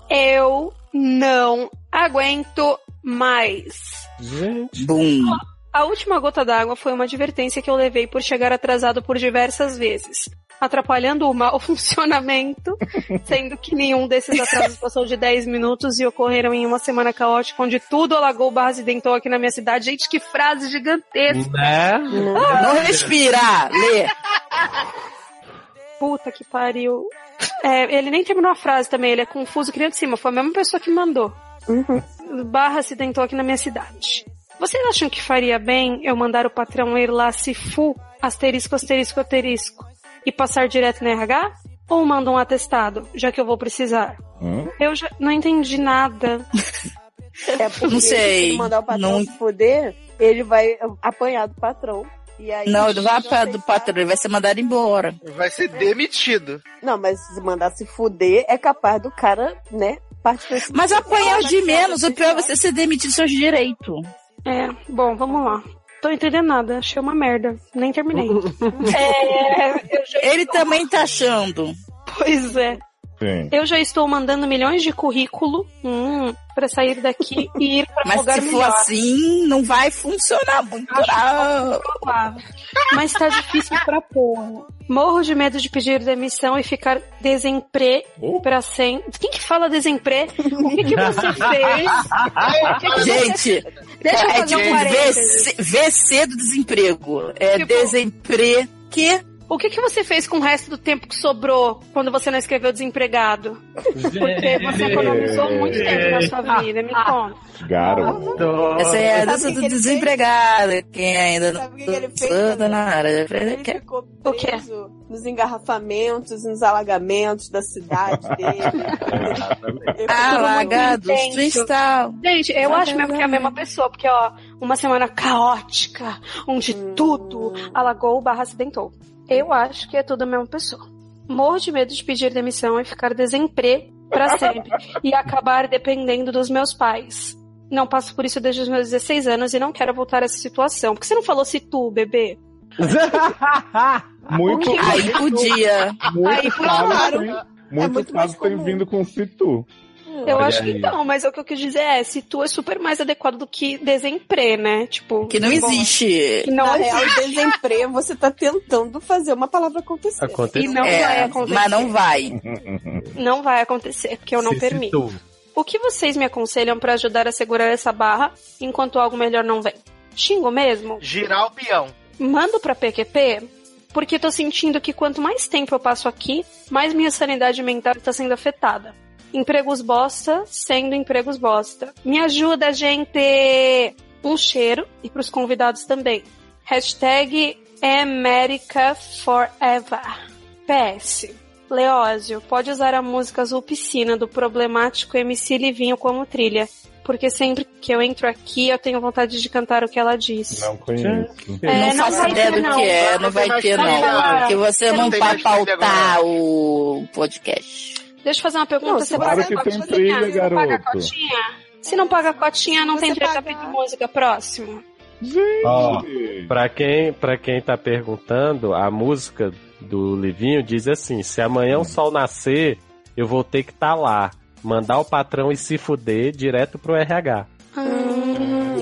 Speaker 3: Eu não aguento mais.
Speaker 2: gente.
Speaker 4: Bum.
Speaker 3: A última gota d'água foi uma advertência que eu levei por chegar atrasado por diversas vezes, atrapalhando o mau <laughs> funcionamento, sendo que nenhum desses atrasos passou de 10 minutos e ocorreram em uma semana caótica onde tudo alagou barras e dentou aqui na minha cidade. Gente, que frase gigantesca!
Speaker 2: Né?
Speaker 4: Não respirar, lê.
Speaker 3: Puta que pariu. É, ele nem terminou a frase também, ele é confuso que nem o de cima. Foi a mesma pessoa que mandou. Barra se tentou aqui na minha cidade. Vocês acham que faria bem eu mandar o patrão ir lá se fu, asterisco, asterisco, asterisco, e passar direto na RH? Ou manda um atestado, já que eu vou precisar?
Speaker 5: Hum?
Speaker 3: Eu já não entendi nada.
Speaker 11: É porque
Speaker 4: Não sei.
Speaker 11: Se ele mandar o patrão
Speaker 4: Não-
Speaker 11: se fuder, ele vai apanhar do patrão. E aí,
Speaker 4: Não, ele vai pra,
Speaker 11: não
Speaker 4: do
Speaker 11: sei
Speaker 4: patrão, ele vai ser mandado embora.
Speaker 6: Vai ser demitido.
Speaker 11: Não, mas se mandar se fuder, é capaz do cara, né? Partir pra esse-
Speaker 4: Mas apanhar os de menos, o pior é você ser demitido dos seus direitos.
Speaker 3: É, bom, vamos lá. Tô entendendo nada, achei uma merda. Nem terminei. é, eu já...
Speaker 4: Ele também tá achando.
Speaker 3: <laughs> Pois é.
Speaker 5: Sim.
Speaker 3: Eu já estou mandando milhões de currículo hum, para sair daqui e ir para um
Speaker 4: Mas
Speaker 3: lugar
Speaker 4: se for
Speaker 3: melhor.
Speaker 4: assim, não vai funcionar muito. não.
Speaker 3: provável. Mas tá difícil pra porra. Morro de medo de pedir demissão e ficar desempre
Speaker 5: Oh.
Speaker 3: pra sempre. Quem que fala desempre? O que, que você fez? O que que você-
Speaker 4: Gente,
Speaker 3: Deixa eu
Speaker 4: é
Speaker 3: fazer um
Speaker 4: tipo
Speaker 3: parênteses.
Speaker 4: VC, VC do desemprego. É
Speaker 3: Tipo-
Speaker 4: desemprego. Que?
Speaker 3: O que, que você fez com o resto do tempo que sobrou quando você não escreveu desempregado? Porque você economizou muito tempo na sua vida, me conta.
Speaker 5: Garoto.
Speaker 4: Essa é a dança do desempregado. Quem ainda não
Speaker 11: é? Sabe o que que ele fez?
Speaker 4: sou na área.
Speaker 11: Ele ficou preso nos engarrafamentos, e nos alagamentos da cidade dele. Ele
Speaker 4: Ah,
Speaker 11: ficou
Speaker 4: Alagados,
Speaker 3: Gente,
Speaker 4: freestyle.
Speaker 3: Gente, eu acho mesmo que é a mesma pessoa, porque ó, uma semana caótica, onde tudo alagou, barra acidentou. Eu acho que é tudo a mesma pessoa. Morro de medo de pedir demissão e ficar desemprego pra sempre e acabar dependendo dos meus pais. Não passo por isso desde os meus 16 anos e não quero voltar a essa situação. Por que você não falou se tu, bebê?
Speaker 7: <laughs>
Speaker 5: Muito,
Speaker 3: Porque-
Speaker 4: Aí podia.
Speaker 3: Aí,
Speaker 5: muitos casos
Speaker 3: claro.
Speaker 5: têm, muitos
Speaker 11: muito mais
Speaker 5: casos têm
Speaker 11: comum.
Speaker 5: vindo com situ.
Speaker 3: Eu
Speaker 2: Olha
Speaker 3: acho que
Speaker 2: aí.
Speaker 3: não, mas o que eu quis dizer é, se tu é super mais adequado do que desemprego, né? Tipo,
Speaker 4: Que não
Speaker 3: bom,
Speaker 4: existe.
Speaker 3: Que não é
Speaker 11: Na
Speaker 3: existe.
Speaker 11: real, desemprego, você tá tentando fazer uma palavra acontecer.
Speaker 3: E
Speaker 2: Acontece.
Speaker 3: não vai
Speaker 4: É,
Speaker 3: acontecer.
Speaker 4: mas não vai.
Speaker 5: Hum,
Speaker 3: Não vai acontecer, porque eu não
Speaker 2: Se
Speaker 3: permito.
Speaker 2: situ.
Speaker 3: O que vocês me aconselham pra ajudar a segurar essa barra enquanto algo melhor não vem? Xingo mesmo?
Speaker 6: Girar o peão.
Speaker 3: Mando pra PQP? Porque tô sentindo que quanto mais tempo eu passo aqui, mais minha sanidade mental tá sendo afetada. Empregos bosta sendo empregos bosta. Me ajuda, gente! Um cheiro e pros convidados também. Hashtag America Forever. PS. Leózio, pode usar a música Azul Piscina do problemático MC Livinho como trilha, porque sempre que eu entro aqui eu tenho vontade de cantar o que ela diz.
Speaker 5: Não conheço.
Speaker 3: É,
Speaker 4: não,
Speaker 3: não
Speaker 4: faço
Speaker 3: vai
Speaker 4: ideia
Speaker 3: ter,
Speaker 4: do
Speaker 3: não.
Speaker 4: que é, não vai ter,
Speaker 3: Vai
Speaker 4: não.
Speaker 3: falar.
Speaker 4: Porque você
Speaker 3: Não
Speaker 4: não
Speaker 6: tem
Speaker 4: vai
Speaker 6: hashtag
Speaker 4: pautar o podcast.
Speaker 3: Deixa eu fazer uma pergunta.
Speaker 11: Não,
Speaker 3: você
Speaker 5: claro
Speaker 3: paga
Speaker 5: que
Speaker 3: a
Speaker 5: tem
Speaker 3: cotinha?
Speaker 5: trilha,
Speaker 3: Você não paga a
Speaker 5: garoto.
Speaker 3: cotinha? Se não paga a cotinha, não
Speaker 11: Se
Speaker 3: tem
Speaker 11: você
Speaker 3: direito a
Speaker 11: pagar-
Speaker 3: pedir música próximo.
Speaker 2: Ó,
Speaker 5: Gente.
Speaker 2: Pra quem, pra quem tá perguntando, a música do Livinho diz assim: se amanhã o sol nascer, eu vou ter que tá lá. Mandar o patrão e se fuder direto pro RH.
Speaker 4: Ah.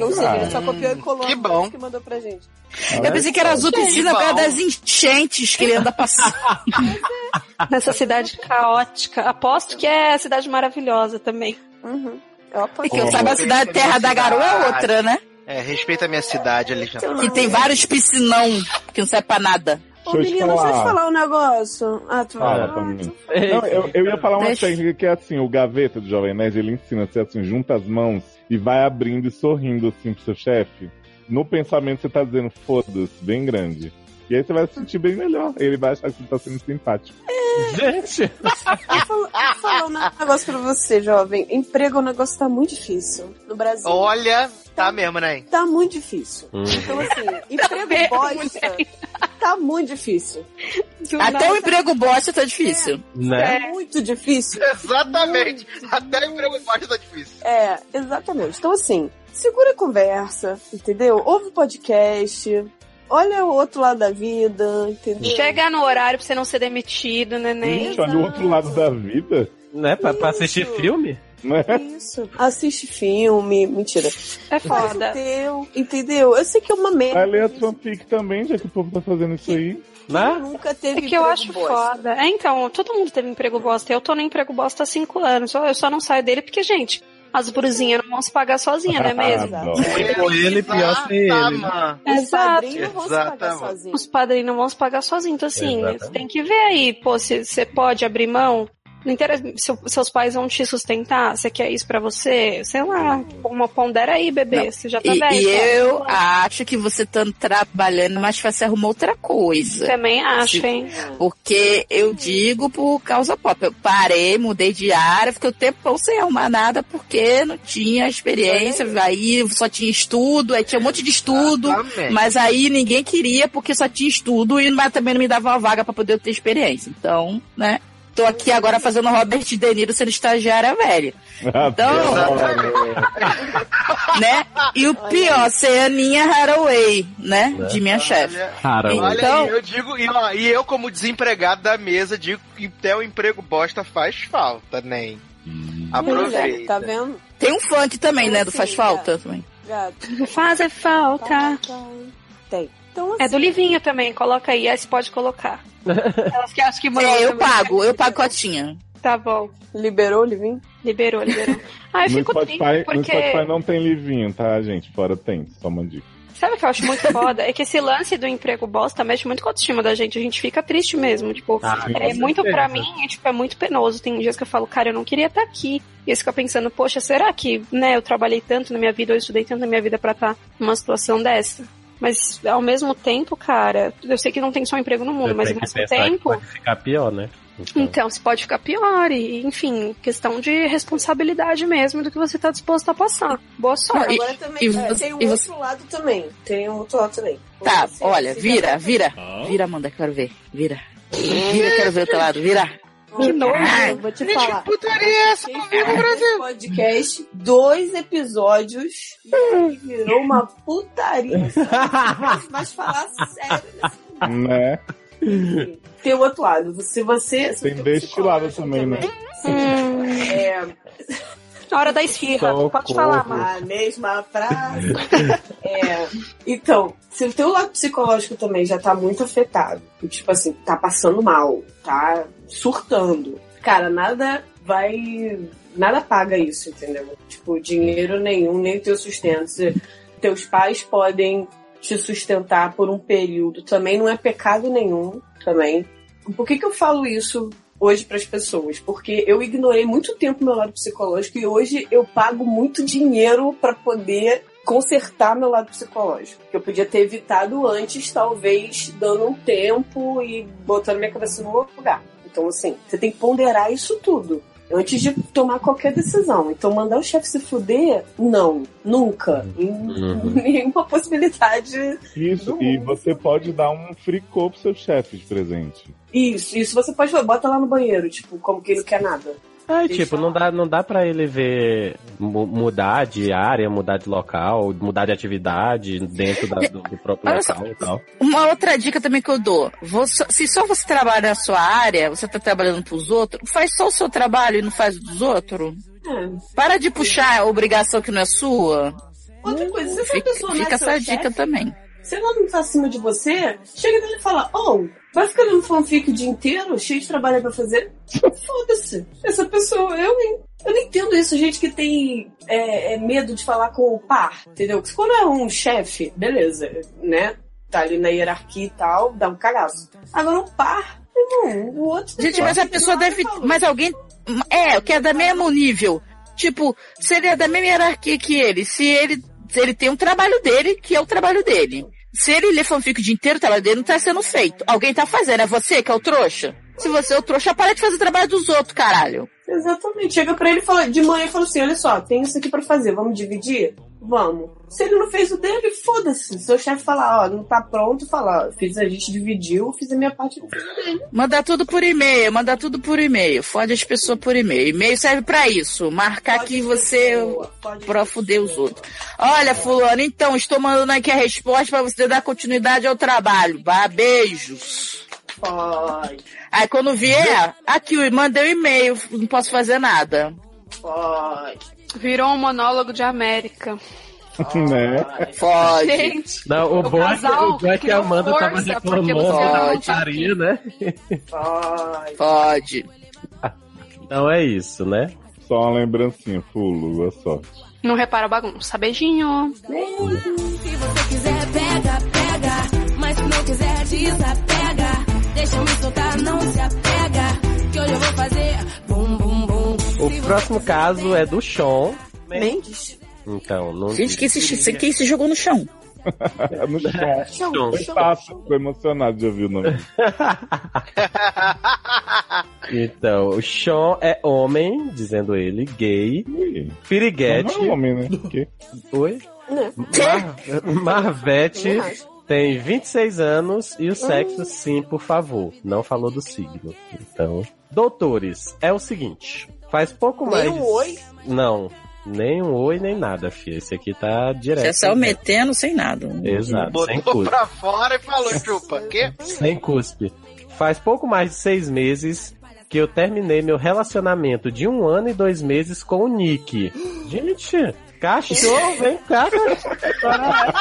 Speaker 11: Ou seja, ele só copiou e colou
Speaker 6: Que
Speaker 11: a
Speaker 6: bom.
Speaker 11: música que mandou pra gente.
Speaker 5: Olha
Speaker 4: Eu pensei que era azul piscina por causa
Speaker 6: Bom.
Speaker 4: das enchentes que ele anda passando.
Speaker 3: Nessa cidade caótica. Aposto que é cidade maravilhosa também.
Speaker 11: Uhum. Eu apoio.
Speaker 4: Porque eu saiba a cidade Terra da Garoa é outra, né?
Speaker 6: É, respeita a minha cidade, Alexandre.
Speaker 4: Que tem vários piscinão que não serve pra nada.
Speaker 11: Ô,
Speaker 5: Deixa eu te
Speaker 11: menino, deixa eu te
Speaker 5: falar. é,
Speaker 11: falar um negócio. Ah, tu vai
Speaker 5: Fala
Speaker 11: falar?
Speaker 5: pra mim.
Speaker 2: Ei,
Speaker 5: Não, eu, eu ia falar uma
Speaker 4: Deixa.
Speaker 5: técnica que é assim, o gaveta do Jovem Nerd, ele ensina, você assim, junta as mãos e vai abrindo e sorrindo assim pro seu chefe. No pensamento você tá dizendo, foda-se, bem grande. E aí você vai se sentir bem melhor. Ele vai achar que você tá sendo simpático.
Speaker 2: gente!
Speaker 11: Deixa eu fal- deixa eu falar um negócio pra você, jovem. Emprego é um negócio que tá muito difícil no Brasil.
Speaker 6: Olha, tá mesmo, né?
Speaker 11: Tá muito difícil.
Speaker 2: Hum.
Speaker 11: Então, assim,
Speaker 6: <laughs>
Speaker 11: emprego
Speaker 3: vendo,
Speaker 11: bosta tá muito difícil.
Speaker 3: Do
Speaker 4: Até
Speaker 3: nada.
Speaker 4: o emprego bosta tá difícil.
Speaker 6: É.
Speaker 2: Né?
Speaker 11: Tá muito difícil.
Speaker 6: Exatamente. Até o emprego embaixo tá difícil.
Speaker 11: É, exatamente. Então, assim, segura a conversa, entendeu? Ouve o podcast, olha o outro lado da vida, entendeu?
Speaker 3: Chega no horário pra você não ser demitido, neném.
Speaker 5: Gente, olha o outro lado da vida.
Speaker 2: Né? Pra, pra assistir
Speaker 11: Isso.
Speaker 2: filme?
Speaker 5: Né?
Speaker 11: Isso. É Assiste filme. Mentira.
Speaker 3: É
Speaker 11: Faz o
Speaker 3: foda.
Speaker 11: teu, entendeu? Eu sei que é uma merda.
Speaker 5: Vai ler a fanfic também, já que o povo tá fazendo isso aí.
Speaker 11: Quem
Speaker 2: Né?
Speaker 11: Nunca teve
Speaker 3: É que eu
Speaker 11: emprego
Speaker 3: acho
Speaker 11: bosta?
Speaker 3: foda. É, então, todo mundo teve emprego bosta. Eu tô no emprego bosta há cinco anos. Só- Eu só não saio dele porque, gente, as bruzinhas não vão se pagar sozinha, não é mesmo?
Speaker 5: Adoro.
Speaker 6: tá,
Speaker 2: Foi ele, pior ser ele.
Speaker 6: Exatamente.
Speaker 11: Os
Speaker 3: Exato.
Speaker 11: padrinhos não vão se pagar
Speaker 6: Exatamente.
Speaker 11: sozinhos.
Speaker 3: Os padrinhos não vão se pagar sozinhos. Então, assim,
Speaker 2: Exatamente.
Speaker 3: você tem que ver aí, pô, se você pode abrir mão. Não interessa se o- seus pais vão te sustentar, você quer isso pra você, sei lá, pô, uma pondera aí, bebê, você já tá
Speaker 4: E,
Speaker 3: velho.
Speaker 4: e
Speaker 3: pô.
Speaker 4: eu acho que você tá trabalhando, mas você arrumar outra coisa.
Speaker 3: Também acho, hein?
Speaker 4: Porque eu digo por causa própria. Eu parei, mudei de área, fiquei o tempão sem arrumar nada porque não tinha experiência. Aí só tinha estudo, aí tinha um monte de estudo.
Speaker 6: Tá É.
Speaker 4: Mas aí ninguém queria porque só tinha estudo e mas também não me dava uma vaga pra poder ter experiência. Então, né? Tô aqui agora fazendo Robert De Niro sendo estagiária velha, Então,
Speaker 5: Adoro.
Speaker 4: né? E o pior, ser Aninha Haraway, né? De minha chefe.
Speaker 6: Olha,
Speaker 2: Cara,
Speaker 4: Então-
Speaker 6: olha aí, eu digo, e, ó, e eu como desempregado da mesa, digo que até o emprego bosta faz falta, nem. Hum.
Speaker 11: Pois é, tá
Speaker 6: Aproveita.
Speaker 11: vendo?
Speaker 4: Tem um funk também, né? Do Faz Falta também.
Speaker 11: Gato. Tá,
Speaker 3: Fazer falta.
Speaker 11: Tem. Então, assim,
Speaker 3: É do Livinho também, coloca aí, aí você pode
Speaker 5: <laughs>
Speaker 3: colocar. Elas que acham que mandou
Speaker 4: É, eu
Speaker 3: também.
Speaker 4: pago, eu pago cotinha.
Speaker 3: Tá bom.
Speaker 11: assim, liberou o Livinho?
Speaker 3: Liberou, liberou. Ah, eu
Speaker 5: No
Speaker 3: fico
Speaker 5: Spotify,
Speaker 3: triste
Speaker 5: no
Speaker 3: porque
Speaker 5: Spotify não tem livinho, tá, gente? Fora tem, só uma dica.
Speaker 3: Sabe o que eu acho muito foda? É que esse lance do emprego bosta mexe muito com a autoestima da gente. A gente fica triste mesmo. Tipo,
Speaker 2: Ah, com
Speaker 3: é muito pra
Speaker 2: certeza.
Speaker 3: mim, é, tipo, é muito penoso. Tem dias que eu falo, cara, eu não queria estar aqui. E eu fico pensando, poxa, será que, né, eu trabalhei tanto na minha vida, eu estudei tanto na minha vida pra estar numa situação dessa? Mas ao mesmo tempo, cara, eu sei que não tem só emprego no mundo, mas
Speaker 2: Tem
Speaker 3: ao
Speaker 2: que
Speaker 3: mesmo
Speaker 2: pensar que
Speaker 3: tempo.
Speaker 2: pode ficar pior, né?
Speaker 3: Então, se pode ficar pior, e enfim, questão de responsabilidade mesmo do que você tá disposto a passar. Boa sorte.
Speaker 11: Agora também
Speaker 4: e
Speaker 11: é,
Speaker 4: você-
Speaker 11: tem um
Speaker 4: e
Speaker 11: outro
Speaker 4: você-
Speaker 11: lado também. Tem um outro lado também.
Speaker 4: Tá,
Speaker 11: Você
Speaker 4: olha,
Speaker 11: fica-
Speaker 4: vira, vira. Vira, Amanda, quero ver. Vira. Vira, quero ver o teu lado. Vira.
Speaker 3: Que nojo.
Speaker 4: Ai,
Speaker 11: Vou te
Speaker 6: Gente,
Speaker 11: falar.
Speaker 6: que putaria é essa
Speaker 11: Vocês
Speaker 6: comigo,
Speaker 11: fizeram
Speaker 6: Brasil?
Speaker 11: desse podcast, dois episódios, e aí virou uma putaria. sabe? Mas falar sério,
Speaker 5: Né?
Speaker 11: tem o outro lado. Se você. Se
Speaker 5: Tem
Speaker 11: você-
Speaker 5: deste lado também, né?
Speaker 3: Hum,
Speaker 11: É,
Speaker 3: hora da esfirra, não pode falar mais.
Speaker 11: a mesma frase. <laughs> É, então, se o teu lado psicológico também já tá muito afetado, e, tipo assim, tá passando mal, tá surtando, cara, nada vai. Nada paga isso, entendeu? Tipo, dinheiro nenhum, nem teu sustento. Se- teus pais podem te sustentar por um período, também não é pecado nenhum, também. Por que que eu falo isso hoje para as pessoas, porque eu ignorei muito tempo meu lado psicológico e hoje eu pago muito dinheiro para poder consertar meu lado psicológico. Que eu podia ter evitado antes, talvez dando um tempo e botando minha cabeça no outro lugar. Então, assim, você tem que ponderar isso tudo. Antes de tomar qualquer decisão. Então, mandar o chefe se fuder? Não. Nunca. Em <laughs> Nenhuma possibilidade
Speaker 5: Isso,
Speaker 11: Do
Speaker 5: e
Speaker 11: mundo.
Speaker 5: você pode dar um fricô pro seu chefe de presente.
Speaker 11: Isso, isso você pode falar, bota lá no banheiro, tipo, como que ele não quer nada.
Speaker 2: Ah, e,
Speaker 11: Deixa
Speaker 2: tipo, não dá, não dá pra ele ver mu- mudar de área, mudar de local, mudar de atividade dentro da- do, do próprio
Speaker 4: Olha só.
Speaker 2: local e tal.
Speaker 4: Uma outra dica também que eu dou. Você- se só você trabalha na sua área, você tá trabalhando pros outros, faz só o seu trabalho e não faz o dos outros.
Speaker 11: É.
Speaker 4: Para de puxar a obrigação que não é sua.
Speaker 11: Outra coisa, se essa
Speaker 4: Fica,
Speaker 11: pessoa não
Speaker 4: fica
Speaker 11: é seu
Speaker 4: essa
Speaker 11: chefe,
Speaker 4: dica também.
Speaker 11: se ela não tá acima de você, chega nele e fala, oh, vai ficar lendo fanfic o dia inteiro, cheio de trabalho pra fazer? <laughs> Foda-se. Essa pessoa, eu, hein? Eu não entendo isso, gente que tem é, é, medo de falar com o par, entendeu? Porque Quando é um chefe, beleza, né? Tá ali na hierarquia e tal, dá um cagaço. Agora um par, irmão, o outro...
Speaker 4: Gente, mas a pessoa deve. Mas alguém. É, que é da mesmo nível. Tipo, se ele é da mesma hierarquia que ele, se ele, se ele tem um trabalho dele, que é o trabalho dele. Se ele lê fanfic o dia inteiro, o trabalho dele não tá sendo feito. Alguém tá fazendo, é você que é o trouxa? Se você é o trouxa, para de fazer o trabalho dos outros, caralho.
Speaker 11: Exatamente. Chega pra ele e fala, de manhã e fala assim: olha só, tem isso aqui pra fazer, vamos dividir? Vamos. Se ele não fez o dele, foda-se. Seu chefe falar, ó, não tá pronto, fala, ó, fiz, a gente dividiu, fiz a minha parte. não fiz.
Speaker 4: Mandar tudo por e-mail, mandar tudo por e-mail. Fode as pessoas por e-mail. E-mail serve pra isso. Marcar
Speaker 11: Pode
Speaker 4: que
Speaker 11: ser
Speaker 4: você.
Speaker 11: boa, pode
Speaker 4: pra
Speaker 11: ser
Speaker 4: fuder os
Speaker 11: boa.
Speaker 4: outros. Olha, fulano, então, estou mandando aqui a resposta pra você dar continuidade ao trabalho. Bah, beijos.
Speaker 11: Pode,
Speaker 4: Aí quando vier, aqui, eu mandei um e-mail, não posso fazer nada.
Speaker 11: pode.
Speaker 3: Virou um monólogo de América.
Speaker 5: <laughs> né?
Speaker 3: <laughs>
Speaker 4: Pode.
Speaker 3: Gente,
Speaker 2: Não, o,
Speaker 3: O
Speaker 2: bom é que-
Speaker 3: casal
Speaker 2: o bom é que a
Speaker 3: criou
Speaker 2: Amanda tava
Speaker 3: força, porque
Speaker 2: reclamando
Speaker 3: você
Speaker 2: da
Speaker 4: não
Speaker 2: putaria, né?
Speaker 11: Pode.
Speaker 4: Pode.
Speaker 2: Então é isso, né?
Speaker 5: Só uma lembrancinha, fulo, boa sorte.
Speaker 3: não repara a bagunça. Beijinho.
Speaker 14: Se você quiser, pega, pega. Mas se não quiser, desapega. Deixa eu me soltar, não se apega. Que hoje eu vou fazer bum, bum, bum. Se
Speaker 2: O
Speaker 14: você
Speaker 2: próximo caso é do Sean.
Speaker 11: Mendes.
Speaker 2: Então, não.
Speaker 4: Gente, quem se, quem se jogou no chão?
Speaker 5: É no chão.
Speaker 2: Sean.
Speaker 5: Foi fácil, tô emocionado de ouvir o nome.
Speaker 2: Então, o Sean é homem, dizendo ele, gay,
Speaker 5: Ui,
Speaker 2: piriguete.
Speaker 5: Não
Speaker 2: <laughs>
Speaker 5: é homem, né? Porque
Speaker 2: Oi?
Speaker 11: Né?
Speaker 2: Mar- Marvete tem 26 anos
Speaker 11: Hum.
Speaker 2: e o sexo, sim, por favor. Não falou do signo. Então, doutores, é o seguinte. Faz pouco mais.
Speaker 11: Nem um oi.
Speaker 2: Não, nem um oi, nem nada, filha. Esse aqui tá direto.
Speaker 4: Já saiu metendo sem nada.
Speaker 2: Exato, sem
Speaker 6: Botou
Speaker 2: cuspe.
Speaker 6: pra fora e falou, chupa. Quê?
Speaker 2: Sem cuspe. Faz pouco mais de seis meses que eu terminei meu relacionamento de um ano e dois meses com o Nick. Gente, cachorro, vem cá, cara.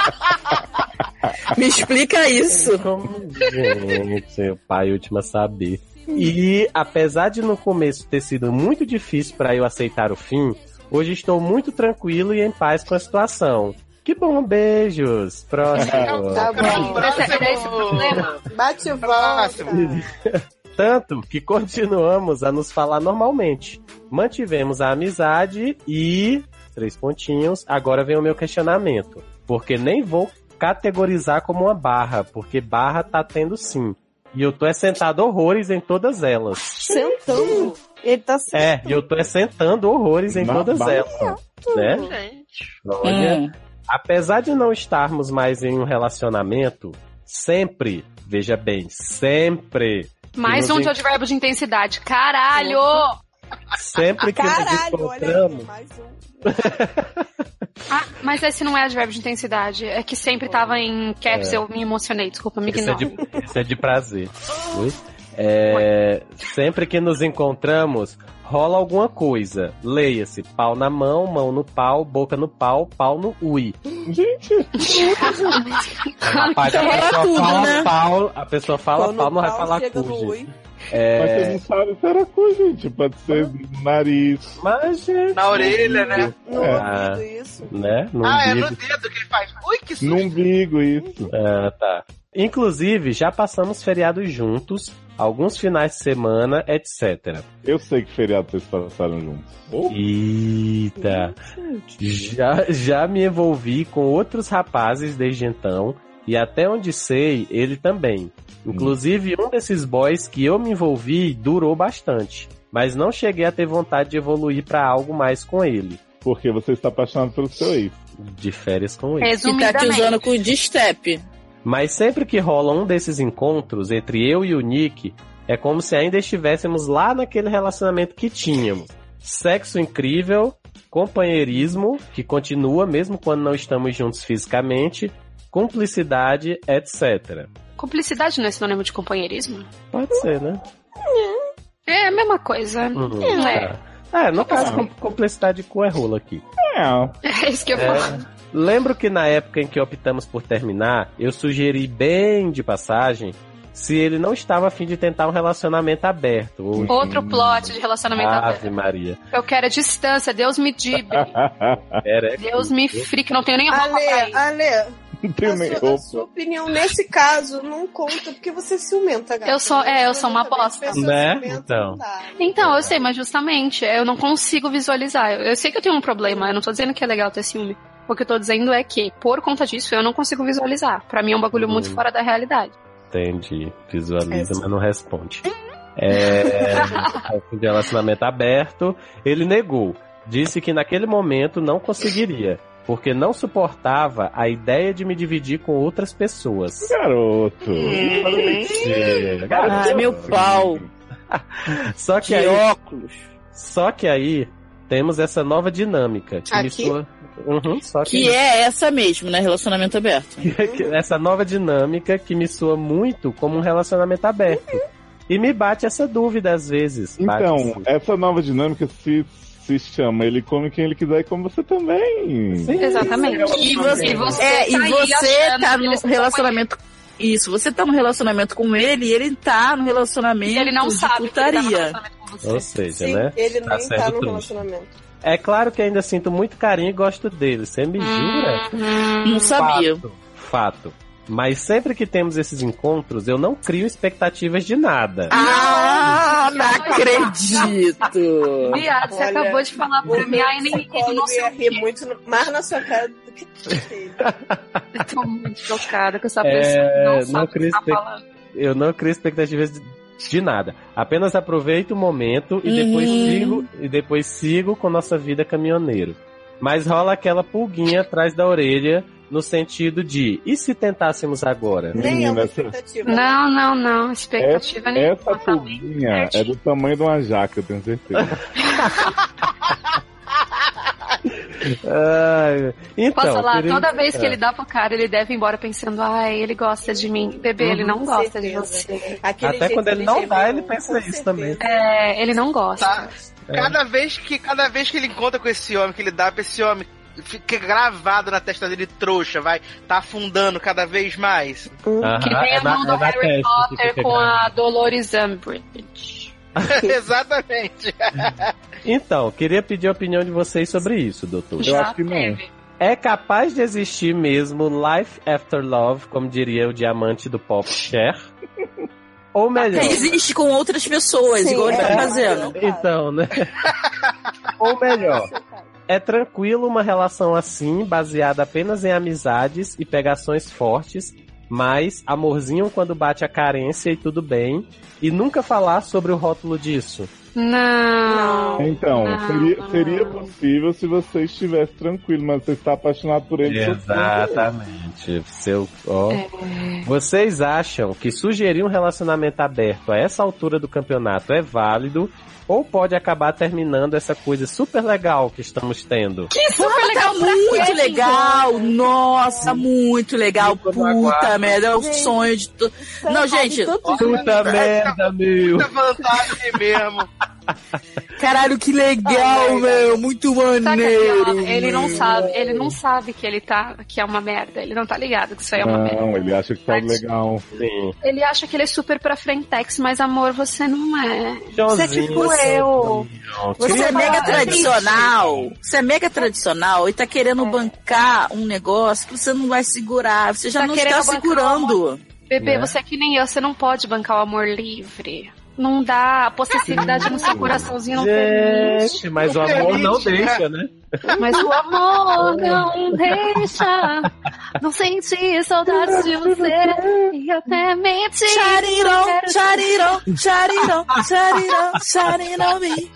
Speaker 4: <laughs> Me explica isso.
Speaker 2: Como, gente, o pai último a saber. E apesar de no começo ter sido muito difícil pra eu aceitar o fim, hoje estou muito tranquilo e em paz com a situação. Que bom, beijos. <laughs> Próximo.
Speaker 11: Tá bom. é Bate e volta.
Speaker 2: Tanto que continuamos a nos falar normalmente. Mantivemos a amizade e. Três pontinhos. Agora vem o meu questionamento. Porque nem vou categorizar como uma barra, porque barra tá tendo sim. E eu tô é sentado horrores em todas elas.
Speaker 11: <laughs>
Speaker 4: Sentando. Ele tá sentando.
Speaker 2: É, e eu tô é sentando horrores em
Speaker 5: Na
Speaker 2: todas
Speaker 5: barra.
Speaker 2: elas. Né? Olha.
Speaker 4: Hum. tá
Speaker 2: Apesar de não estarmos mais em um relacionamento, sempre, veja bem, sempre. que
Speaker 3: Mais
Speaker 2: nos
Speaker 3: um de
Speaker 2: en-
Speaker 3: advérbio de intensidade. Caralho!
Speaker 2: Sempre que
Speaker 3: Caralho,
Speaker 2: nos
Speaker 3: olha aí,
Speaker 2: encontramos.
Speaker 11: um.
Speaker 3: Ah, mas esse não é advérbio de intensidade. É que sempre tava em caps,
Speaker 2: É.
Speaker 3: eu me emocionei. Desculpa, me
Speaker 2: Isso é,
Speaker 3: ignora.
Speaker 2: de, isso é de prazer. Oi? É, sempre que nos encontramos, rola alguma coisa. Leia-se: pau na mão, mão no pau, boca no pau, pau no ui.
Speaker 5: Gente!
Speaker 2: Rapaz, a pessoa fala pau, a pessoa fala É né? pau, não vai falar cu. gente. É,
Speaker 5: Mas vocês não sabem se era cu, gente. Pode ser no nariz.
Speaker 2: Mas, gente.
Speaker 6: Na orelha, né?
Speaker 5: É.
Speaker 2: isso. Né? No
Speaker 6: ah, é
Speaker 2: umbigo.
Speaker 6: no dedo que ele faz. Ui, que susto.
Speaker 5: No umbigo, isso.
Speaker 2: Ah, tá. Inclusive, já passamos feriados juntos, alguns finais de semana, etc.
Speaker 5: Eu sei que feriado vocês passaram juntos.
Speaker 2: Eita! Já, já me envolvi com outros rapazes desde então, e até onde sei, ele também. Inclusive, um desses boys que eu me envolvi durou bastante, mas não cheguei a ter vontade de evoluir pra algo mais com ele.
Speaker 5: Porque você está apaixonado pelo seu ex.
Speaker 2: De férias com ele.
Speaker 4: Que tá te usando com de step.
Speaker 2: Mas sempre que rola um desses encontros entre eu e o Nick, é como se ainda estivéssemos lá naquele relacionamento que tínhamos. Sexo incrível, companheirismo, que continua mesmo quando não estamos juntos fisicamente, cumplicidade, etc.
Speaker 3: Cumplicidade não é sinônimo de companheirismo?
Speaker 2: Pode ser, né?
Speaker 3: É a mesma coisa. <laughs>
Speaker 2: Uhum,
Speaker 3: é.
Speaker 2: tá. É, no caso, com- cumplicidade com é rola aqui.
Speaker 5: É. <laughs>
Speaker 3: é isso que eu
Speaker 2: É.
Speaker 3: falo.
Speaker 2: Lembro que na época em que optamos por terminar, eu sugeri bem de passagem se ele não estava afim de tentar um relacionamento aberto. Ou
Speaker 3: Outro plot de relacionamento aberto.
Speaker 2: Ave Maria.
Speaker 3: Eu quero a distância, Deus me dibre.
Speaker 5: <laughs>
Speaker 2: Era
Speaker 3: Deus me frie, que não tenho nem roupa pra
Speaker 11: Ale,
Speaker 3: ir.
Speaker 11: Ale,
Speaker 5: Tem nem roupa.
Speaker 11: sua opinião nesse caso não conta porque você é ciumenta, gata.
Speaker 3: Eu sou, é, eu sou uma bosta.
Speaker 2: Né? Então.
Speaker 3: Então, eu sei, mas justamente, eu não consigo visualizar. Eu, eu sei que eu tenho um problema, eu não tô dizendo que é legal ter ciúme. O que eu tô dizendo é que, por conta disso, eu não consigo visualizar. Pra mim é um bagulho muito
Speaker 2: Hum.
Speaker 3: fora da realidade.
Speaker 2: Entendi. Visualiza, mas não responde. É. <laughs> afim de relacionamento aberto. Ele negou. Disse que naquele momento não conseguiria. Porque não suportava a ideia de me dividir com outras pessoas.
Speaker 5: Garoto.
Speaker 2: Mentira, garoto.
Speaker 4: Ai, meu pau.
Speaker 2: Só que, é
Speaker 4: Que
Speaker 2: aí,
Speaker 4: óculos.
Speaker 2: só que aí temos essa nova dinâmica. Que me
Speaker 4: Aqui?
Speaker 2: soa- Uhum, só que,
Speaker 4: Que é essa mesmo, né? Relacionamento aberto.
Speaker 2: <laughs> que- essa nova dinâmica que me soa muito como um relacionamento aberto. E me bate essa dúvida às vezes. Bate
Speaker 5: Então,
Speaker 2: assim.
Speaker 5: essa nova dinâmica se, se chama Ele come quem ele quiser e come você também.
Speaker 3: Exatamente.
Speaker 4: E você,
Speaker 3: E você
Speaker 4: é, e
Speaker 3: tá aí
Speaker 4: você
Speaker 3: achando
Speaker 4: tá
Speaker 3: que
Speaker 4: num
Speaker 3: ele se
Speaker 4: relacionamento. Isso, você tá num relacionamento com ele e ele tá num relacionamento.
Speaker 3: E ele não
Speaker 4: de
Speaker 3: sabe que ele tá num
Speaker 4: putaria.
Speaker 3: relacionamento com você.
Speaker 2: Ou seja, né?
Speaker 11: Ele
Speaker 2: Tá
Speaker 11: nem tá
Speaker 2: sendo
Speaker 11: no
Speaker 2: triste.
Speaker 11: relacionamento.
Speaker 2: É claro que ainda sinto muito carinho e gosto dele. Você me jura?
Speaker 4: Não sabia.
Speaker 2: Fato, fato. Mas sempre que temos esses encontros, eu não crio expectativas de nada.
Speaker 4: Ah, não
Speaker 3: Olha.
Speaker 4: acredito!
Speaker 3: <laughs> Viado, você
Speaker 11: Olha,
Speaker 3: acabou de falar pra mim, ai, nem eu não
Speaker 11: Psicólogo
Speaker 3: sei
Speaker 11: ia
Speaker 3: o quê.
Speaker 11: rir muito no- mais na sua cara
Speaker 2: <laughs>
Speaker 11: do que dele.
Speaker 3: Eu tô tá muito chocada com essa pessoa.
Speaker 2: É,
Speaker 3: Não,
Speaker 2: não
Speaker 3: sabe o
Speaker 2: crio
Speaker 3: que tá
Speaker 2: expec-
Speaker 3: falando.
Speaker 2: Eu não crio expectativas de, de nada. Apenas aproveito o momento e depois
Speaker 4: Uhum.
Speaker 2: sigo e depois sigo com nossa vida caminhoneiro. Mas rola aquela pulguinha atrás da orelha no sentido de e se tentássemos agora?
Speaker 11: Nem é
Speaker 5: Menina,
Speaker 11: uma
Speaker 5: essa-
Speaker 11: expectativa. né?
Speaker 3: Não, não, não. Expectativa nenhuma.
Speaker 5: Essa
Speaker 3: tá bem
Speaker 5: pulguinha
Speaker 3: certinho.
Speaker 5: é do tamanho de uma jaca, eu tenho certeza.
Speaker 2: Ai, então,
Speaker 3: Posso falar,
Speaker 2: queria-
Speaker 3: toda vez que
Speaker 2: é.
Speaker 3: ele dá pro cara, ele deve ir embora pensando, ai, ele gosta de mim. Bebê, ele não gosta de você.
Speaker 11: Aquele
Speaker 2: Até
Speaker 11: jeito
Speaker 2: quando ele
Speaker 11: de
Speaker 2: não
Speaker 11: gemer,
Speaker 2: dá,
Speaker 3: um
Speaker 2: ele
Speaker 11: com
Speaker 2: pensa isso
Speaker 11: certeza.
Speaker 2: também.
Speaker 3: É, ele não gosta.
Speaker 6: Tá. Cada vez que cada vez que ele encontra com esse homem, que ele dá pra esse homem, fica gravado na testa dele trouxa, vai, tá afundando cada vez mais. <laughs>
Speaker 2: Aham,
Speaker 3: Que nem
Speaker 2: é
Speaker 3: a mão
Speaker 2: na- é
Speaker 3: do
Speaker 2: na
Speaker 3: Harry
Speaker 2: testa que
Speaker 3: Potter
Speaker 2: fica
Speaker 3: com
Speaker 2: gravado.
Speaker 3: a Dolores Umbridge.
Speaker 6: Exatamente.
Speaker 2: Então, queria pedir a opinião de vocês sobre isso, doutor.
Speaker 5: acho que não.
Speaker 3: teve.
Speaker 2: É capaz de existir mesmo Life After Love, como diria o diamante do pop Cher. Ou melhor.
Speaker 4: Existe com outras pessoas, igual ele
Speaker 2: é.
Speaker 4: tá fazendo.
Speaker 2: Então, né? Ou melhor. É tranquilo uma relação assim, baseada apenas em amizades e pegações fortes, mas amorzinho quando bate a carência e tudo bem, e nunca falar sobre o rótulo disso.
Speaker 15: Não.
Speaker 3: Ah,
Speaker 5: Então,
Speaker 15: Não,
Speaker 5: seria, seria possível se você estivesse tranquilo, mas você está apaixonado por ele. seu filho.
Speaker 2: Exatamente. Seu, ó. Vocês acham que sugerir um relacionamento aberto a essa altura do campeonato é válido ou pode acabar terminando essa coisa super legal que estamos tendo?
Speaker 4: Que
Speaker 3: é
Speaker 4: super legal, Tá muito legal. Nossa, muito legal. Puta merda, é o sonho de tudo. Não, gente.
Speaker 2: Puta merda, meu.
Speaker 6: é vantagem mesmo.
Speaker 4: Caralho, que legal, meu. Muito
Speaker 15: Saca,
Speaker 4: maneiro.
Speaker 15: Fiona? ele não
Speaker 4: meu.
Speaker 15: sabe, ele não sabe que ele tá, que é uma merda. Ele não tá ligado que isso aí é uma merda.
Speaker 5: Não, ele acha que tá legal.
Speaker 2: Sim.
Speaker 15: Ele acha que ele é super pra frentex, mas amor, você não é. Você é
Speaker 4: Josinho,
Speaker 15: tipo eu.
Speaker 4: Você é mega tradicional. Você é mega tradicional e tá querendo bancar um negócio que você não vai segurar. Você já
Speaker 15: Tá
Speaker 4: não
Speaker 15: querendo
Speaker 4: está
Speaker 15: bancar o
Speaker 4: segurando.
Speaker 15: amor. Bebê,
Speaker 4: Né?
Speaker 15: você é que nem eu, você não pode bancar o amor livre. Não dá, a possessividade no seu coraçãozinho não permite.
Speaker 2: Gente, mas o amor Tá não
Speaker 15: Permite, né?
Speaker 2: deixa, né?
Speaker 15: Mas o
Speaker 4: <laughs>
Speaker 15: amor não deixa. Não senti saudades de você. E até mente.
Speaker 4: Charirão, charirão, charirão, charirão, charirão, me.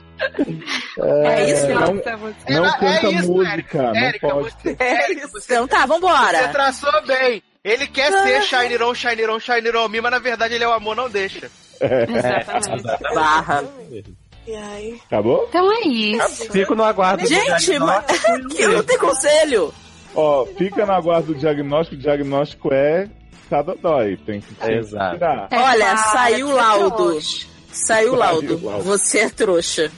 Speaker 4: É isso,
Speaker 5: não,
Speaker 4: Erika, você-
Speaker 5: não
Speaker 4: Era-
Speaker 5: canta
Speaker 4: é isso,
Speaker 5: música, não
Speaker 6: Érica,
Speaker 5: pode.
Speaker 4: É isso. Então tá, vambora.
Speaker 6: Você traçou bem. Ele quer
Speaker 4: Ah.
Speaker 6: ser Shineron, Shineron, Shineron Me, mas na verdade ele é o amor, não deixa.
Speaker 2: É. Exatamente.
Speaker 4: Barra.
Speaker 5: Acabou?
Speaker 15: Então é isso.
Speaker 2: Fico no aguardo. do
Speaker 4: Gente,
Speaker 2: diagnóstico.
Speaker 4: mas <laughs> que não tem conselho.
Speaker 5: Ó, fica na guarda do diagnóstico. O diagnóstico é cada dói. Tem que tem que
Speaker 2: Exato.
Speaker 5: tirar. <laughs>
Speaker 15: É
Speaker 3: É
Speaker 4: Olha,
Speaker 5: Ah,
Speaker 4: saiu o
Speaker 15: tipo,
Speaker 5: que
Speaker 4: laudo.
Speaker 5: trouxa.
Speaker 4: Saiu o laudo.
Speaker 5: Saiu o laudo.
Speaker 4: Você é trouxa.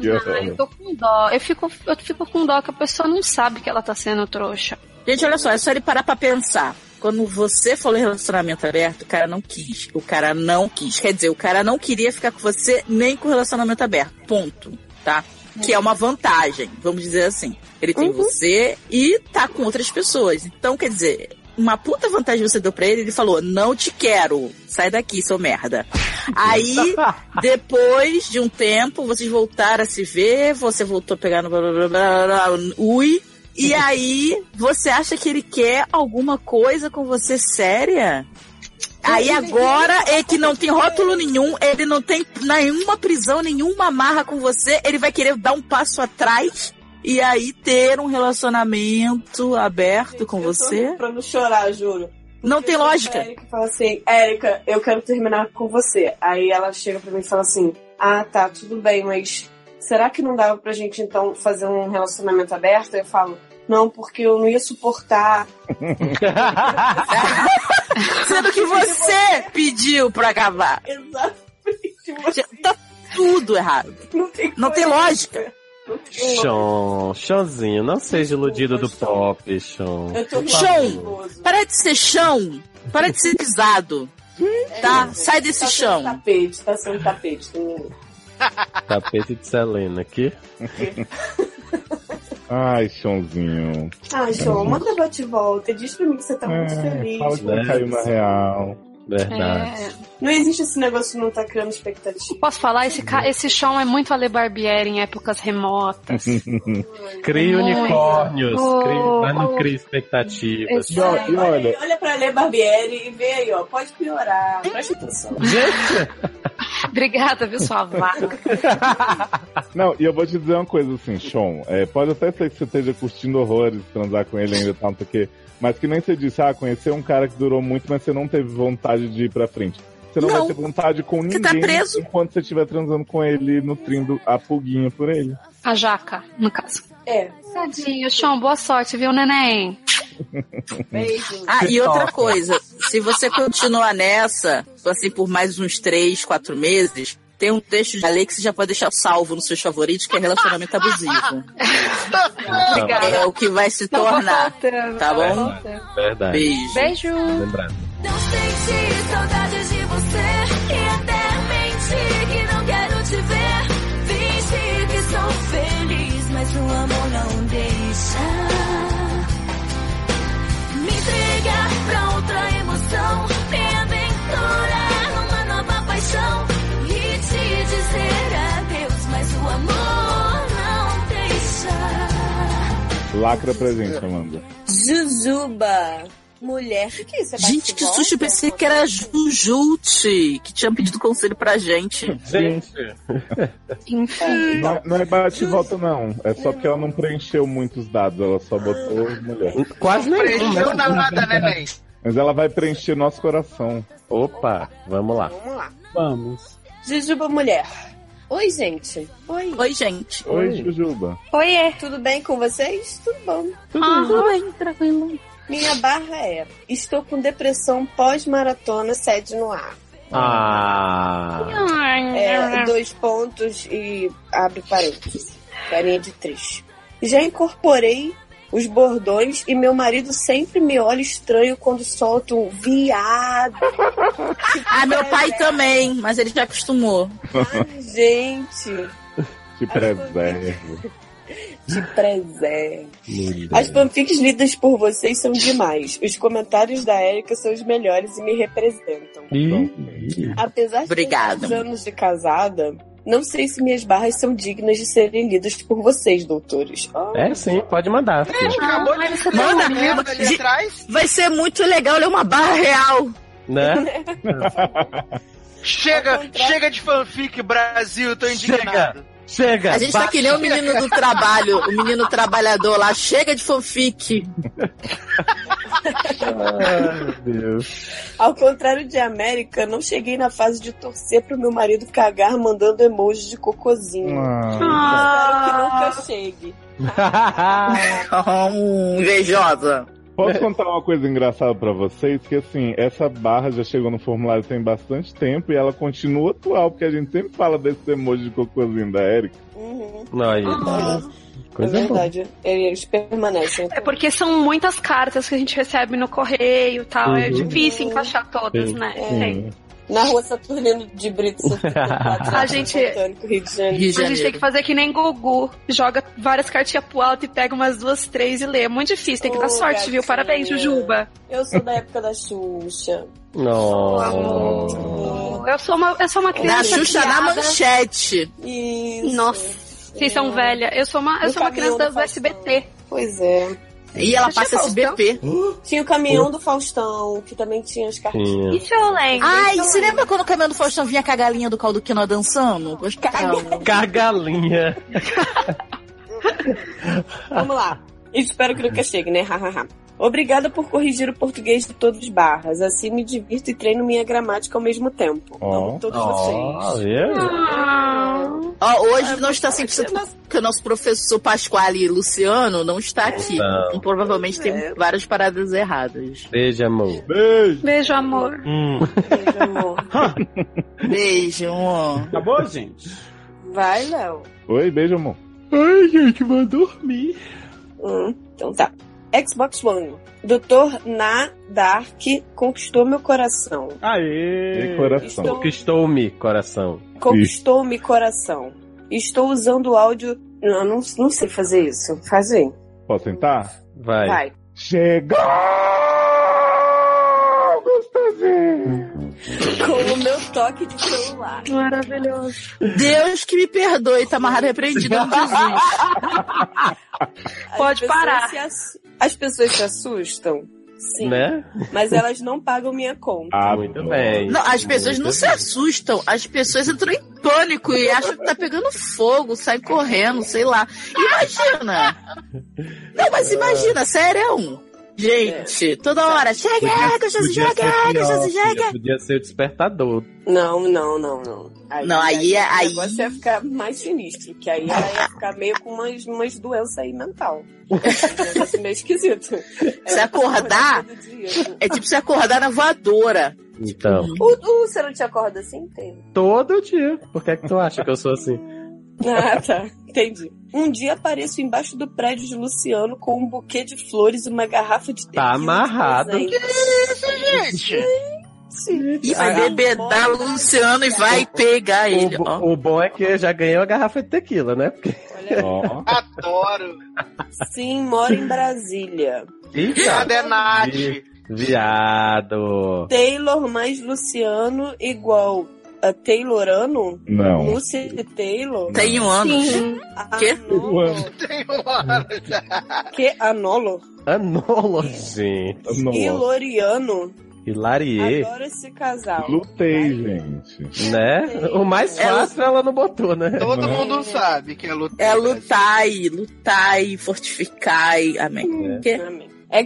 Speaker 5: Que horror.
Speaker 15: Eu tô com dó. Eu fico, eu fico com dó que a pessoa não sabe que ela tá sendo trouxa.
Speaker 4: Gente, olha só, é só ele parar pra pensar. Quando você falou em relacionamento aberto, o cara não quis. O cara não quis. Quer dizer, o cara não queria ficar com você nem com relacionamento aberto. Ponto. Tá? Que é uma vantagem, vamos dizer assim. Ele tem você e tá com outras pessoas. Então, quer dizer, uma puta vantagem você deu pra ele, ele falou: Não te quero. Sai daqui, seu merda. Aí, depois de um tempo, vocês voltaram a se ver, você voltou a pegar no blá blá blá blá blá, blá, ui. E aí, você acha que ele quer alguma coisa com você séria? Aí agora é que não tem rótulo nenhum, ele não tem nenhuma prisão, nenhuma amarra com você, ele vai querer dar um passo atrás e aí ter um relacionamento aberto com você?
Speaker 11: Pra não chorar, juro.
Speaker 4: Não tem lógica.
Speaker 11: A Erika fala assim, Érica, eu quero terminar com você. Aí ela chega pra mim e fala assim, ah, tá, tudo bem, mas será que não dava pra gente, então, fazer um relacionamento aberto? Eu falo, não, porque eu não ia suportar. <laughs>
Speaker 4: Sendo que você pediu pra acabar. Exatamente. Tá tudo errado.
Speaker 11: Não tem,
Speaker 4: lógica.
Speaker 2: Chon, Chonzinho, não seja iludido do pop, Chon.
Speaker 4: Chão, para de ser chão. Para de ser pisado.
Speaker 11: É
Speaker 4: Tá? Sai desse chão.
Speaker 11: tapete, tá sendo tapete. menino.
Speaker 2: Tapete de Selena aqui.
Speaker 5: Ai, Chãozinho.
Speaker 11: Ah, João, manda bate-volta. Diz pra mim que você tá muito
Speaker 5: É, Fala
Speaker 11: feliz.
Speaker 5: que não caiu na real.
Speaker 2: É Verdade.
Speaker 11: Não existe esse negócio de não tá criando expectativa.
Speaker 15: É, Posso falar? Esse, ca- esse chão é muito Ale Barbieri em épocas remotas.
Speaker 2: Crie
Speaker 15: Muito.
Speaker 2: unicórnios. Crie, mas <laughs> não
Speaker 11: Oh.
Speaker 2: crie expectativas.
Speaker 11: E olha, e olha, olha pra Lê Barbieri e vê aí, ó. Pode piorar. Presta atenção.
Speaker 15: Obrigada, viu,
Speaker 2: <laughs>
Speaker 15: sua vaca.
Speaker 5: Não, e eu vou te dizer uma coisa assim, Sean. é, pode até ser que você esteja curtindo horrores, transar com ele ainda, tanto que. Mas que nem você disse, ah, conhecer um cara que durou muito, mas você não teve vontade de ir pra frente. Você não,
Speaker 4: Não.
Speaker 5: vai ter vontade com ninguém
Speaker 4: tá preso.
Speaker 5: enquanto você estiver transando com ele, nutrindo a pulguinha por ele.
Speaker 15: A jaca, no caso.
Speaker 11: É.
Speaker 15: Tadinho, chão, boa sorte, viu, neném?
Speaker 4: Ah, e
Speaker 15: TikTok.
Speaker 4: outra coisa, se você continuar nessa, assim, por mais uns três, quatro meses, tem um texto de Ale que você já pode deixar salvo nos seus favoritos, que é relacionamento abusivo.
Speaker 15: Obrigada.
Speaker 4: É o que vai se tornar. Tá bom?
Speaker 2: Verdade.
Speaker 4: Beijo.
Speaker 15: Beijo.
Speaker 2: Lembrado.
Speaker 14: Não senti saudade de você e até menti que não quero te ver. Finge que sou feliz, mas o amor não deixa.
Speaker 5: Lacra pra gente, Amanda.
Speaker 11: Jujuba. Mulher. O que é isso? É
Speaker 4: Gente, que susto, eu pensei que era a Jujute, que tinha pedido conselho pra gente.
Speaker 16: Enfim.
Speaker 5: Não, não é bate e volta, não. É só porque ela não preencheu muitos dados, ela só botou mulher.
Speaker 2: Quase
Speaker 6: Não nenhum, preencheu né? nada, né,
Speaker 5: Neném? Mas ela vai preencher nosso coração. Opa, vamos lá.
Speaker 11: Vamos lá.
Speaker 5: Vamos.
Speaker 11: Jujuba Mulher. Oi, gente. Oi.
Speaker 4: Oi, gente.
Speaker 5: Oi, Jujuba.
Speaker 11: Oiê. Tudo bem com vocês? Tudo bom.
Speaker 16: Tudo
Speaker 11: bem, tranquilo. Minha barra é: estou com depressão pós-maratona sede no ar.
Speaker 2: Ah.
Speaker 11: É, dois pontos e abre parênteses. Carinha de triste. Já incorporei os bordões e meu marido sempre me olha estranho quando solta um viado. <laughs>
Speaker 4: Ah, meu pai também, mas ele já acostumou.
Speaker 11: Gente,
Speaker 5: Te preserve.
Speaker 11: te preserve. As fanfics lidas por vocês são demais. Os comentários da Erika são os melhores e me representam. Apesar de ter
Speaker 4: Obrigado.
Speaker 11: tantos anos de casada, não sei se minhas barras são dignas de serem lidas por vocês, doutores. Ah,
Speaker 2: É sim, pode mandar. filho.
Speaker 6: Acabou de
Speaker 4: tá
Speaker 6: Manda
Speaker 4: dormindo.
Speaker 6: merda ali
Speaker 4: Gente,
Speaker 6: atrás.
Speaker 4: Vai ser muito legal ler uma barra real.
Speaker 2: Né?
Speaker 6: Chega, chega de fanfic, Brasil, tô indignado.
Speaker 2: Chega!
Speaker 4: A gente tá que nem o menino do trabalho, o menino trabalhador lá, chega de <laughs> fanfic.
Speaker 2: Ai, meu Deus.
Speaker 11: Ao contrário de América, não cheguei na fase de torcer pro meu marido cagar mandando emojis de cocôzinho.
Speaker 3: Ah.
Speaker 11: Espero que nunca chegue.
Speaker 4: Hum, Invejosa.
Speaker 5: Posso contar uma coisa engraçada pra vocês? Que assim, essa barra já chegou no formulário tem bastante tempo e ela continua atual, porque a gente sempre fala desse emoji de cocôzinho da Erika.
Speaker 11: Uhum.
Speaker 2: <laughs> Não, aí.
Speaker 11: é
Speaker 2: Coisa boa.
Speaker 11: verdade. Eles permanecem.
Speaker 3: É porque são muitas cartas que a gente recebe no correio e tal. É
Speaker 2: Uhum.
Speaker 3: difícil encaixar todas,
Speaker 2: Sim,
Speaker 3: né?
Speaker 11: sim.
Speaker 3: Tem.
Speaker 11: Na rua Saturnino de
Speaker 2: <laughs>
Speaker 11: Brito, 74,
Speaker 3: A gente-
Speaker 11: Botânico, Rio de Janeiro.
Speaker 4: Rio de
Speaker 3: A gente tem
Speaker 4: Janeiro.
Speaker 3: que fazer que nem Gugu. Joga várias cartinhas pro alto e pega umas duas, três e lê. É muito difícil, tem que dar
Speaker 11: Ô,
Speaker 3: sorte, viu?
Speaker 11: gatinha.
Speaker 3: Parabéns, Jujuba.
Speaker 11: Eu sou da época da Xuxa.
Speaker 2: Não.
Speaker 3: Eu sou uma, eu sou uma
Speaker 4: Na
Speaker 3: criança.
Speaker 4: Xuxa na
Speaker 3: criada.
Speaker 4: manchete.
Speaker 11: Isso.
Speaker 3: Nossa, vocês são velha. Eu sou uma, eu
Speaker 11: No
Speaker 3: sou uma
Speaker 11: caminhão
Speaker 3: criança
Speaker 11: do
Speaker 3: das
Speaker 11: Faustão.
Speaker 3: SBT.
Speaker 11: Pois é.
Speaker 4: E ela
Speaker 3: Mas tinha
Speaker 4: passa esse
Speaker 3: Faustão?
Speaker 4: BP.
Speaker 11: Tinha o caminhão do Faustão, que também tinha as cartinhas.
Speaker 2: Tinha.
Speaker 3: Isso eu lembro.
Speaker 4: Ai,
Speaker 3: isso eu
Speaker 4: você lembra quando o caminhão do Faustão vinha com a galinha do caldo quinoa dançando? Gostava.
Speaker 2: Cagalinha.
Speaker 11: Vamos lá. Espero que nunca chegue, né? Hahaha. Obrigada por corrigir o português de todos os barras. Assim me divirto e treino minha gramática ao mesmo tempo.
Speaker 5: Ó.
Speaker 11: Amo todos
Speaker 2: Ó,
Speaker 11: vocês.
Speaker 2: viu?
Speaker 4: Ó, hoje
Speaker 3: É,
Speaker 4: não está sendo porque o nosso professor Pasquale Luciano não está aqui.
Speaker 2: Não.
Speaker 4: Então, provavelmente
Speaker 3: É.
Speaker 4: tem várias paradas erradas.
Speaker 2: Beijo, amor.
Speaker 5: Beijo!
Speaker 3: Beijo, amor.
Speaker 2: Hum.
Speaker 11: Beijo, amor.
Speaker 4: Beijo.
Speaker 7: Acabou, gente?
Speaker 11: Vai, Léo.
Speaker 5: Oi, beijo, amor.
Speaker 2: Ai, gente, vou dormir.
Speaker 11: Hum, então tá. Xbox One. Doutor Na Dark conquistou meu coração.
Speaker 5: E
Speaker 7: Aê!
Speaker 5: coração.
Speaker 11: Estou-
Speaker 2: Conquistou-me, coração.
Speaker 11: Conquistou me coração. Estou usando o áudio. Não, não, não sei fazer isso. Faz aí.
Speaker 5: Posso tentar?
Speaker 2: Vai.
Speaker 11: Vai.
Speaker 5: Chega! Gostosinho!
Speaker 11: Com o meu toque de celular.
Speaker 3: Maravilhoso.
Speaker 4: Deus que me perdoe, tá amarrado e repreendido <laughs> no Jesus.
Speaker 11: As
Speaker 3: Pode
Speaker 11: pessoas
Speaker 3: parar.
Speaker 11: se ass- As pessoas se assustam. Sim.
Speaker 2: Né?
Speaker 11: Mas elas não pagam minha conta.
Speaker 5: Ah,
Speaker 2: Muito
Speaker 5: bom.
Speaker 2: bem.
Speaker 4: Não, as pessoas
Speaker 2: Muito
Speaker 4: não se assustam, as pessoas entram em pânico e acham que tá pegando fogo, saem correndo, sei lá. Imagina! Não, mas imagina, sério. é um. Gente, toda hora, chega, gostoso,
Speaker 2: Podia ser
Speaker 4: chega,
Speaker 2: pior,
Speaker 4: gostoso,
Speaker 2: filha.
Speaker 4: chega.
Speaker 2: Podia ser o despertador.
Speaker 11: Não, não, não, não.
Speaker 4: Não, aí- é- aí-
Speaker 11: O negócio ia ficar mais sinistro, que aí ela ia ficar meio com umas, umas doenças aí
Speaker 4: <laughs>
Speaker 11: mental. Um negócio meio esquisito.
Speaker 4: Se acordar,
Speaker 11: Todo dia.
Speaker 4: é tipo se acordar na voadora.
Speaker 2: Então,
Speaker 11: O, o, você não te acorda assim, tem?
Speaker 2: todo dia. Por que é que tu acha que eu sou assim?
Speaker 11: Ah, tá. Entendi. Um dia apareço embaixo do prédio de Luciano com um buquê de flores e uma garrafa de tequila. é,
Speaker 2: Tá
Speaker 11: de
Speaker 2: amarrado.
Speaker 11: presente.
Speaker 6: Gente,
Speaker 4: E vai bebedar o Luciano e vai pegar ele.
Speaker 2: O,
Speaker 4: ó.
Speaker 2: bo- o bom é que eu já ganhei uma garrafa de tequila, né? Porque...
Speaker 11: Olha,
Speaker 5: Ó.
Speaker 6: adoro.
Speaker 11: sim, mora em Brasília.
Speaker 2: Eita,
Speaker 6: Cadê a é Nath?
Speaker 2: viado.
Speaker 11: Taylor mais Luciano igual a Taylor Ano?
Speaker 5: Não.
Speaker 11: Lucy Taylor? Ah,
Speaker 4: Tem um ano.
Speaker 11: Sim.
Speaker 4: Quê?
Speaker 6: Tem um ano.
Speaker 11: Que Anolo?
Speaker 2: Anolo, gente.
Speaker 11: E Loriano
Speaker 2: Hilarie.
Speaker 11: adora esse casal.
Speaker 5: Lutei, gente.
Speaker 2: Né? O mais
Speaker 4: Ela-
Speaker 2: fácil ela, não botou, né?
Speaker 6: Todo mundo sabe que é luta.
Speaker 4: É lutai, lutai, fortificai. Amém. Que-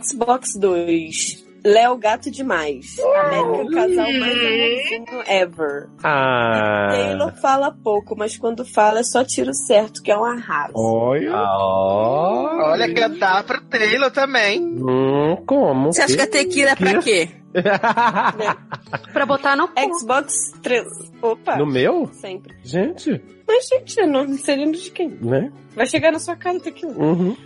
Speaker 11: Xbox 2. Léo Gato Demais. América, é o casal mais amorzinho ever.
Speaker 2: Ah.
Speaker 11: Taylor fala pouco, mas quando fala é só tiro certo, que é um arraso.
Speaker 5: Olha.
Speaker 2: Ah,
Speaker 6: Olha que dá pra Taylor também.
Speaker 2: Hum, como?
Speaker 4: Você acha que a tequila é pra quê?
Speaker 11: Pra botar no Xbox
Speaker 4: é
Speaker 11: 3. Opa.
Speaker 2: <laughs> No meu?
Speaker 11: Sempre.
Speaker 2: Gente,
Speaker 11: Mas, gente, não inserindo de quem?
Speaker 2: né?
Speaker 11: Vai chegar na sua casa tá tequila.
Speaker 2: Uhum.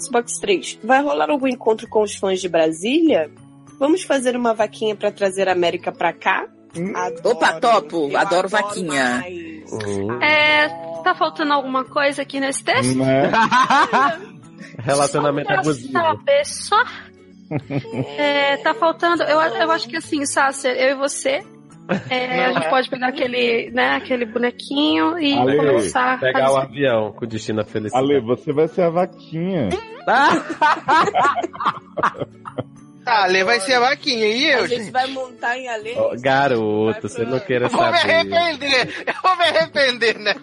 Speaker 11: Xbox 3. Vai rolar algum encontro com os fãs de Brasília? Vamos fazer uma vaquinha pra trazer a América pra cá? Adoro.
Speaker 4: Opa, topo.
Speaker 11: Eu
Speaker 4: Adoro vaquinha.
Speaker 2: Uhum.
Speaker 3: É, tá faltando alguma coisa aqui nesse texto?
Speaker 5: Né?
Speaker 2: Hum, Relacionamento
Speaker 3: Pra
Speaker 2: abusivo. <laughs>
Speaker 3: saber só. É, tá faltando. Eu, eu acho que assim, Sasser, eu e você. é, a gente pode pegar aquele, né, aquele bonequinho e
Speaker 5: Ale,
Speaker 3: começar
Speaker 2: Pegar o
Speaker 3: a.
Speaker 2: avião com destino à felicidade.
Speaker 5: Ale, você vai ser a vaquinha.
Speaker 6: Tá, Lê vai ser a vaquinha. E eu,
Speaker 11: A gente
Speaker 6: gente?
Speaker 11: vai montar em Alê.
Speaker 2: Ó, garoto, você não queira
Speaker 6: Eu vou me
Speaker 2: saber.
Speaker 6: arrepender. Eu vou me arrepender, né?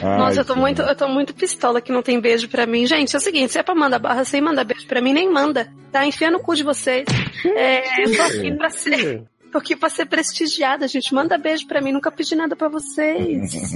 Speaker 3: Nossa, eu tô, muito, eu tô muito pistola que não tem beijo pra mim. Gente, é o seguinte: se é pra mandar barra sem mandar beijo pra mim, nem manda. Tá? Enfia no cu de vocês. É, eu tô aqui pra ser. Tô aqui pra ser prestigiada, gente. Manda beijo pra mim. Nunca pedi nada pra
Speaker 2: <laughs>
Speaker 3: vocês.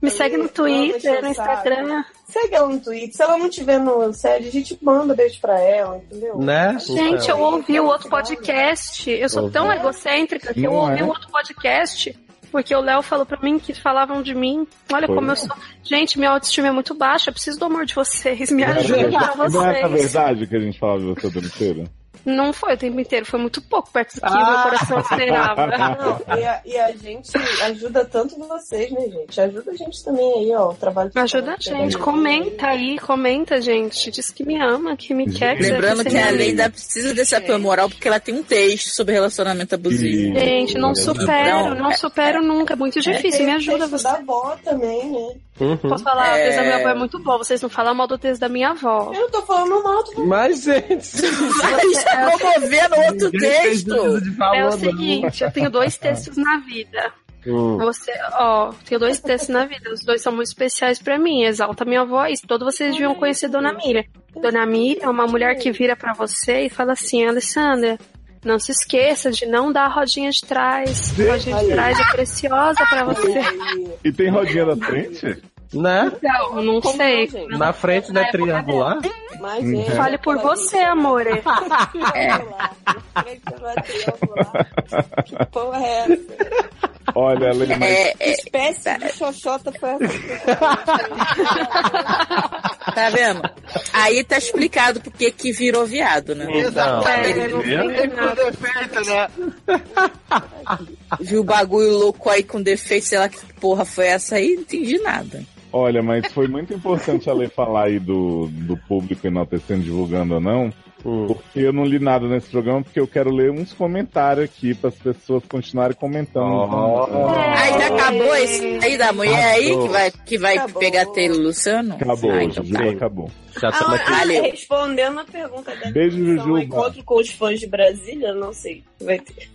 Speaker 3: Me segue no Twitter, no Instagram.
Speaker 11: Segue ela no Twitter. Se ela não tiver no sede, a gente manda beijo pra ela, entendeu?
Speaker 2: Né?
Speaker 3: Gente, eu ouvi o outro podcast. Eu sou tão
Speaker 2: Ouviu?
Speaker 3: egocêntrica que eu
Speaker 2: Não
Speaker 3: ouvi
Speaker 2: é?
Speaker 3: o outro podcast porque o Léo falou pra mim que falavam de mim. Olha
Speaker 5: Foi.
Speaker 3: como eu sou. Gente, minha autoestima é muito baixa. Eu preciso do amor de vocês. Me
Speaker 5: Não era
Speaker 3: ajudem
Speaker 5: verdade-
Speaker 3: a
Speaker 5: Não é essa
Speaker 3: vocês.
Speaker 5: verdade que a gente falava de você o tempo inteiro?
Speaker 3: Não foi o tempo inteiro. Foi muito pouco perto do que o meu coração <laughs> esperava.
Speaker 11: Não, e, a, e a gente ajuda tanto vocês, né, gente? Ajuda a gente também aí, ó. O trabalho de
Speaker 3: Ajuda a gente, comenta aí, comenta, gente. Diz que me ama, que me quer. Que
Speaker 4: Lembrando
Speaker 3: você-
Speaker 4: que a lei ainda precisa desse apoio moral porque ela tem um texto sobre relacionamento abusivo.
Speaker 3: Gente, não supero, não supero nunca. É muito difícil. Me ajuda
Speaker 11: você. da avó também, né?
Speaker 2: Uhum.
Speaker 3: Posso falar, o
Speaker 4: É.
Speaker 3: texto da minha avó é muito bom. Vocês não falam mal do texto da minha avó.
Speaker 11: Eu não tô falando mal do
Speaker 2: Mas, é. gente,
Speaker 4: Vai estar promovendo outro texto.
Speaker 3: É o seguinte, eu tenho dois textos na vida.
Speaker 2: Hum.
Speaker 3: Você, ó, tenho dois textos na vida. Os dois são muito especiais pra mim. Exalta minha voz. Todos vocês um deviam conhecer Dona Miriam. Dona Miriam é uma mulher que vira pra você e fala assim, Alessandra, não se esqueça de não dar a rodinha de trás. A rodinha de trás é preciosa pra você.
Speaker 5: E tem rodinha na frente? <laughs>
Speaker 2: Né?
Speaker 3: Não, não sei.
Speaker 2: Na frente da triangular?
Speaker 11: Mas,
Speaker 5: Uhum.
Speaker 11: gente,
Speaker 3: Fale por você, amor. É,
Speaker 11: é que porra é essa?
Speaker 5: Olha, Ale, mas
Speaker 4: É, é,
Speaker 11: Espécie de xoxota foi essa que eu
Speaker 4: tá vendo? Aí tá explicado porque que virou viado, né?
Speaker 2: Então,
Speaker 3: É, não
Speaker 6: Tem
Speaker 3: tem
Speaker 6: com
Speaker 3: nada.
Speaker 6: defeito, né?
Speaker 4: Viu o bagulho louco aí com defeito, sei lá que porra foi essa aí, não entendi nada.
Speaker 5: Olha, mas foi muito importante a Lei falar aí do, do público enaltecendo, divulgando ou não,
Speaker 2: Então,
Speaker 5: porque eu não li nada nesse programa, porque eu quero ler uns comentários aqui para as pessoas continuarem comentando.
Speaker 2: Oh.
Speaker 4: Aí
Speaker 3: É.
Speaker 4: já acabou esse aí da mulher aí que vai, que vai
Speaker 11: Acabou.
Speaker 4: pegar Taylor Luciano?
Speaker 5: Acabou,
Speaker 4: Ah, então
Speaker 5: Juju,
Speaker 4: tá.
Speaker 5: acabou.
Speaker 2: Já estamos aqui.
Speaker 11: Ah,
Speaker 4: Valeu.
Speaker 11: respondendo a pergunta da
Speaker 5: Beijo,
Speaker 11: discussão,
Speaker 5: Jujuba.
Speaker 11: encontro com os fãs de Brasília, não sei. Vai ter.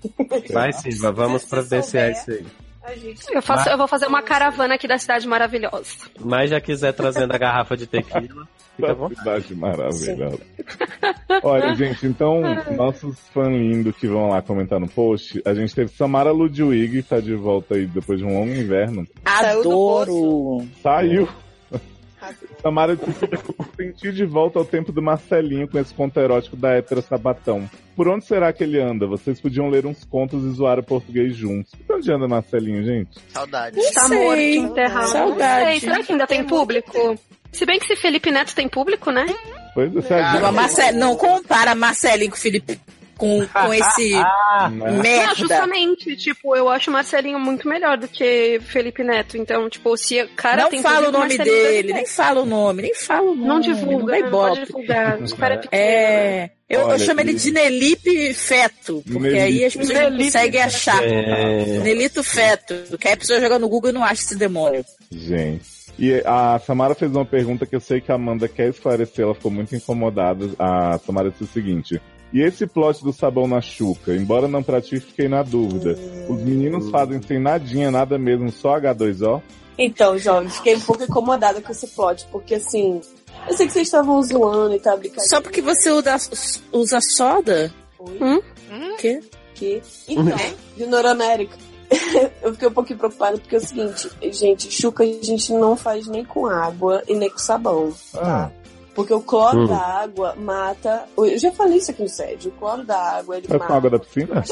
Speaker 2: Vai, Silva, vamos providenciar é isso aí.
Speaker 11: A gente
Speaker 3: Eu, faço, eu vou fazer uma caravana aqui da cidade maravilhosa.
Speaker 2: Mas já quiser trazendo a garrafa de tequila, fica à
Speaker 5: Essa
Speaker 2: vontade.
Speaker 5: cidade maravilhosa. <laughs> Olha, gente, então, nossos fãs lindos que vão lá comentar no post, a gente teve Samara Ludwig, tá de volta aí depois de um longo inverno.
Speaker 11: Saiu do
Speaker 4: Adoro.
Speaker 5: Saiu. Samara disse que eu senti de volta ao tempo do Marcelinho com esse conto erótico da hétero Sabatão. Por onde será que ele anda? Vocês podiam ler uns contos e zoar o português juntos. Por onde anda Marcelinho, gente?
Speaker 6: Saudade.
Speaker 3: Tá
Speaker 4: sei.
Speaker 3: morto, enterrado.
Speaker 4: Saudade.
Speaker 3: Não sei, será que ainda tem público? Se bem que se Felipe Neto tem público, né?
Speaker 5: Pois é, se a
Speaker 6: Ah,
Speaker 5: gente-
Speaker 4: Não, mas Marce- não compara Marcelinho com Felipe com, com
Speaker 11: <laughs>
Speaker 4: esse
Speaker 5: né?
Speaker 11: É.
Speaker 4: merda.
Speaker 3: Não, justamente, tipo, eu acho o Marcelinho muito melhor do que Felipe Neto. Então, tipo, se o cara
Speaker 4: Não
Speaker 3: tem
Speaker 4: fala o
Speaker 3: Felipe,
Speaker 4: nome
Speaker 3: Marcelinho deve
Speaker 4: dele,
Speaker 3: ter.
Speaker 4: nem fala o nome, nem fala o nome.
Speaker 3: Não divulga,
Speaker 4: dá
Speaker 3: né? Não pode
Speaker 4: ibope.
Speaker 3: divulgar, os caras é pequeno,
Speaker 4: É. Eu, eu
Speaker 3: Olha,
Speaker 4: chamo ele
Speaker 3: e-
Speaker 4: de Nelipe Feto, porque
Speaker 3: Nelipe.
Speaker 4: aí as pessoas não
Speaker 3: Nelipe
Speaker 4: conseguem
Speaker 3: Feto.
Speaker 4: achar.
Speaker 5: É.
Speaker 4: Nelito Feto, que aí a pessoa joga no Google e não acha esse demônio.
Speaker 5: Gente. E a Samara fez uma pergunta que eu sei que a Amanda quer esclarecer, ela ficou muito incomodada. A Samara disse o seguinte: E esse plot do sabão na chuca? Embora não pratique, fiquei na dúvida. Os meninos fazem sem nadinha, nada mesmo, só H2O?
Speaker 11: Então, jovens, fiquei um pouco incomodada com esse plot, porque assim, eu sei que vocês estavam zoando e tá brincando.
Speaker 4: Só porque você usa, usa soda? Hum? Que?
Speaker 11: Que?
Speaker 4: Hum?
Speaker 11: Então, ignorando a Erika, <laughs> eu fiquei um pouquinho preocupada porque é o seguinte, gente, chuca a gente não faz nem com água e nem com sabão.
Speaker 5: Ah.
Speaker 11: Porque o cloro
Speaker 5: Hum.
Speaker 11: da água mata. Eu já falei isso aqui no SED, o cloro da água ele
Speaker 5: É com
Speaker 11: mata.
Speaker 5: água da piscina?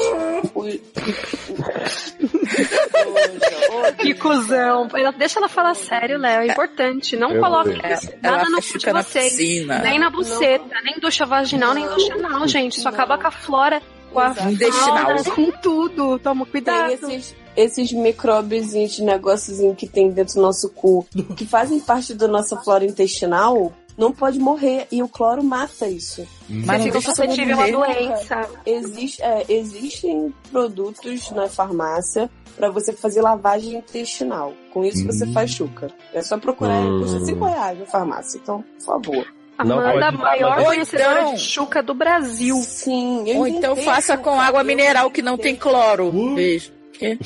Speaker 3: Que cuzão. Ela- Deixa ela falar sério, Léo. É importante. Não
Speaker 4: Eu
Speaker 3: coloque
Speaker 4: sei.
Speaker 3: isso-
Speaker 4: Ela
Speaker 3: É, nada no
Speaker 4: fica
Speaker 3: cu de
Speaker 4: na
Speaker 3: vocês.
Speaker 4: piscina.
Speaker 3: Nem na buceta, nem ducha vaginal, nem ducha anal, gente. Isso acaba com a flora, com a
Speaker 11: Intestinal.
Speaker 3: fauna, com tudo. Toma cuidado.
Speaker 11: Tem esses, esses micróbios e de negóciozinho que tem dentro do nosso cu, que fazem parte da nossa flora intestinal, não pode morrer. E o cloro mata isso.
Speaker 3: Mas não deixa suscetível a doença.
Speaker 11: Existe, é, existem produtos na farmácia para você fazer lavagem intestinal. Com isso você faz chuca. É só procurar,
Speaker 2: Hum.
Speaker 11: custa 5 reais na farmácia. Então, por favor.
Speaker 3: Não Amanda, pode dar maior nada. conhecedora de chuca do Brasil.
Speaker 11: Sim, eu
Speaker 4: Ou então
Speaker 11: inventei
Speaker 4: faça
Speaker 11: chuca,
Speaker 4: com água
Speaker 11: eu
Speaker 4: mineral que não tem cloro. Beijo. Que?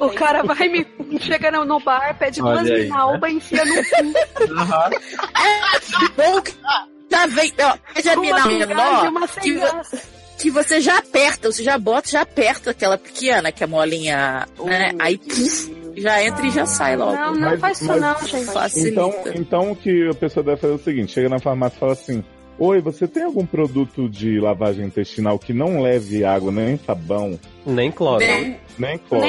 Speaker 3: O cara vai me. Chega no, no bar, pede
Speaker 4: Olha
Speaker 3: duas
Speaker 4: aí,
Speaker 3: minalba e enfia no cu.
Speaker 4: Bom que já vem. Ó, já
Speaker 3: Uma
Speaker 4: mina
Speaker 3: sem
Speaker 4: menor,
Speaker 3: gás e uma sem
Speaker 4: que, vo- que você já aperta, você já bota, já aperta aquela pequena, que é molinha, né? Aí puf, já entra e já sai logo.
Speaker 3: Uhum. Não, não
Speaker 5: Mas- faz isso mas- não,
Speaker 3: gente.
Speaker 4: Facilita.
Speaker 5: Então, então o que a pessoa deve fazer é o seguinte: chega na farmácia e fala assim: Oi, você tem algum produto de lavagem intestinal que não leve água, nem sabão?
Speaker 2: Nem cloro.
Speaker 4: Nem-
Speaker 5: nem cloro.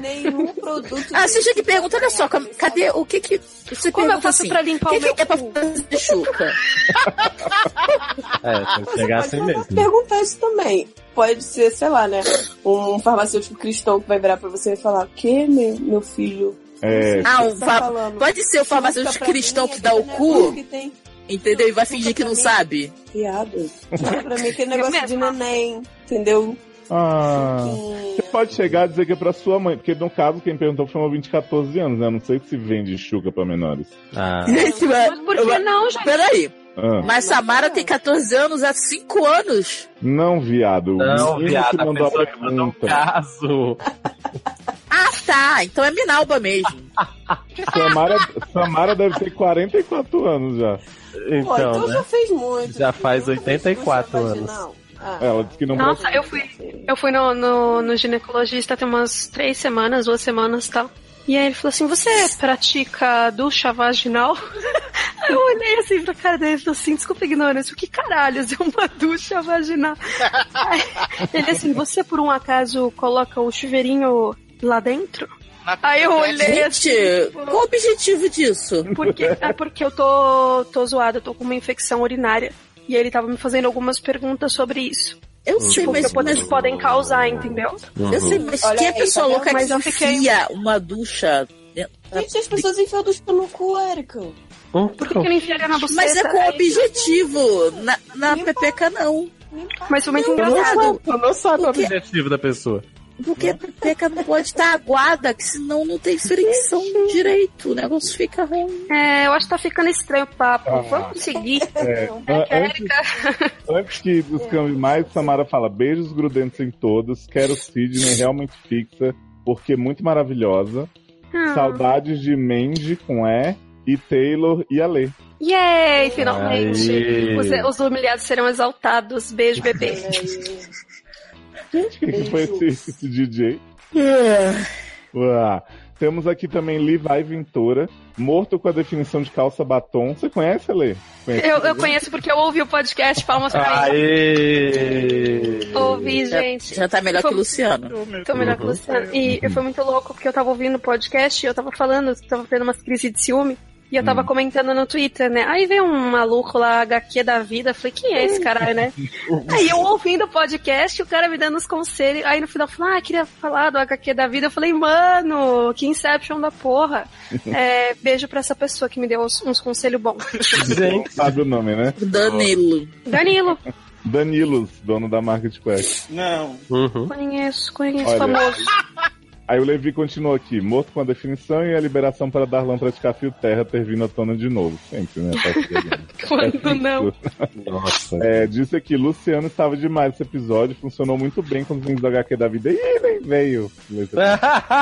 Speaker 11: Nenhum produto.
Speaker 4: Ah, você tinha que perguntar, olha só, como- cadê o que que. Você
Speaker 3: Como eu
Speaker 4: pergunta
Speaker 3: faço
Speaker 4: assim,
Speaker 3: pra limpar
Speaker 4: o
Speaker 3: o meu
Speaker 4: que, que é pra fazer chuca?
Speaker 2: É, tem que chegar assim mesmo.
Speaker 11: perguntar isso também. Pode ser, sei lá, né? Um farmacêutico cristão que vai virar pra você e falar: Que, meu, meu filho?
Speaker 5: É.
Speaker 4: Ah, um
Speaker 11: Tá
Speaker 4: fa-
Speaker 11: falando.
Speaker 4: pode ser o
Speaker 11: Chuca
Speaker 4: farmacêutico
Speaker 11: pra
Speaker 4: cristão
Speaker 11: mim,
Speaker 4: que dá o
Speaker 3: né?
Speaker 11: aquele negócio
Speaker 4: cu,
Speaker 11: que tem
Speaker 4: entendeu? E vai fingir que não
Speaker 11: mim.
Speaker 4: sabe.
Speaker 11: Piado.
Speaker 2: <laughs>
Speaker 11: Chuca pra mim aquele negócio de neném, entendeu?
Speaker 5: Ah,
Speaker 2: Então,
Speaker 5: você pode chegar e dizer que é pra sua mãe, porque no caso quem perguntou foi uma ouvinte de 14 anos, né? Eu Não sei se vende chuca pra menores.
Speaker 4: <laughs>
Speaker 2: Ah.
Speaker 4: Gente, mas
Speaker 3: por que não, gente?
Speaker 4: Tipo, Peraí.
Speaker 5: Ah,
Speaker 4: Mas Samara tem 14 anos há 5 anos.
Speaker 5: Não, viado. O
Speaker 2: Não,
Speaker 5: menino
Speaker 2: viado,
Speaker 5: que
Speaker 2: a
Speaker 5: mandou
Speaker 2: pessoa
Speaker 5: a
Speaker 2: que um
Speaker 5: pergunta.
Speaker 2: Caso.
Speaker 4: Ah, tá. Então é Minalba mesmo.
Speaker 5: Samara, Samara deve ter 44 anos já.
Speaker 11: Pô, então já fez muito.
Speaker 2: né? Já faz 84 anos.
Speaker 11: Não.
Speaker 5: Ela disse que não
Speaker 3: Nossa, eu fui, eu fui no, no, no ginecologista tem umas três semanas, duas semanas e tal. E aí ele falou assim: Você pratica ducha vaginal? <laughs> Aí eu olhei assim pra cara dele e falei assim: Desculpa a ignorância, o que caralhos é uma ducha vaginal? Aí ele assim: Você por um acaso coloca o chuveirinho lá dentro? Aí eu olhei assim.
Speaker 4: Gente,
Speaker 3: tipo,
Speaker 4: qual o objetivo disso?
Speaker 3: porque, é porque eu tô, tô zoada, eu tô com uma infecção urinária. E ele tava me fazendo algumas perguntas sobre isso.
Speaker 4: Eu
Speaker 3: sei, mas... Que podem, podem causar, entendeu?
Speaker 4: Eu sei, mas
Speaker 3: Olha
Speaker 4: quem é
Speaker 3: aí,
Speaker 4: pessoa
Speaker 3: tá vendo?
Speaker 4: louca
Speaker 3: Mas
Speaker 4: que
Speaker 3: eu fiquei-
Speaker 4: enfia uma ducha? dentro-
Speaker 11: Gente, as pessoas enfiam dos cu no cu, Érica.
Speaker 2: Um
Speaker 3: Por que, que não enfiaria na buceta? né?
Speaker 4: Mas é com objetivo. Na, na pepeca, não.
Speaker 3: Mas foi muito
Speaker 4: Não,
Speaker 3: engraçado.
Speaker 2: Tu não sabe o
Speaker 4: Porque-
Speaker 2: objetivo da pessoa.
Speaker 4: Porque a pepeca não pode estar aguada, que senão não tem fricção direito. O negócio fica ruim.
Speaker 3: É, eu acho que tá ficando estranho o papo.
Speaker 5: Ah.
Speaker 3: Vamos
Speaker 5: <laughs>
Speaker 3: seguir.
Speaker 5: É,
Speaker 3: É que a
Speaker 5: antes-
Speaker 3: Erika- <laughs>
Speaker 5: Antes que descambe mais, Samara fala: beijos grudentes em todos, quero Sidney realmente fixa, porque é muito maravilhosa.
Speaker 3: Ah.
Speaker 5: Saudades de Mandy com E, e Taylor e Ale.
Speaker 3: Yay, finalmente.
Speaker 5: Aí.
Speaker 3: Os, os humilhados serão exaltados. Beijo,
Speaker 5: <laughs>
Speaker 3: bebê.
Speaker 5: Gente, quem <laughs> que foi esse, esse DJ? É. Uá. Temos aqui também Levi Ventura, morto com a definição de calça batom. Você conhece, Ale? Conhece?
Speaker 3: Eu, eu conheço porque eu ouvi o podcast. Palmas pra mim.
Speaker 2: Aê!
Speaker 5: É
Speaker 3: Ouvi, gente.
Speaker 4: Já tá melhor
Speaker 3: Foi-
Speaker 4: que o Luciano.
Speaker 3: Tô melhor que o Luciano. E eu fui muito louco porque eu tava ouvindo o podcast e eu tava falando, tava tendo umas crises de ciúme. E eu tava comentando no Twitter, né? Aí veio um maluco lá, HQ da vida, falei, quem é esse caralho, né? aí eu ouvindo o podcast, o cara me dando os conselhos. Aí no final falou, ah, queria falar do HQ da vida. Eu falei, mano, que Inception da porra. É, beijo pra essa pessoa que me deu uns, uns conselhos bons.
Speaker 5: Gente. Sabe o nome, né?
Speaker 4: Danilo.
Speaker 3: Danilo.
Speaker 5: Danilos, dono da marca de cuecas.
Speaker 17: Não.
Speaker 2: Uhum.
Speaker 3: Conheço, conheço,
Speaker 5: Olha.
Speaker 3: famoso.
Speaker 5: Aí o Levi continua aqui, morto com a definição e a liberação para Darlan praticar fio terra ter vindo à tona de novo. Sempre, né? Tá
Speaker 3: <laughs>
Speaker 5: chegando.
Speaker 3: Quando não.
Speaker 2: Nossa.
Speaker 5: É, disse aqui, Luciano estava demais esse episódio, funcionou muito bem com os meninos do HQ da vida. Ih, nem veio.
Speaker 2: <laughs> É,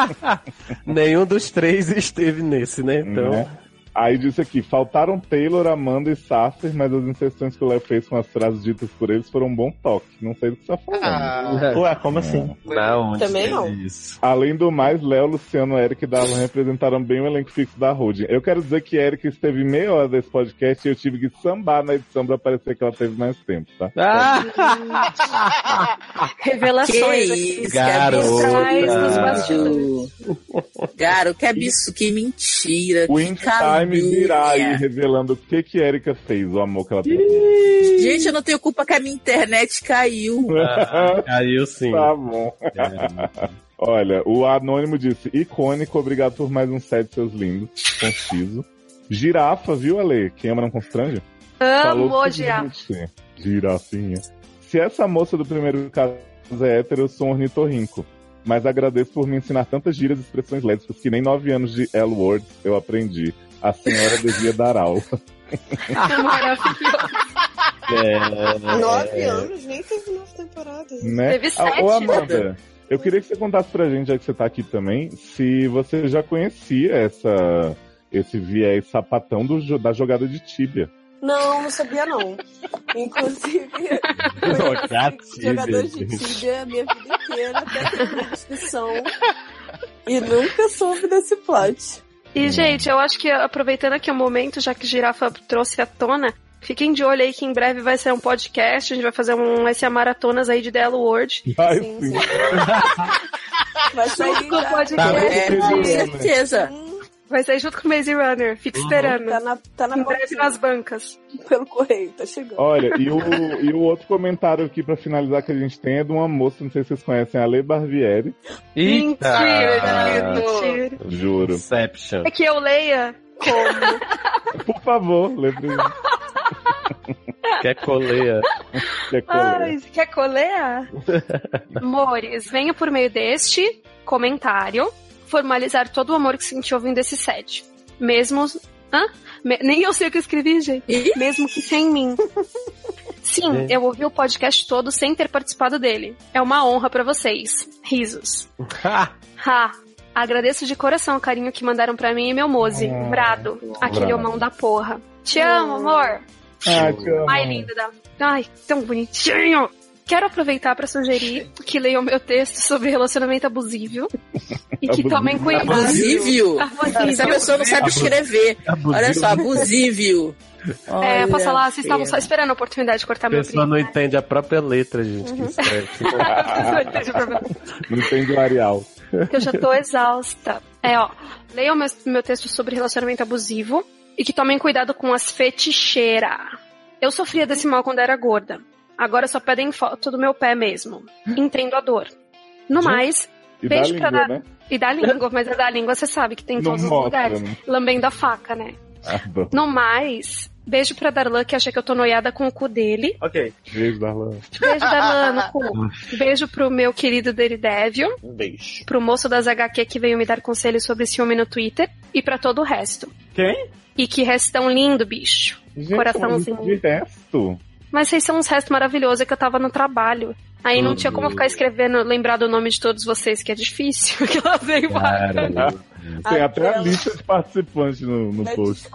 Speaker 2: Nenhum dos três esteve nesse, né? Então.
Speaker 5: Hum, Aí disse aqui, faltaram Taylor, Amanda e Sasser, mas as inserções que o Léo fez com as frases ditas por eles foram um bom toque. Não sei do que você tá falando.
Speaker 2: Né?
Speaker 17: Ah. Ué, como assim?
Speaker 2: É. Não, é
Speaker 17: Também não.
Speaker 5: Além do mais, Léo, Luciano, Eric e Darlan representaram bem o elenco fixo da Holding. Eu quero dizer que Eric esteve meia hora desse podcast e eu tive que sambar na edição pra parecer que ela teve mais tempo, tá?
Speaker 3: <laughs> Revelações
Speaker 4: Que
Speaker 3: aqui.
Speaker 4: isso,
Speaker 5: Garota.
Speaker 4: Garo, que absurdo, que mentira.
Speaker 5: O
Speaker 4: que
Speaker 5: In Time
Speaker 4: calúnia.
Speaker 5: virá aí revelando o que que Erika fez, o amor que ela teve.
Speaker 4: Gente, eu não tenho culpa que a minha internet caiu.
Speaker 2: <laughs> Caiu sim.
Speaker 5: Tá bom. Olha, o Anônimo disse: icônico, obrigado por mais um set, seus lindos. Conciso. Girafa, viu, Ale? Quem ama não constrange?
Speaker 3: Amo
Speaker 5: Falou
Speaker 3: odiar.
Speaker 5: Sim. Girafinha. Se essa moça do primeiro caso é hétero, eu sou um ornitorrinco. Mas agradeço por me ensinar tantas gírias e expressões lésbicas que nem nove anos de L-Words eu aprendi. A
Speaker 11: <laughs>
Speaker 5: senhora devia dar aula.
Speaker 2: É.
Speaker 11: Nove anos, nem teve nove temporadas.
Speaker 5: né?
Speaker 11: Teve sete.
Speaker 5: Ah, Ô, Amanda, eu queria que você contasse pra gente, já que você tá aqui também, se você já conhecia essa, esse viés sapatão do jo- da jogada de tíbia.
Speaker 11: Não, não sabia não.
Speaker 2: <laughs>
Speaker 11: Inclusive, jogador de tíbia a minha vida inteira, até que eu tive discussão. E nunca soube desse plot.
Speaker 3: E, gente, eu acho que aproveitando aqui o momento, já que Girafa trouxe à tona, fiquem de olho aí que em breve vai ser um podcast, a gente vai fazer um, vai ser a maratonas aí de Delo World.
Speaker 5: Ai, sim.
Speaker 11: Vai
Speaker 3: sair junto com o podcast.
Speaker 11: Tá no
Speaker 3: com
Speaker 11: Maze Runner.
Speaker 3: certeza. Vai sair junto com o Maze Runner. Fica esperando.
Speaker 11: Tá na, tá na
Speaker 3: em breve nas bancas.
Speaker 11: Pelo correio, tá chegando.
Speaker 5: Olha, e o, e o outro comentário aqui pra finalizar que a gente tem é de uma moça, não sei se vocês conhecem, a Le Barbieri.
Speaker 2: Eita!
Speaker 3: Mentira. <laughs>
Speaker 5: Juro.
Speaker 2: Inception.
Speaker 3: É que eu leia como.
Speaker 5: Por favor, Le Barbieri.
Speaker 2: Quer <laughs> coleia.
Speaker 5: Quer
Speaker 3: Ai, quer colear? Amores, venho por meio deste comentário formalizar todo o amor que senti ouvindo esse set. Mesmo. Hã? Me- Nem eu sei o que eu escrevi, gente. Mesmo que sem mim. Sim, eu ouvi o podcast todo sem ter participado dele. É uma honra pra vocês. Risos. Ha! Agradeço de coração o carinho que mandaram pra mim e meu Mose. Brado, aquele
Speaker 5: brado.
Speaker 3: homão da porra. Te amo, amor.
Speaker 5: Ah, te amo.
Speaker 3: Ai, lindo da. Ai, tão bonitinho. Quero aproveitar para sugerir que leiam meu texto sobre relacionamento abusivo e que tomem cuidado.
Speaker 4: Abusível.
Speaker 3: Abusível.
Speaker 4: Essa pessoa não sabe escrever. Olha só, abusível.
Speaker 3: É,
Speaker 4: Olha,
Speaker 3: passa lá, vocês estavam só
Speaker 4: feia.
Speaker 3: esperando a oportunidade de cortar
Speaker 2: A
Speaker 3: meu
Speaker 2: pessoa
Speaker 3: print. <laughs>
Speaker 2: não entende a própria letra, gente, que escreve.
Speaker 5: <laughs> não entende o Arial.
Speaker 3: que eu já tô exausta. É, ó, leiam meu, meu texto sobre relacionamento abusivo e que tomem cuidado com as feticheiras. Eu sofria desse mal quando era gorda. Agora só pedem foto do meu pé mesmo. Entendo a dor. No mais,
Speaker 5: E
Speaker 3: beijo
Speaker 5: da
Speaker 3: pra
Speaker 5: língua,
Speaker 3: dar.
Speaker 5: né?
Speaker 3: E da língua, mas a da língua você sabe que tem em
Speaker 5: Não
Speaker 3: todos os
Speaker 5: mostra,
Speaker 3: lugares.
Speaker 5: né?
Speaker 3: Lambendo a faca, né?
Speaker 5: Ah, bom.
Speaker 3: No mais, beijo pra Darlan que acha que eu tô noiada com o cu dele.
Speaker 17: Ok.
Speaker 5: Beijo, Darlan.
Speaker 3: Beijo Darlan
Speaker 5: <laughs>
Speaker 3: no cu. Beijo pro meu querido Deridevio.
Speaker 17: Um beijo.
Speaker 3: pro moço das HQ que veio me dar conselhos sobre ciúme no Twitter e pra todo o resto.
Speaker 17: Quem?
Speaker 3: E que restão lindo, bicho.
Speaker 5: Gente,
Speaker 3: Coraçãozinho.
Speaker 5: mas De resto.
Speaker 3: Mas vocês são uns restos maravilhosos, é que eu tava no trabalho. Aí não
Speaker 5: Meu
Speaker 3: tinha como
Speaker 5: Deus.
Speaker 3: ficar escrevendo, lembrar do nome de todos vocês, que é difícil. <laughs> Que ela
Speaker 5: É.
Speaker 3: veio
Speaker 5: Cara, tem até a lista de participantes no, no
Speaker 3: Dá
Speaker 5: post.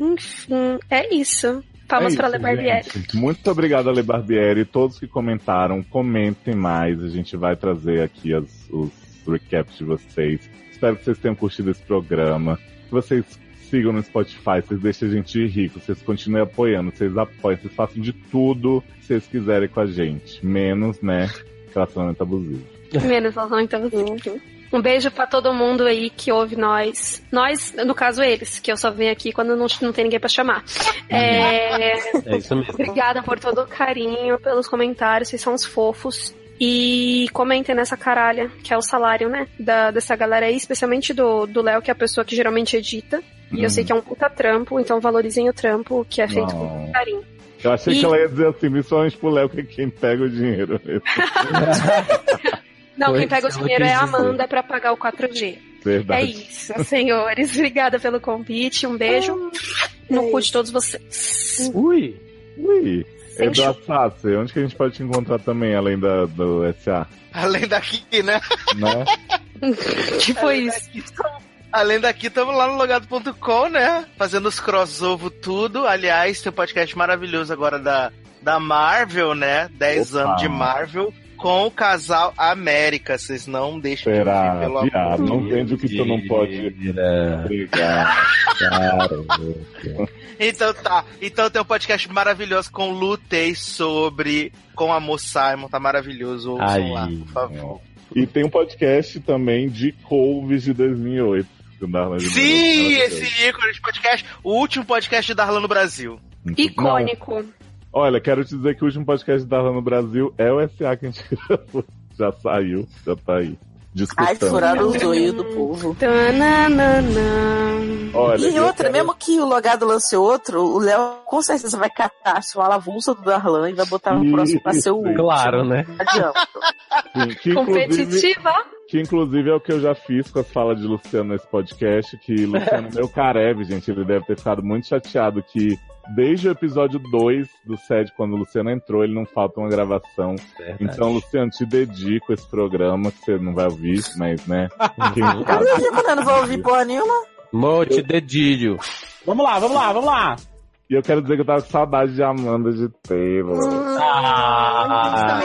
Speaker 3: Enfim, é isso. Palmas
Speaker 5: É
Speaker 3: pra
Speaker 5: isso,
Speaker 3: Le Barbieri.
Speaker 5: gente. Muito obrigado, Ale Barbieri. Todos que comentaram, comentem mais. A gente vai trazer aqui as- os recaps de vocês. Espero que vocês tenham curtido esse programa. Que vocês sigam no Spotify, vocês deixem a gente rico, vocês continuem apoiando, vocês apoiem, vocês façam de tudo que vocês quiserem com a gente. Menos, né? Relacionamento abusivo.
Speaker 3: Menos razão, então. assim. Um beijo pra todo mundo aí que ouve nós. Nós, no caso, eles, que eu só venho aqui quando não, não tem ninguém pra chamar. É...
Speaker 2: É isso mesmo.
Speaker 3: Obrigada por todo o carinho, pelos comentários, vocês são os fofos. E comentem nessa caralha, que é o salário, né? Da, dessa galera aí, especialmente do do Léo, que é a pessoa que geralmente edita. E
Speaker 5: Uhum.
Speaker 3: eu sei que é um puta trampo, então valorizem o trampo que é feito com
Speaker 5: Não.
Speaker 3: muito carinho.
Speaker 5: Eu achei
Speaker 3: E-
Speaker 5: que ela ia dizer assim, missões pro Léo, que é quem pega o dinheiro. É
Speaker 3: Não,
Speaker 5: Foi
Speaker 3: quem pega o
Speaker 5: isso que ela
Speaker 3: dinheiro é a
Speaker 5: quis dizer.
Speaker 3: Amanda pra pagar o 4G.
Speaker 5: Verdade.
Speaker 3: É isso, senhores. <laughs> Obrigada pelo convite. Um beijo
Speaker 4: Ah,
Speaker 3: no cu de todos vocês. <laughs>
Speaker 7: Ui!
Speaker 5: Ui.
Speaker 3: Sem
Speaker 5: Eduardo Sassi, onde que a gente pode te encontrar também, além da, do SA?
Speaker 6: Além daqui, né?
Speaker 5: Né?
Speaker 3: que
Speaker 4: É
Speaker 3: foi isso?
Speaker 6: Além daqui, estamos lá no logado.com, né? Fazendo os crossover tudo. Aliás, tem um podcast maravilhoso agora da, da Marvel, né? 10
Speaker 5: Opa.
Speaker 6: anos de Marvel com o casal América. Vocês não deixam de ouvir,
Speaker 5: Será?
Speaker 6: pelo
Speaker 5: Viado, não
Speaker 6: amor.
Speaker 5: vende o que tu não pode.
Speaker 2: É,
Speaker 5: Obrigado. Cara.
Speaker 6: Então tá. Então tem um podcast maravilhoso com Lutei sobre com Amor Simon. Tá maravilhoso. Ouçam
Speaker 5: Aí.
Speaker 6: lá, por favor.
Speaker 5: E tem um podcast também de couves de 2008. que o Darlan de
Speaker 6: Sim,
Speaker 5: Maravilhoso.
Speaker 6: esse ícone de podcast. O último podcast de Darlan no Brasil.
Speaker 3: Icônico.
Speaker 5: Olha, quero te dizer que o último podcast da Darlan no Brasil é o SA que a gente <laughs> gravou. Já saiu, já tá aí.
Speaker 4: Ai,
Speaker 5: Discutando.
Speaker 4: furaram os olhos do povo.
Speaker 5: Olha, é
Speaker 4: e
Speaker 5: eu
Speaker 4: outra,
Speaker 5: quero-
Speaker 4: mesmo que o Logado lance outro, o Léo com certeza vai catar a sua lavunça do Darlan e vai botar no próximo pra ser o último.
Speaker 2: Claro, né?
Speaker 4: Não adianta.
Speaker 5: Sim, assim,
Speaker 4: <laughs>
Speaker 5: que inclusive,
Speaker 3: Competitiva.
Speaker 5: que inclusive é o que eu já fiz com as falas de Luciano nesse podcast, que Luciano é meu careve, gente, ele deve ter ficado muito chateado que desde o episódio 2 do SED, quando o Luciano entrou, ele não falta uma gravação. Então, Luciano, te dedico esse programa, que você não vai ouvir, mas, né? que no
Speaker 4: Eu
Speaker 5: caso-
Speaker 4: não digo, né? Não vou ouvir porra nenhuma.
Speaker 2: Mote dedilho.
Speaker 7: Vamos lá, vamos lá, vamos lá.
Speaker 5: E eu quero dizer que eu tava com saudade de Amanda de Taylor.
Speaker 2: Ah,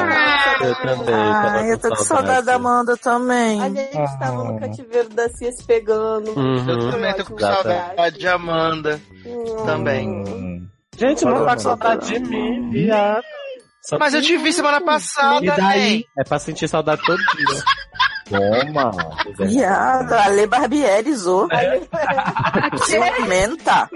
Speaker 2: eu também. tava
Speaker 4: Ai, eu tô com saudade da Amanda também.
Speaker 18: A gente tava no cativeiro da Cia se pegando.
Speaker 2: Uhum.
Speaker 6: Eu também tô com
Speaker 2: Exato.
Speaker 6: saudade de Amanda.
Speaker 18: Hum.
Speaker 6: Também.
Speaker 5: Hum.
Speaker 2: Gente,
Speaker 7: não tá
Speaker 2: tá
Speaker 7: com saudade de mim,
Speaker 2: viado.
Speaker 6: Mas eu te vi semana passada,
Speaker 2: Uhum. E daí?
Speaker 6: hein?
Speaker 2: É pra sentir saudade todo dia. Toma!
Speaker 5: É.
Speaker 4: Viado, a Lê Barbierizou. Ciumenta.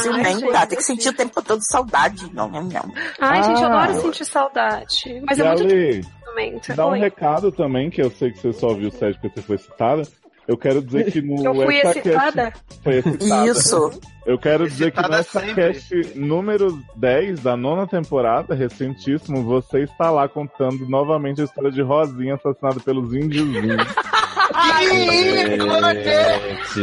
Speaker 4: Ciumenta. tá, Tem que sentir o tempo todo saudade. Não, não, não.
Speaker 3: Ai, gente, eu
Speaker 5: Ah.
Speaker 3: adoro sentir saudade. Mas
Speaker 5: E
Speaker 3: é muito
Speaker 5: Ale,
Speaker 3: difícil também. tá?
Speaker 5: Dá um
Speaker 3: Oi.
Speaker 5: recado também, que eu sei que você só ouviu o Sérgio porque você foi citada. Eu quero dizer que
Speaker 3: <laughs>
Speaker 5: no
Speaker 3: Eu fui
Speaker 5: Extra Cast-
Speaker 3: excitada.
Speaker 5: Foi excitada.
Speaker 4: Isso.
Speaker 5: Eu quero dizer que
Speaker 6: Excitada
Speaker 5: nessa
Speaker 6: sempre.
Speaker 5: cast número 10 da nona temporada, recentíssimo, você está lá contando novamente a história de Rosinha assassinada pelos
Speaker 3: <laughs>
Speaker 5: índiozinhos.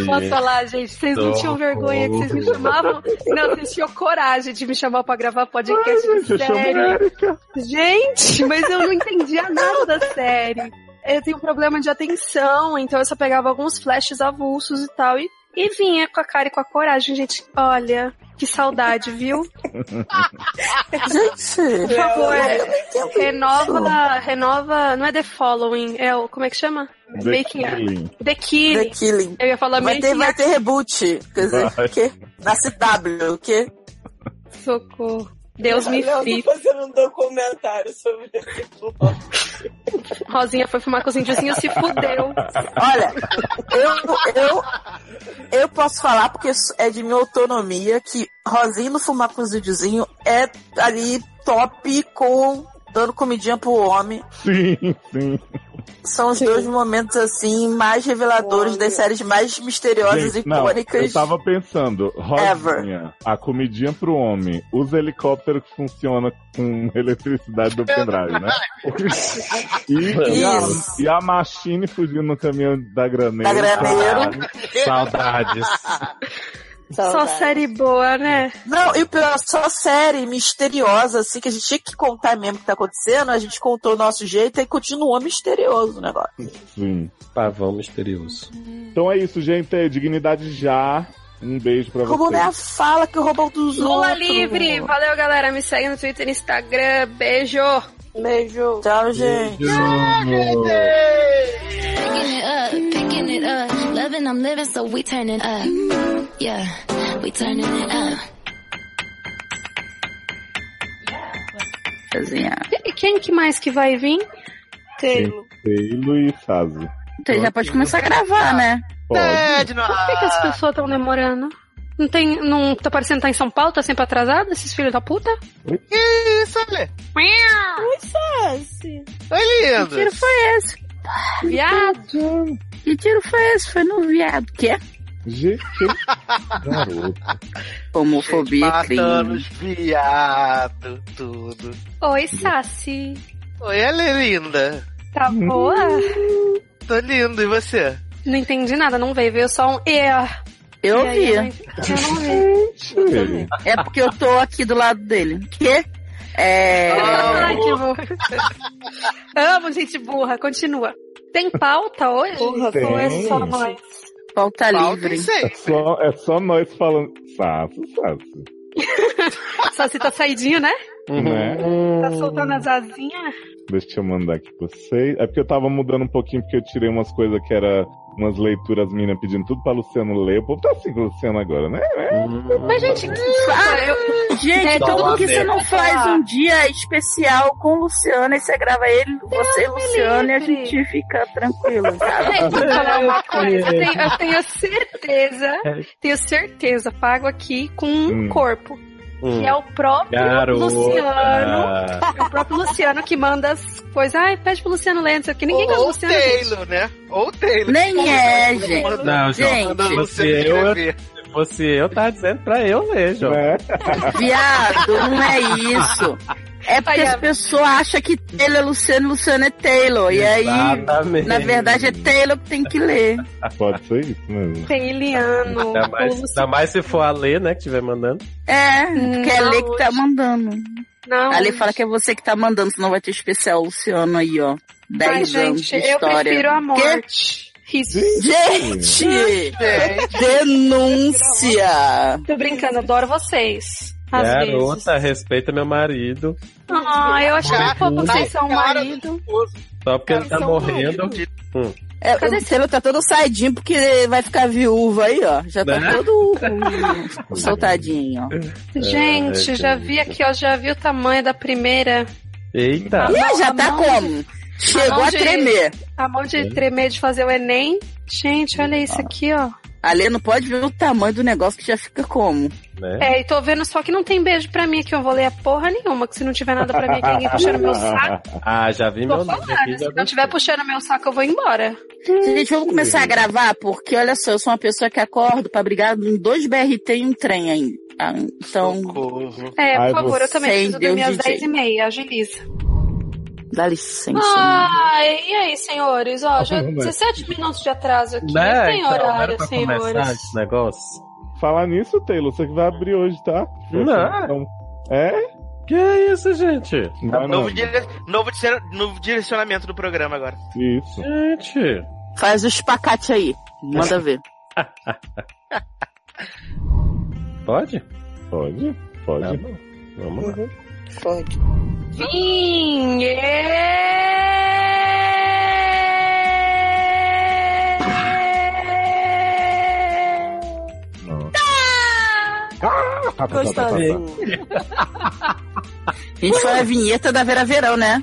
Speaker 3: Posso falar, gente? Vocês não tinham vergonha que vocês me chamavam? Não, vocês tinham coragem de me chamar pra gravar podcast
Speaker 5: Ai,
Speaker 3: de
Speaker 5: gente, eu chamo
Speaker 3: série.
Speaker 5: Érica.
Speaker 3: Gente, mas eu não entendia nada da série. Eu tenho um problema de atenção, então eu só pegava alguns flashes avulsos e tal. E, e vinha com a cara e com a coragem, gente. Olha, que saudade, viu?
Speaker 4: Gente,
Speaker 3: Por favor, é,
Speaker 4: entendo
Speaker 3: renova, renova. Não é The Following, é o. Como é que chama?
Speaker 5: The
Speaker 3: Making a-
Speaker 5: Killing.
Speaker 3: The Killing.
Speaker 4: The Killing.
Speaker 3: Eu ia falar
Speaker 4: Vai ter,
Speaker 3: Making
Speaker 4: vai ter reboot. Quer dizer,
Speaker 5: Vai.
Speaker 4: o quê? Na CW, o quê?
Speaker 3: a- Socorro. Deus me
Speaker 11: Léo,
Speaker 3: livre.
Speaker 11: tô fazendo um documentário sobre esse plano.
Speaker 3: Rosinha foi fumar com os índiozinhos se <laughs> fudeu.
Speaker 4: Olha, eu, eu, eu posso falar porque isso é de minha autonomia que Rosinho no Fumar com os Videozinho é ali top com dando comidinha pro homem.
Speaker 5: Sim, sim.
Speaker 4: São os dois momentos assim mais reveladores das séries mais misteriosas e
Speaker 5: Gente, não, eu
Speaker 4: icônicas.
Speaker 5: tava pensando, Rosinha, a comidinha pro homem, os helicópteros que funcionam com <laughs> eletricidade do pendrive, né? E, e a,
Speaker 4: Isso.
Speaker 5: e a machine fugindo no caminhão da graneira.
Speaker 4: Da graneiro.
Speaker 2: Saudades.
Speaker 3: Só série boa, né?
Speaker 4: Não, e o pior, é só série misteriosa, assim, que a gente tinha que contar mesmo o que tá acontecendo, a gente contou o nosso jeito e continuou misterioso o negócio.
Speaker 5: Sim.
Speaker 2: Pavão misterioso.
Speaker 5: Então é isso, gente. Dignidade já. Um beijo pra
Speaker 4: Como
Speaker 5: vocês.
Speaker 4: minha fala que roubou dos
Speaker 3: Lula
Speaker 4: outros.
Speaker 3: livre! Valeu, galera. Me segue no Twitter e Instagram. Beijo!
Speaker 18: Né,
Speaker 11: Beijo.
Speaker 4: Tchau, gente.
Speaker 14: Picking it up, picking it up. Loving, I'm living, so we turning up. Yeah, we turning it up.
Speaker 4: é.
Speaker 3: E quem que mais que vai vir?
Speaker 4: é?
Speaker 5: Taylor e Sazi.
Speaker 4: Então, já pode começar a gravar, né?
Speaker 3: É, de Por que, que as pessoas estão demorando? Não tem. Não tá parecendo que tá em São Paulo, tá sempre atrasado, esses filhos da puta?
Speaker 6: Que isso, olha?
Speaker 11: É,
Speaker 4: Oi,
Speaker 6: Oi, lindo.
Speaker 4: Que tiro foi esse? Viado. Que tiro foi esse? Foi no viado. é Quê?
Speaker 5: Gente, garoto.
Speaker 4: Homofobia é
Speaker 6: Matando os
Speaker 4: crime.
Speaker 6: viado, tudo.
Speaker 3: Oi, Saci.
Speaker 6: Oi, ela é linda.
Speaker 3: Tá boa?
Speaker 6: Tô lindo, e você?
Speaker 3: Não entendi nada, não veio. Veio só um. E,
Speaker 4: Eu
Speaker 3: E aí,
Speaker 4: vi.
Speaker 3: Eu não <laughs> vi.
Speaker 4: É porque eu tô aqui do lado dele. Quê? É.
Speaker 3: Ai, que burra. <laughs> Amo gente burra, continua. Tem pauta hoje? Porra, Ou é
Speaker 5: tem.
Speaker 3: só nós?
Speaker 4: Pauta
Speaker 3: livre.
Speaker 5: É só, é só nós falando. Sabe, sabe.
Speaker 3: Saci tá saidinho, né?
Speaker 4: Uhum.
Speaker 5: Né?
Speaker 3: Tá soltando as asinhas.
Speaker 5: Deixa eu mandar aqui pra vocês. É porque eu tava mudando um pouquinho, porque eu tirei umas coisas que era umas leituras minhas pedindo tudo pra Luciano ler. O povo tá assim com o Luciano agora, né? É.
Speaker 2: Uhum.
Speaker 3: Mas, gente,
Speaker 4: Ah, Gente,
Speaker 3: É,
Speaker 4: então
Speaker 3: dá
Speaker 4: por
Speaker 3: uma
Speaker 4: que você
Speaker 3: merda.
Speaker 4: não faz um dia especial com o Luciano e você grava ele, você e Luciano, e a gente fica tranquilo,
Speaker 3: Gente, vou falar
Speaker 4: sabe?
Speaker 3: uma coisa. Eu tenho, eu tenho certeza, tenho certeza, pago aqui com um
Speaker 4: Hum.
Speaker 3: corpo. Que é o próprio
Speaker 2: Garota.
Speaker 7: Ah.
Speaker 2: Ah.
Speaker 3: Luciano. É o próprio Luciano que manda as coisas. Ai, pede pro Luciano ler, não sei o que. Ninguém gosta do
Speaker 6: Ou o
Speaker 3: Luciano.
Speaker 6: Taylor, né? Ou o Taylor.
Speaker 4: Nem é, gente.
Speaker 2: Não, João,
Speaker 4: Gente.
Speaker 2: se fosse eu, eu- se fosse eu, tava dizendo pra eu ler, João.
Speaker 5: né?
Speaker 4: Viado, não é isso. É porque as pessoas acham que Taylor é Luciano, Luciano é Taylor. E aí,
Speaker 2: Exatamente.
Speaker 4: na verdade, é Taylor que tem que ler.
Speaker 5: Pode ser isso mesmo.
Speaker 3: Tayloriano.
Speaker 2: Ainda mais, tá ainda mais se for a ler, né, que tiver mandando.
Speaker 4: É, porque é
Speaker 3: Não,
Speaker 4: Lê que tá mandando.
Speaker 3: Não.
Speaker 4: A Lê fala que é você que tá mandando, senão vai ter especial Luciano aí, ó. 10 anos
Speaker 3: gente,
Speaker 4: de
Speaker 3: eu
Speaker 4: história.
Speaker 3: prefiro a
Speaker 4: Quê?
Speaker 3: morte. Isso.
Speaker 4: Gente! Denúncia!
Speaker 3: Tô brincando, adoro vocês. Às vezes.
Speaker 2: Garota, respeita meu marido.
Speaker 3: Ah, eu achei um pouco vocês são o marido.
Speaker 2: Só porque ele tá morrendo. Hum.
Speaker 4: É, o Taylor tá todo saidinho porque vai ficar viúva aí, ó. Já tá
Speaker 2: Né?
Speaker 4: todo hum, soltadinho, ó.
Speaker 3: Gente, já vi aqui, ó, já vi o tamanho da primeira.
Speaker 2: Eita.
Speaker 4: Ih, já
Speaker 3: A
Speaker 4: tá
Speaker 3: mão
Speaker 4: como?
Speaker 3: de-
Speaker 4: Chegou
Speaker 3: mão
Speaker 4: a
Speaker 3: de-
Speaker 4: tremer.
Speaker 3: A mão de
Speaker 4: É.
Speaker 3: tremer de fazer o Enem. Gente, olha isso aqui, ó.
Speaker 4: A Lê não pode ver o tamanho do negócio que já fica como.
Speaker 2: né?
Speaker 3: É, e tô vendo só que não tem beijo pra mim aqui. Eu vou ler a porra nenhuma, que se não tiver nada pra mim aqui, ninguém tá puxando meu saco.
Speaker 2: Ah, já vi
Speaker 3: É. Tô
Speaker 2: meu nome aqui.
Speaker 3: falando,
Speaker 2: Já
Speaker 3: né? se
Speaker 2: vi.
Speaker 3: não tiver puxando meu saco, eu vou embora.
Speaker 4: Gente, vamos começar a gravar, porque olha só, eu sou uma pessoa que acordo pra brigar em dois BRT e um trem ainda. Ah, Então.
Speaker 3: É, por favor, eu também preciso
Speaker 4: acender o
Speaker 3: dormir às
Speaker 4: DJ.
Speaker 3: 10h30, agiliza.
Speaker 4: Dá licença.
Speaker 3: Ah, e aí, senhores? Ó, já
Speaker 5: Vamos, né?
Speaker 3: 17 minutos de atraso aqui.
Speaker 5: Né?
Speaker 3: tem
Speaker 5: Então,
Speaker 3: horário,
Speaker 5: era pra
Speaker 3: senhores.
Speaker 5: começar.
Speaker 2: Esse negócio.
Speaker 5: <laughs> Falar nisso, Taylor, você que vai abrir hoje, tá?
Speaker 2: Não.
Speaker 5: Então, é?
Speaker 2: Que isso, gente?
Speaker 5: Vai não.
Speaker 6: Novo, dire- novo, dire- novo direcionamento do programa agora.
Speaker 5: Isso.
Speaker 2: Gente.
Speaker 4: Faz o espacate aí. Manda ver.
Speaker 2: Pode?
Speaker 5: Pode,
Speaker 2: Tá
Speaker 5: pode.
Speaker 2: Vamos lá.
Speaker 19: Pode.
Speaker 3: é.
Speaker 5: Ah, tá, tá, tá, tá, tá.
Speaker 4: A gente foi a vinheta da Vera Verão, né?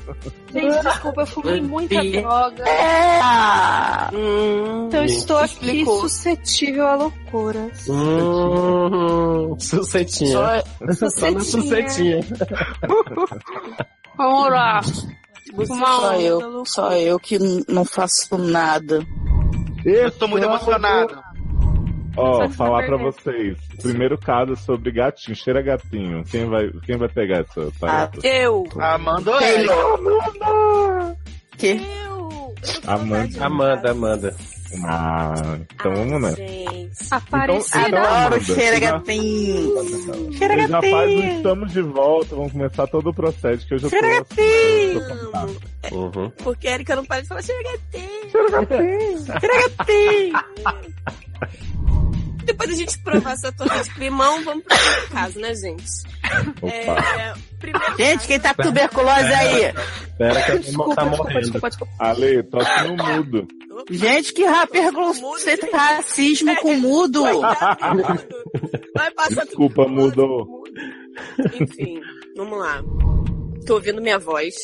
Speaker 3: Gente, desculpa, eu fumei muita droga.
Speaker 4: É.
Speaker 3: Então eu estou aqui
Speaker 4: Explicou.
Speaker 3: suscetível a loucuras.
Speaker 2: Hum,
Speaker 4: É.
Speaker 2: sucetinha.
Speaker 3: Só-
Speaker 2: Só na sucetinha.
Speaker 3: sucetinha. Vamos lá.
Speaker 4: Só eu, só eu que n- não faço nada.
Speaker 5: Eu
Speaker 6: tô
Speaker 2: Então,
Speaker 6: muito emocionado.
Speaker 5: Ó,
Speaker 4: Só
Speaker 5: falar pra
Speaker 4: pergunta.
Speaker 5: vocês. Primeiro caso é sobre gatinho. Cheira gatinho. Quem vai, quem vai pegar essa tarefa?
Speaker 6: Eu. Amanda ou
Speaker 5: Taylor.
Speaker 6: Amanda.
Speaker 4: Que?
Speaker 5: Amanda.
Speaker 2: Amanda, Amanda.
Speaker 5: Ah, então vamos nessa.
Speaker 3: Aparecida.
Speaker 5: Então, então, Amanda, já-
Speaker 4: gatinho. Cheira
Speaker 5: Ele já faz o
Speaker 4: gatinho.
Speaker 5: estamos de volta, vamos começar todo o processo que eu já tô.
Speaker 4: Cheira gatinho.
Speaker 2: Uhum.
Speaker 4: Porque a Erika não para de falar cheira gatinho.
Speaker 5: Cheira gatinho.
Speaker 4: Cheira gatinho.
Speaker 11: Depois a gente provar essa torta de climão, vamos pro outro caso, né, gente? É,
Speaker 4: Gente, quem tá com tuberculose aí?
Speaker 2: Pera que eu tô
Speaker 4: Desculpa,
Speaker 2: tá
Speaker 4: desculpa,
Speaker 2: morrendo.
Speaker 4: desculpa,
Speaker 5: Ale, tô aqui no mudo.
Speaker 4: Gente, que rapérgulo, você tá racismo com mudo.
Speaker 11: vai passar tudo.
Speaker 5: Desculpa, mudou.
Speaker 11: Enfim, vamos lá. Tô ouvindo minha voz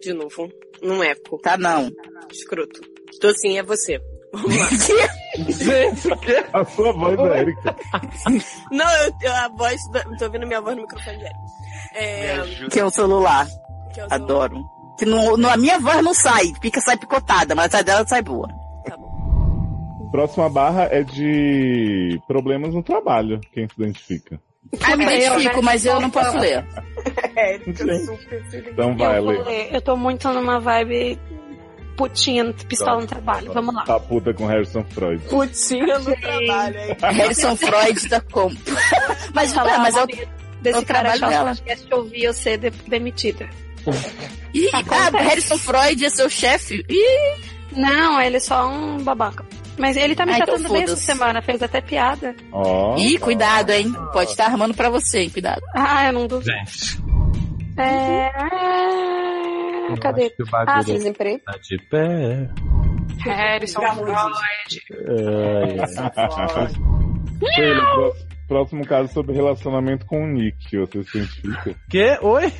Speaker 11: de novo. Num eco.
Speaker 4: Tá não.
Speaker 11: Escroto.
Speaker 20: Estou sim, é você. Vamos lá.
Speaker 5: Gente, o quê? A sua voz da Erika.
Speaker 20: Não, eu, eu- a voz. da- Tô ouvindo minha voz no microfone dele. É,
Speaker 4: Que é o celular.
Speaker 20: Que é o celular.
Speaker 4: Adoro. Que não, não- a minha voz não sai, fica sai picotada, mas a dela sai boa.
Speaker 5: Próxima barra é de problemas no trabalho, quem se identifica.
Speaker 4: Ah, me identifico, mas eu não posso ler.
Speaker 11: É,
Speaker 5: Então vai,
Speaker 3: eu, vou
Speaker 5: Lê.
Speaker 3: ler. eu tô muito numa vibe putinha, pistola no trabalho. Vamos lá.
Speaker 5: Tá puta com Harrison Freud.
Speaker 20: Putinha no trabalho, hein?
Speaker 4: É Harrison Freud da Compo. Mas
Speaker 3: Falar
Speaker 4: falar, mas é o,
Speaker 3: mal
Speaker 4: é
Speaker 3: Desse
Speaker 4: o
Speaker 3: cara
Speaker 4: trabalho
Speaker 3: achar o
Speaker 4: dela.
Speaker 3: podcast que eu vi eu ser de- demitida.
Speaker 4: Ih, ah, Harrison Freud é seu chefe? Ih,
Speaker 3: Não, ele é só um babaca. Mas ele tá me
Speaker 4: Ah, então
Speaker 3: tratando bem essa
Speaker 4: foda-se.
Speaker 3: semana, fez até piada.
Speaker 5: Ó. <laughs>
Speaker 4: Ih, cuidado, hein? Pode estar armando pra você, hein? Cuidado.
Speaker 3: Ah, eu não duvido. É... ah, Cadê?
Speaker 2: que o bagulho-
Speaker 3: Ah, sim, desemprego.
Speaker 2: Tá de pé.
Speaker 21: É,
Speaker 3: Harrison Freud.
Speaker 5: Sheila, pró- próximo caso sobre relacionamento com o Nick, você se identifica?
Speaker 2: Quê? Oi?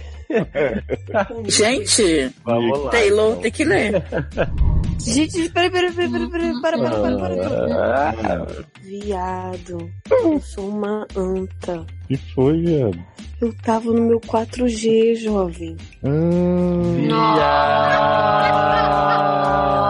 Speaker 4: Gente,
Speaker 2: Vamos lá.
Speaker 4: Taylor, tem que ler.
Speaker 11: Gente, peraí, peraí, peraí, peraí, peraí, para, para, para, para,
Speaker 2: Ah,
Speaker 11: Viado, eu sou uma anta.
Speaker 5: que foi, viado?
Speaker 11: Eu tava no meu 4G, jovem.
Speaker 5: Ah,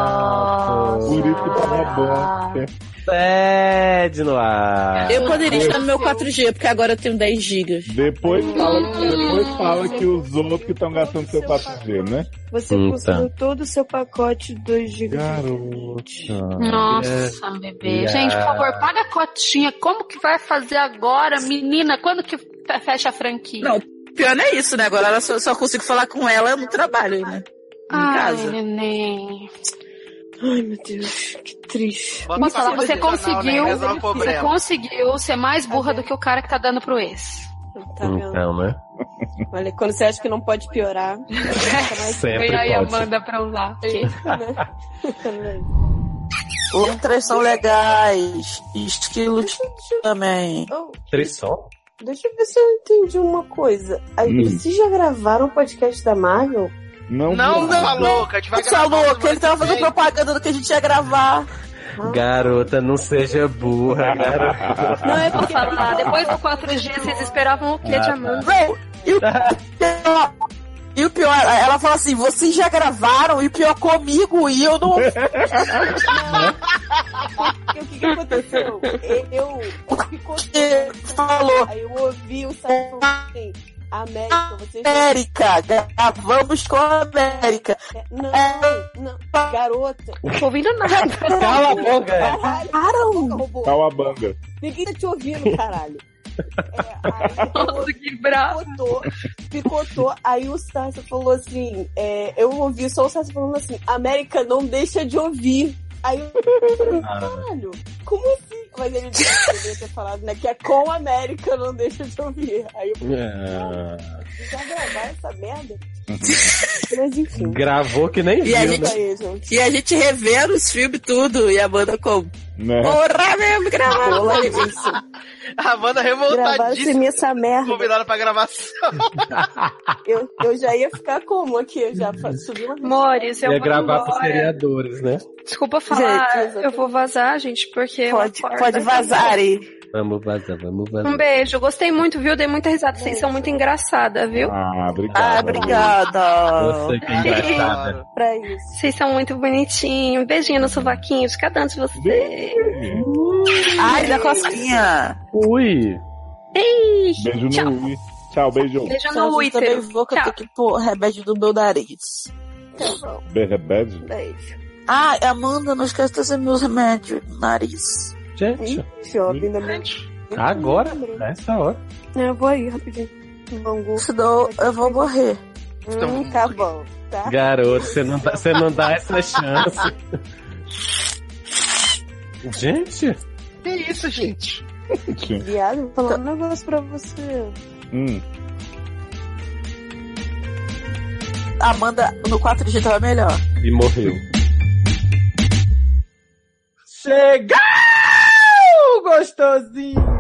Speaker 5: Por isso que tava
Speaker 3: Ah.
Speaker 5: bom.
Speaker 2: Pede no ar.
Speaker 4: Eu poderia estar no meu 4G, porque agora eu tenho 10 GB.
Speaker 5: Depois fala, depois fala que os outros que estão gastando seu 4G, né?
Speaker 11: Você
Speaker 5: Hum,
Speaker 11: consumiu todo o seu pacote 2 GB.
Speaker 5: Garota.
Speaker 21: Nossa,
Speaker 3: Uhum.
Speaker 21: bebê.
Speaker 5: Yeah.
Speaker 21: Gente, por favor, paga a cotinha. Como que vai fazer agora, menina? Quando que fe- fecha a franquia?
Speaker 4: Não, pior não é isso, né? Agora eu só, só consigo falar com ela no trabalho, né?
Speaker 21: Ai,
Speaker 4: casa.
Speaker 21: neném.
Speaker 11: Ai, meu Deus, que triste.
Speaker 21: Posso falar,
Speaker 11: Mas
Speaker 21: você
Speaker 6: né?
Speaker 21: conseguiu,
Speaker 11: resolve o
Speaker 21: você
Speaker 11: problema.
Speaker 21: conseguiu ser mais burra do que o cara que tá dando pro ex.
Speaker 11: Tá vendo?
Speaker 2: Então, né?
Speaker 11: Olha, quando você acha que não pode piorar,
Speaker 2: Sempre
Speaker 21: Vem aí,
Speaker 2: pode.
Speaker 21: Amanda, pra usar.
Speaker 11: né?
Speaker 22: Outras são legais. Esquilos também.
Speaker 2: Três só?
Speaker 11: oh, deixa eu ver se eu entendi uma coisa. Aí,
Speaker 2: Hum.
Speaker 11: Vocês já gravaram o podcast da Marvel?
Speaker 5: Não,
Speaker 22: Não, não,
Speaker 6: tá louca, a gente vai
Speaker 22: Sua louca, ele tava fazendo propaganda do que a gente ia gravar.
Speaker 2: Garota, não seja burra, garota.
Speaker 3: Não é pra falar. Depois do 4G, vocês esperavam o quê de
Speaker 2: Ah,
Speaker 3: Amanda?
Speaker 22: Não, e o pior, e o pior, ela fala assim, vocês já gravaram, e o pior comigo, e eu não...
Speaker 11: O que, que aconteceu? Eu, eu ficou
Speaker 22: falou.
Speaker 11: Aí eu ouvi o Sérgio falando assim, América, vocês
Speaker 22: América, <laughs> gravamos com a América.
Speaker 11: Não, É, não, garota.
Speaker 3: Não tô ouvindo <laughs> nada.
Speaker 2: Cala a boca.
Speaker 11: Caralho, para, robô.
Speaker 5: Cala a banga.
Speaker 11: Ninguém tá te ouvindo, caralho. É, aí, Nossa,
Speaker 21: que bravo.
Speaker 11: Picotou, picotou. Aí o Sasha falou assim: é, Eu ouvi só o Sasha falando assim: América, não deixa de ouvir. Aí eu caralho, como assim? Mas ele disse, ele devia ter falado, né? Que é com a América, não deixa de ouvir. Aí eu
Speaker 2: É.
Speaker 11: já gravar essa merda? Mas enfim.
Speaker 2: Gravou que nem
Speaker 4: E a
Speaker 2: viu,
Speaker 4: gente-
Speaker 2: né?
Speaker 4: E a gente revendo os filmes tudo e a banda como.
Speaker 5: Né?
Speaker 4: Porra mesmo, gravaram.
Speaker 11: Porra,
Speaker 4: foi
Speaker 11: isso.
Speaker 4: isso.
Speaker 6: A Amanda
Speaker 11: Gravaram-se
Speaker 6: revoltadíssima.
Speaker 11: essa merda.
Speaker 6: Convidada pra gravação.
Speaker 11: Eu, eu já ia ficar como aqui? Eu já fa- subi uma.
Speaker 3: Mores, eu
Speaker 2: Ia
Speaker 3: vou
Speaker 2: gravar com
Speaker 3: embora.
Speaker 2: seriadores, né?
Speaker 3: Desculpa falar,
Speaker 11: Gente, eu-
Speaker 3: eu vou vazar, gente, porque...
Speaker 4: Pode-
Speaker 3: uma porta-
Speaker 4: pode vazar aí.
Speaker 2: Vamos vazar, vamos vazar.
Speaker 3: Um beijo, gostei muito, viu? Dei muita risada,
Speaker 4: É.
Speaker 3: vocês são muito engraçadas, viu?
Speaker 5: Ah,
Speaker 4: Ah,
Speaker 5: obrigado.
Speaker 4: obrigada.
Speaker 2: Você que é engraçada.
Speaker 11: Pra isso.
Speaker 3: Vocês são muito bonitinhos. Um beijinho no sovaquinho de cada um de vocês.
Speaker 4: Ai, da cosquinha.
Speaker 2: Ui.
Speaker 3: Ei,
Speaker 5: Beijo
Speaker 3: tchau.
Speaker 5: no Ui. Tchau, beijo.
Speaker 3: Beijo
Speaker 22: Então,
Speaker 3: no
Speaker 22: eu também
Speaker 3: útero.
Speaker 22: vou que eu
Speaker 3: Tchau.
Speaker 22: tenho que pôr remédio do meu nariz.
Speaker 5: Beijo, beijo.
Speaker 22: Ai, Amanda, não esquece de trazer meus remédios do nariz.
Speaker 2: Gente,
Speaker 11: Jovem da minha.
Speaker 2: agora, nessa hora.
Speaker 11: Eu vou aí rapidinho. Bangu.
Speaker 22: Senão eu vou morrer.
Speaker 11: Hum, tá bom, tá?
Speaker 2: Garoto, você não, dá- você não dá essa chance. Gente,
Speaker 6: Que isso, gente?
Speaker 11: Viado, vou falar um negócio pra você.
Speaker 5: Hum.
Speaker 22: Amanda, no 4G tava melhor.
Speaker 2: e morreu.
Speaker 23: Chegou, gostosinho!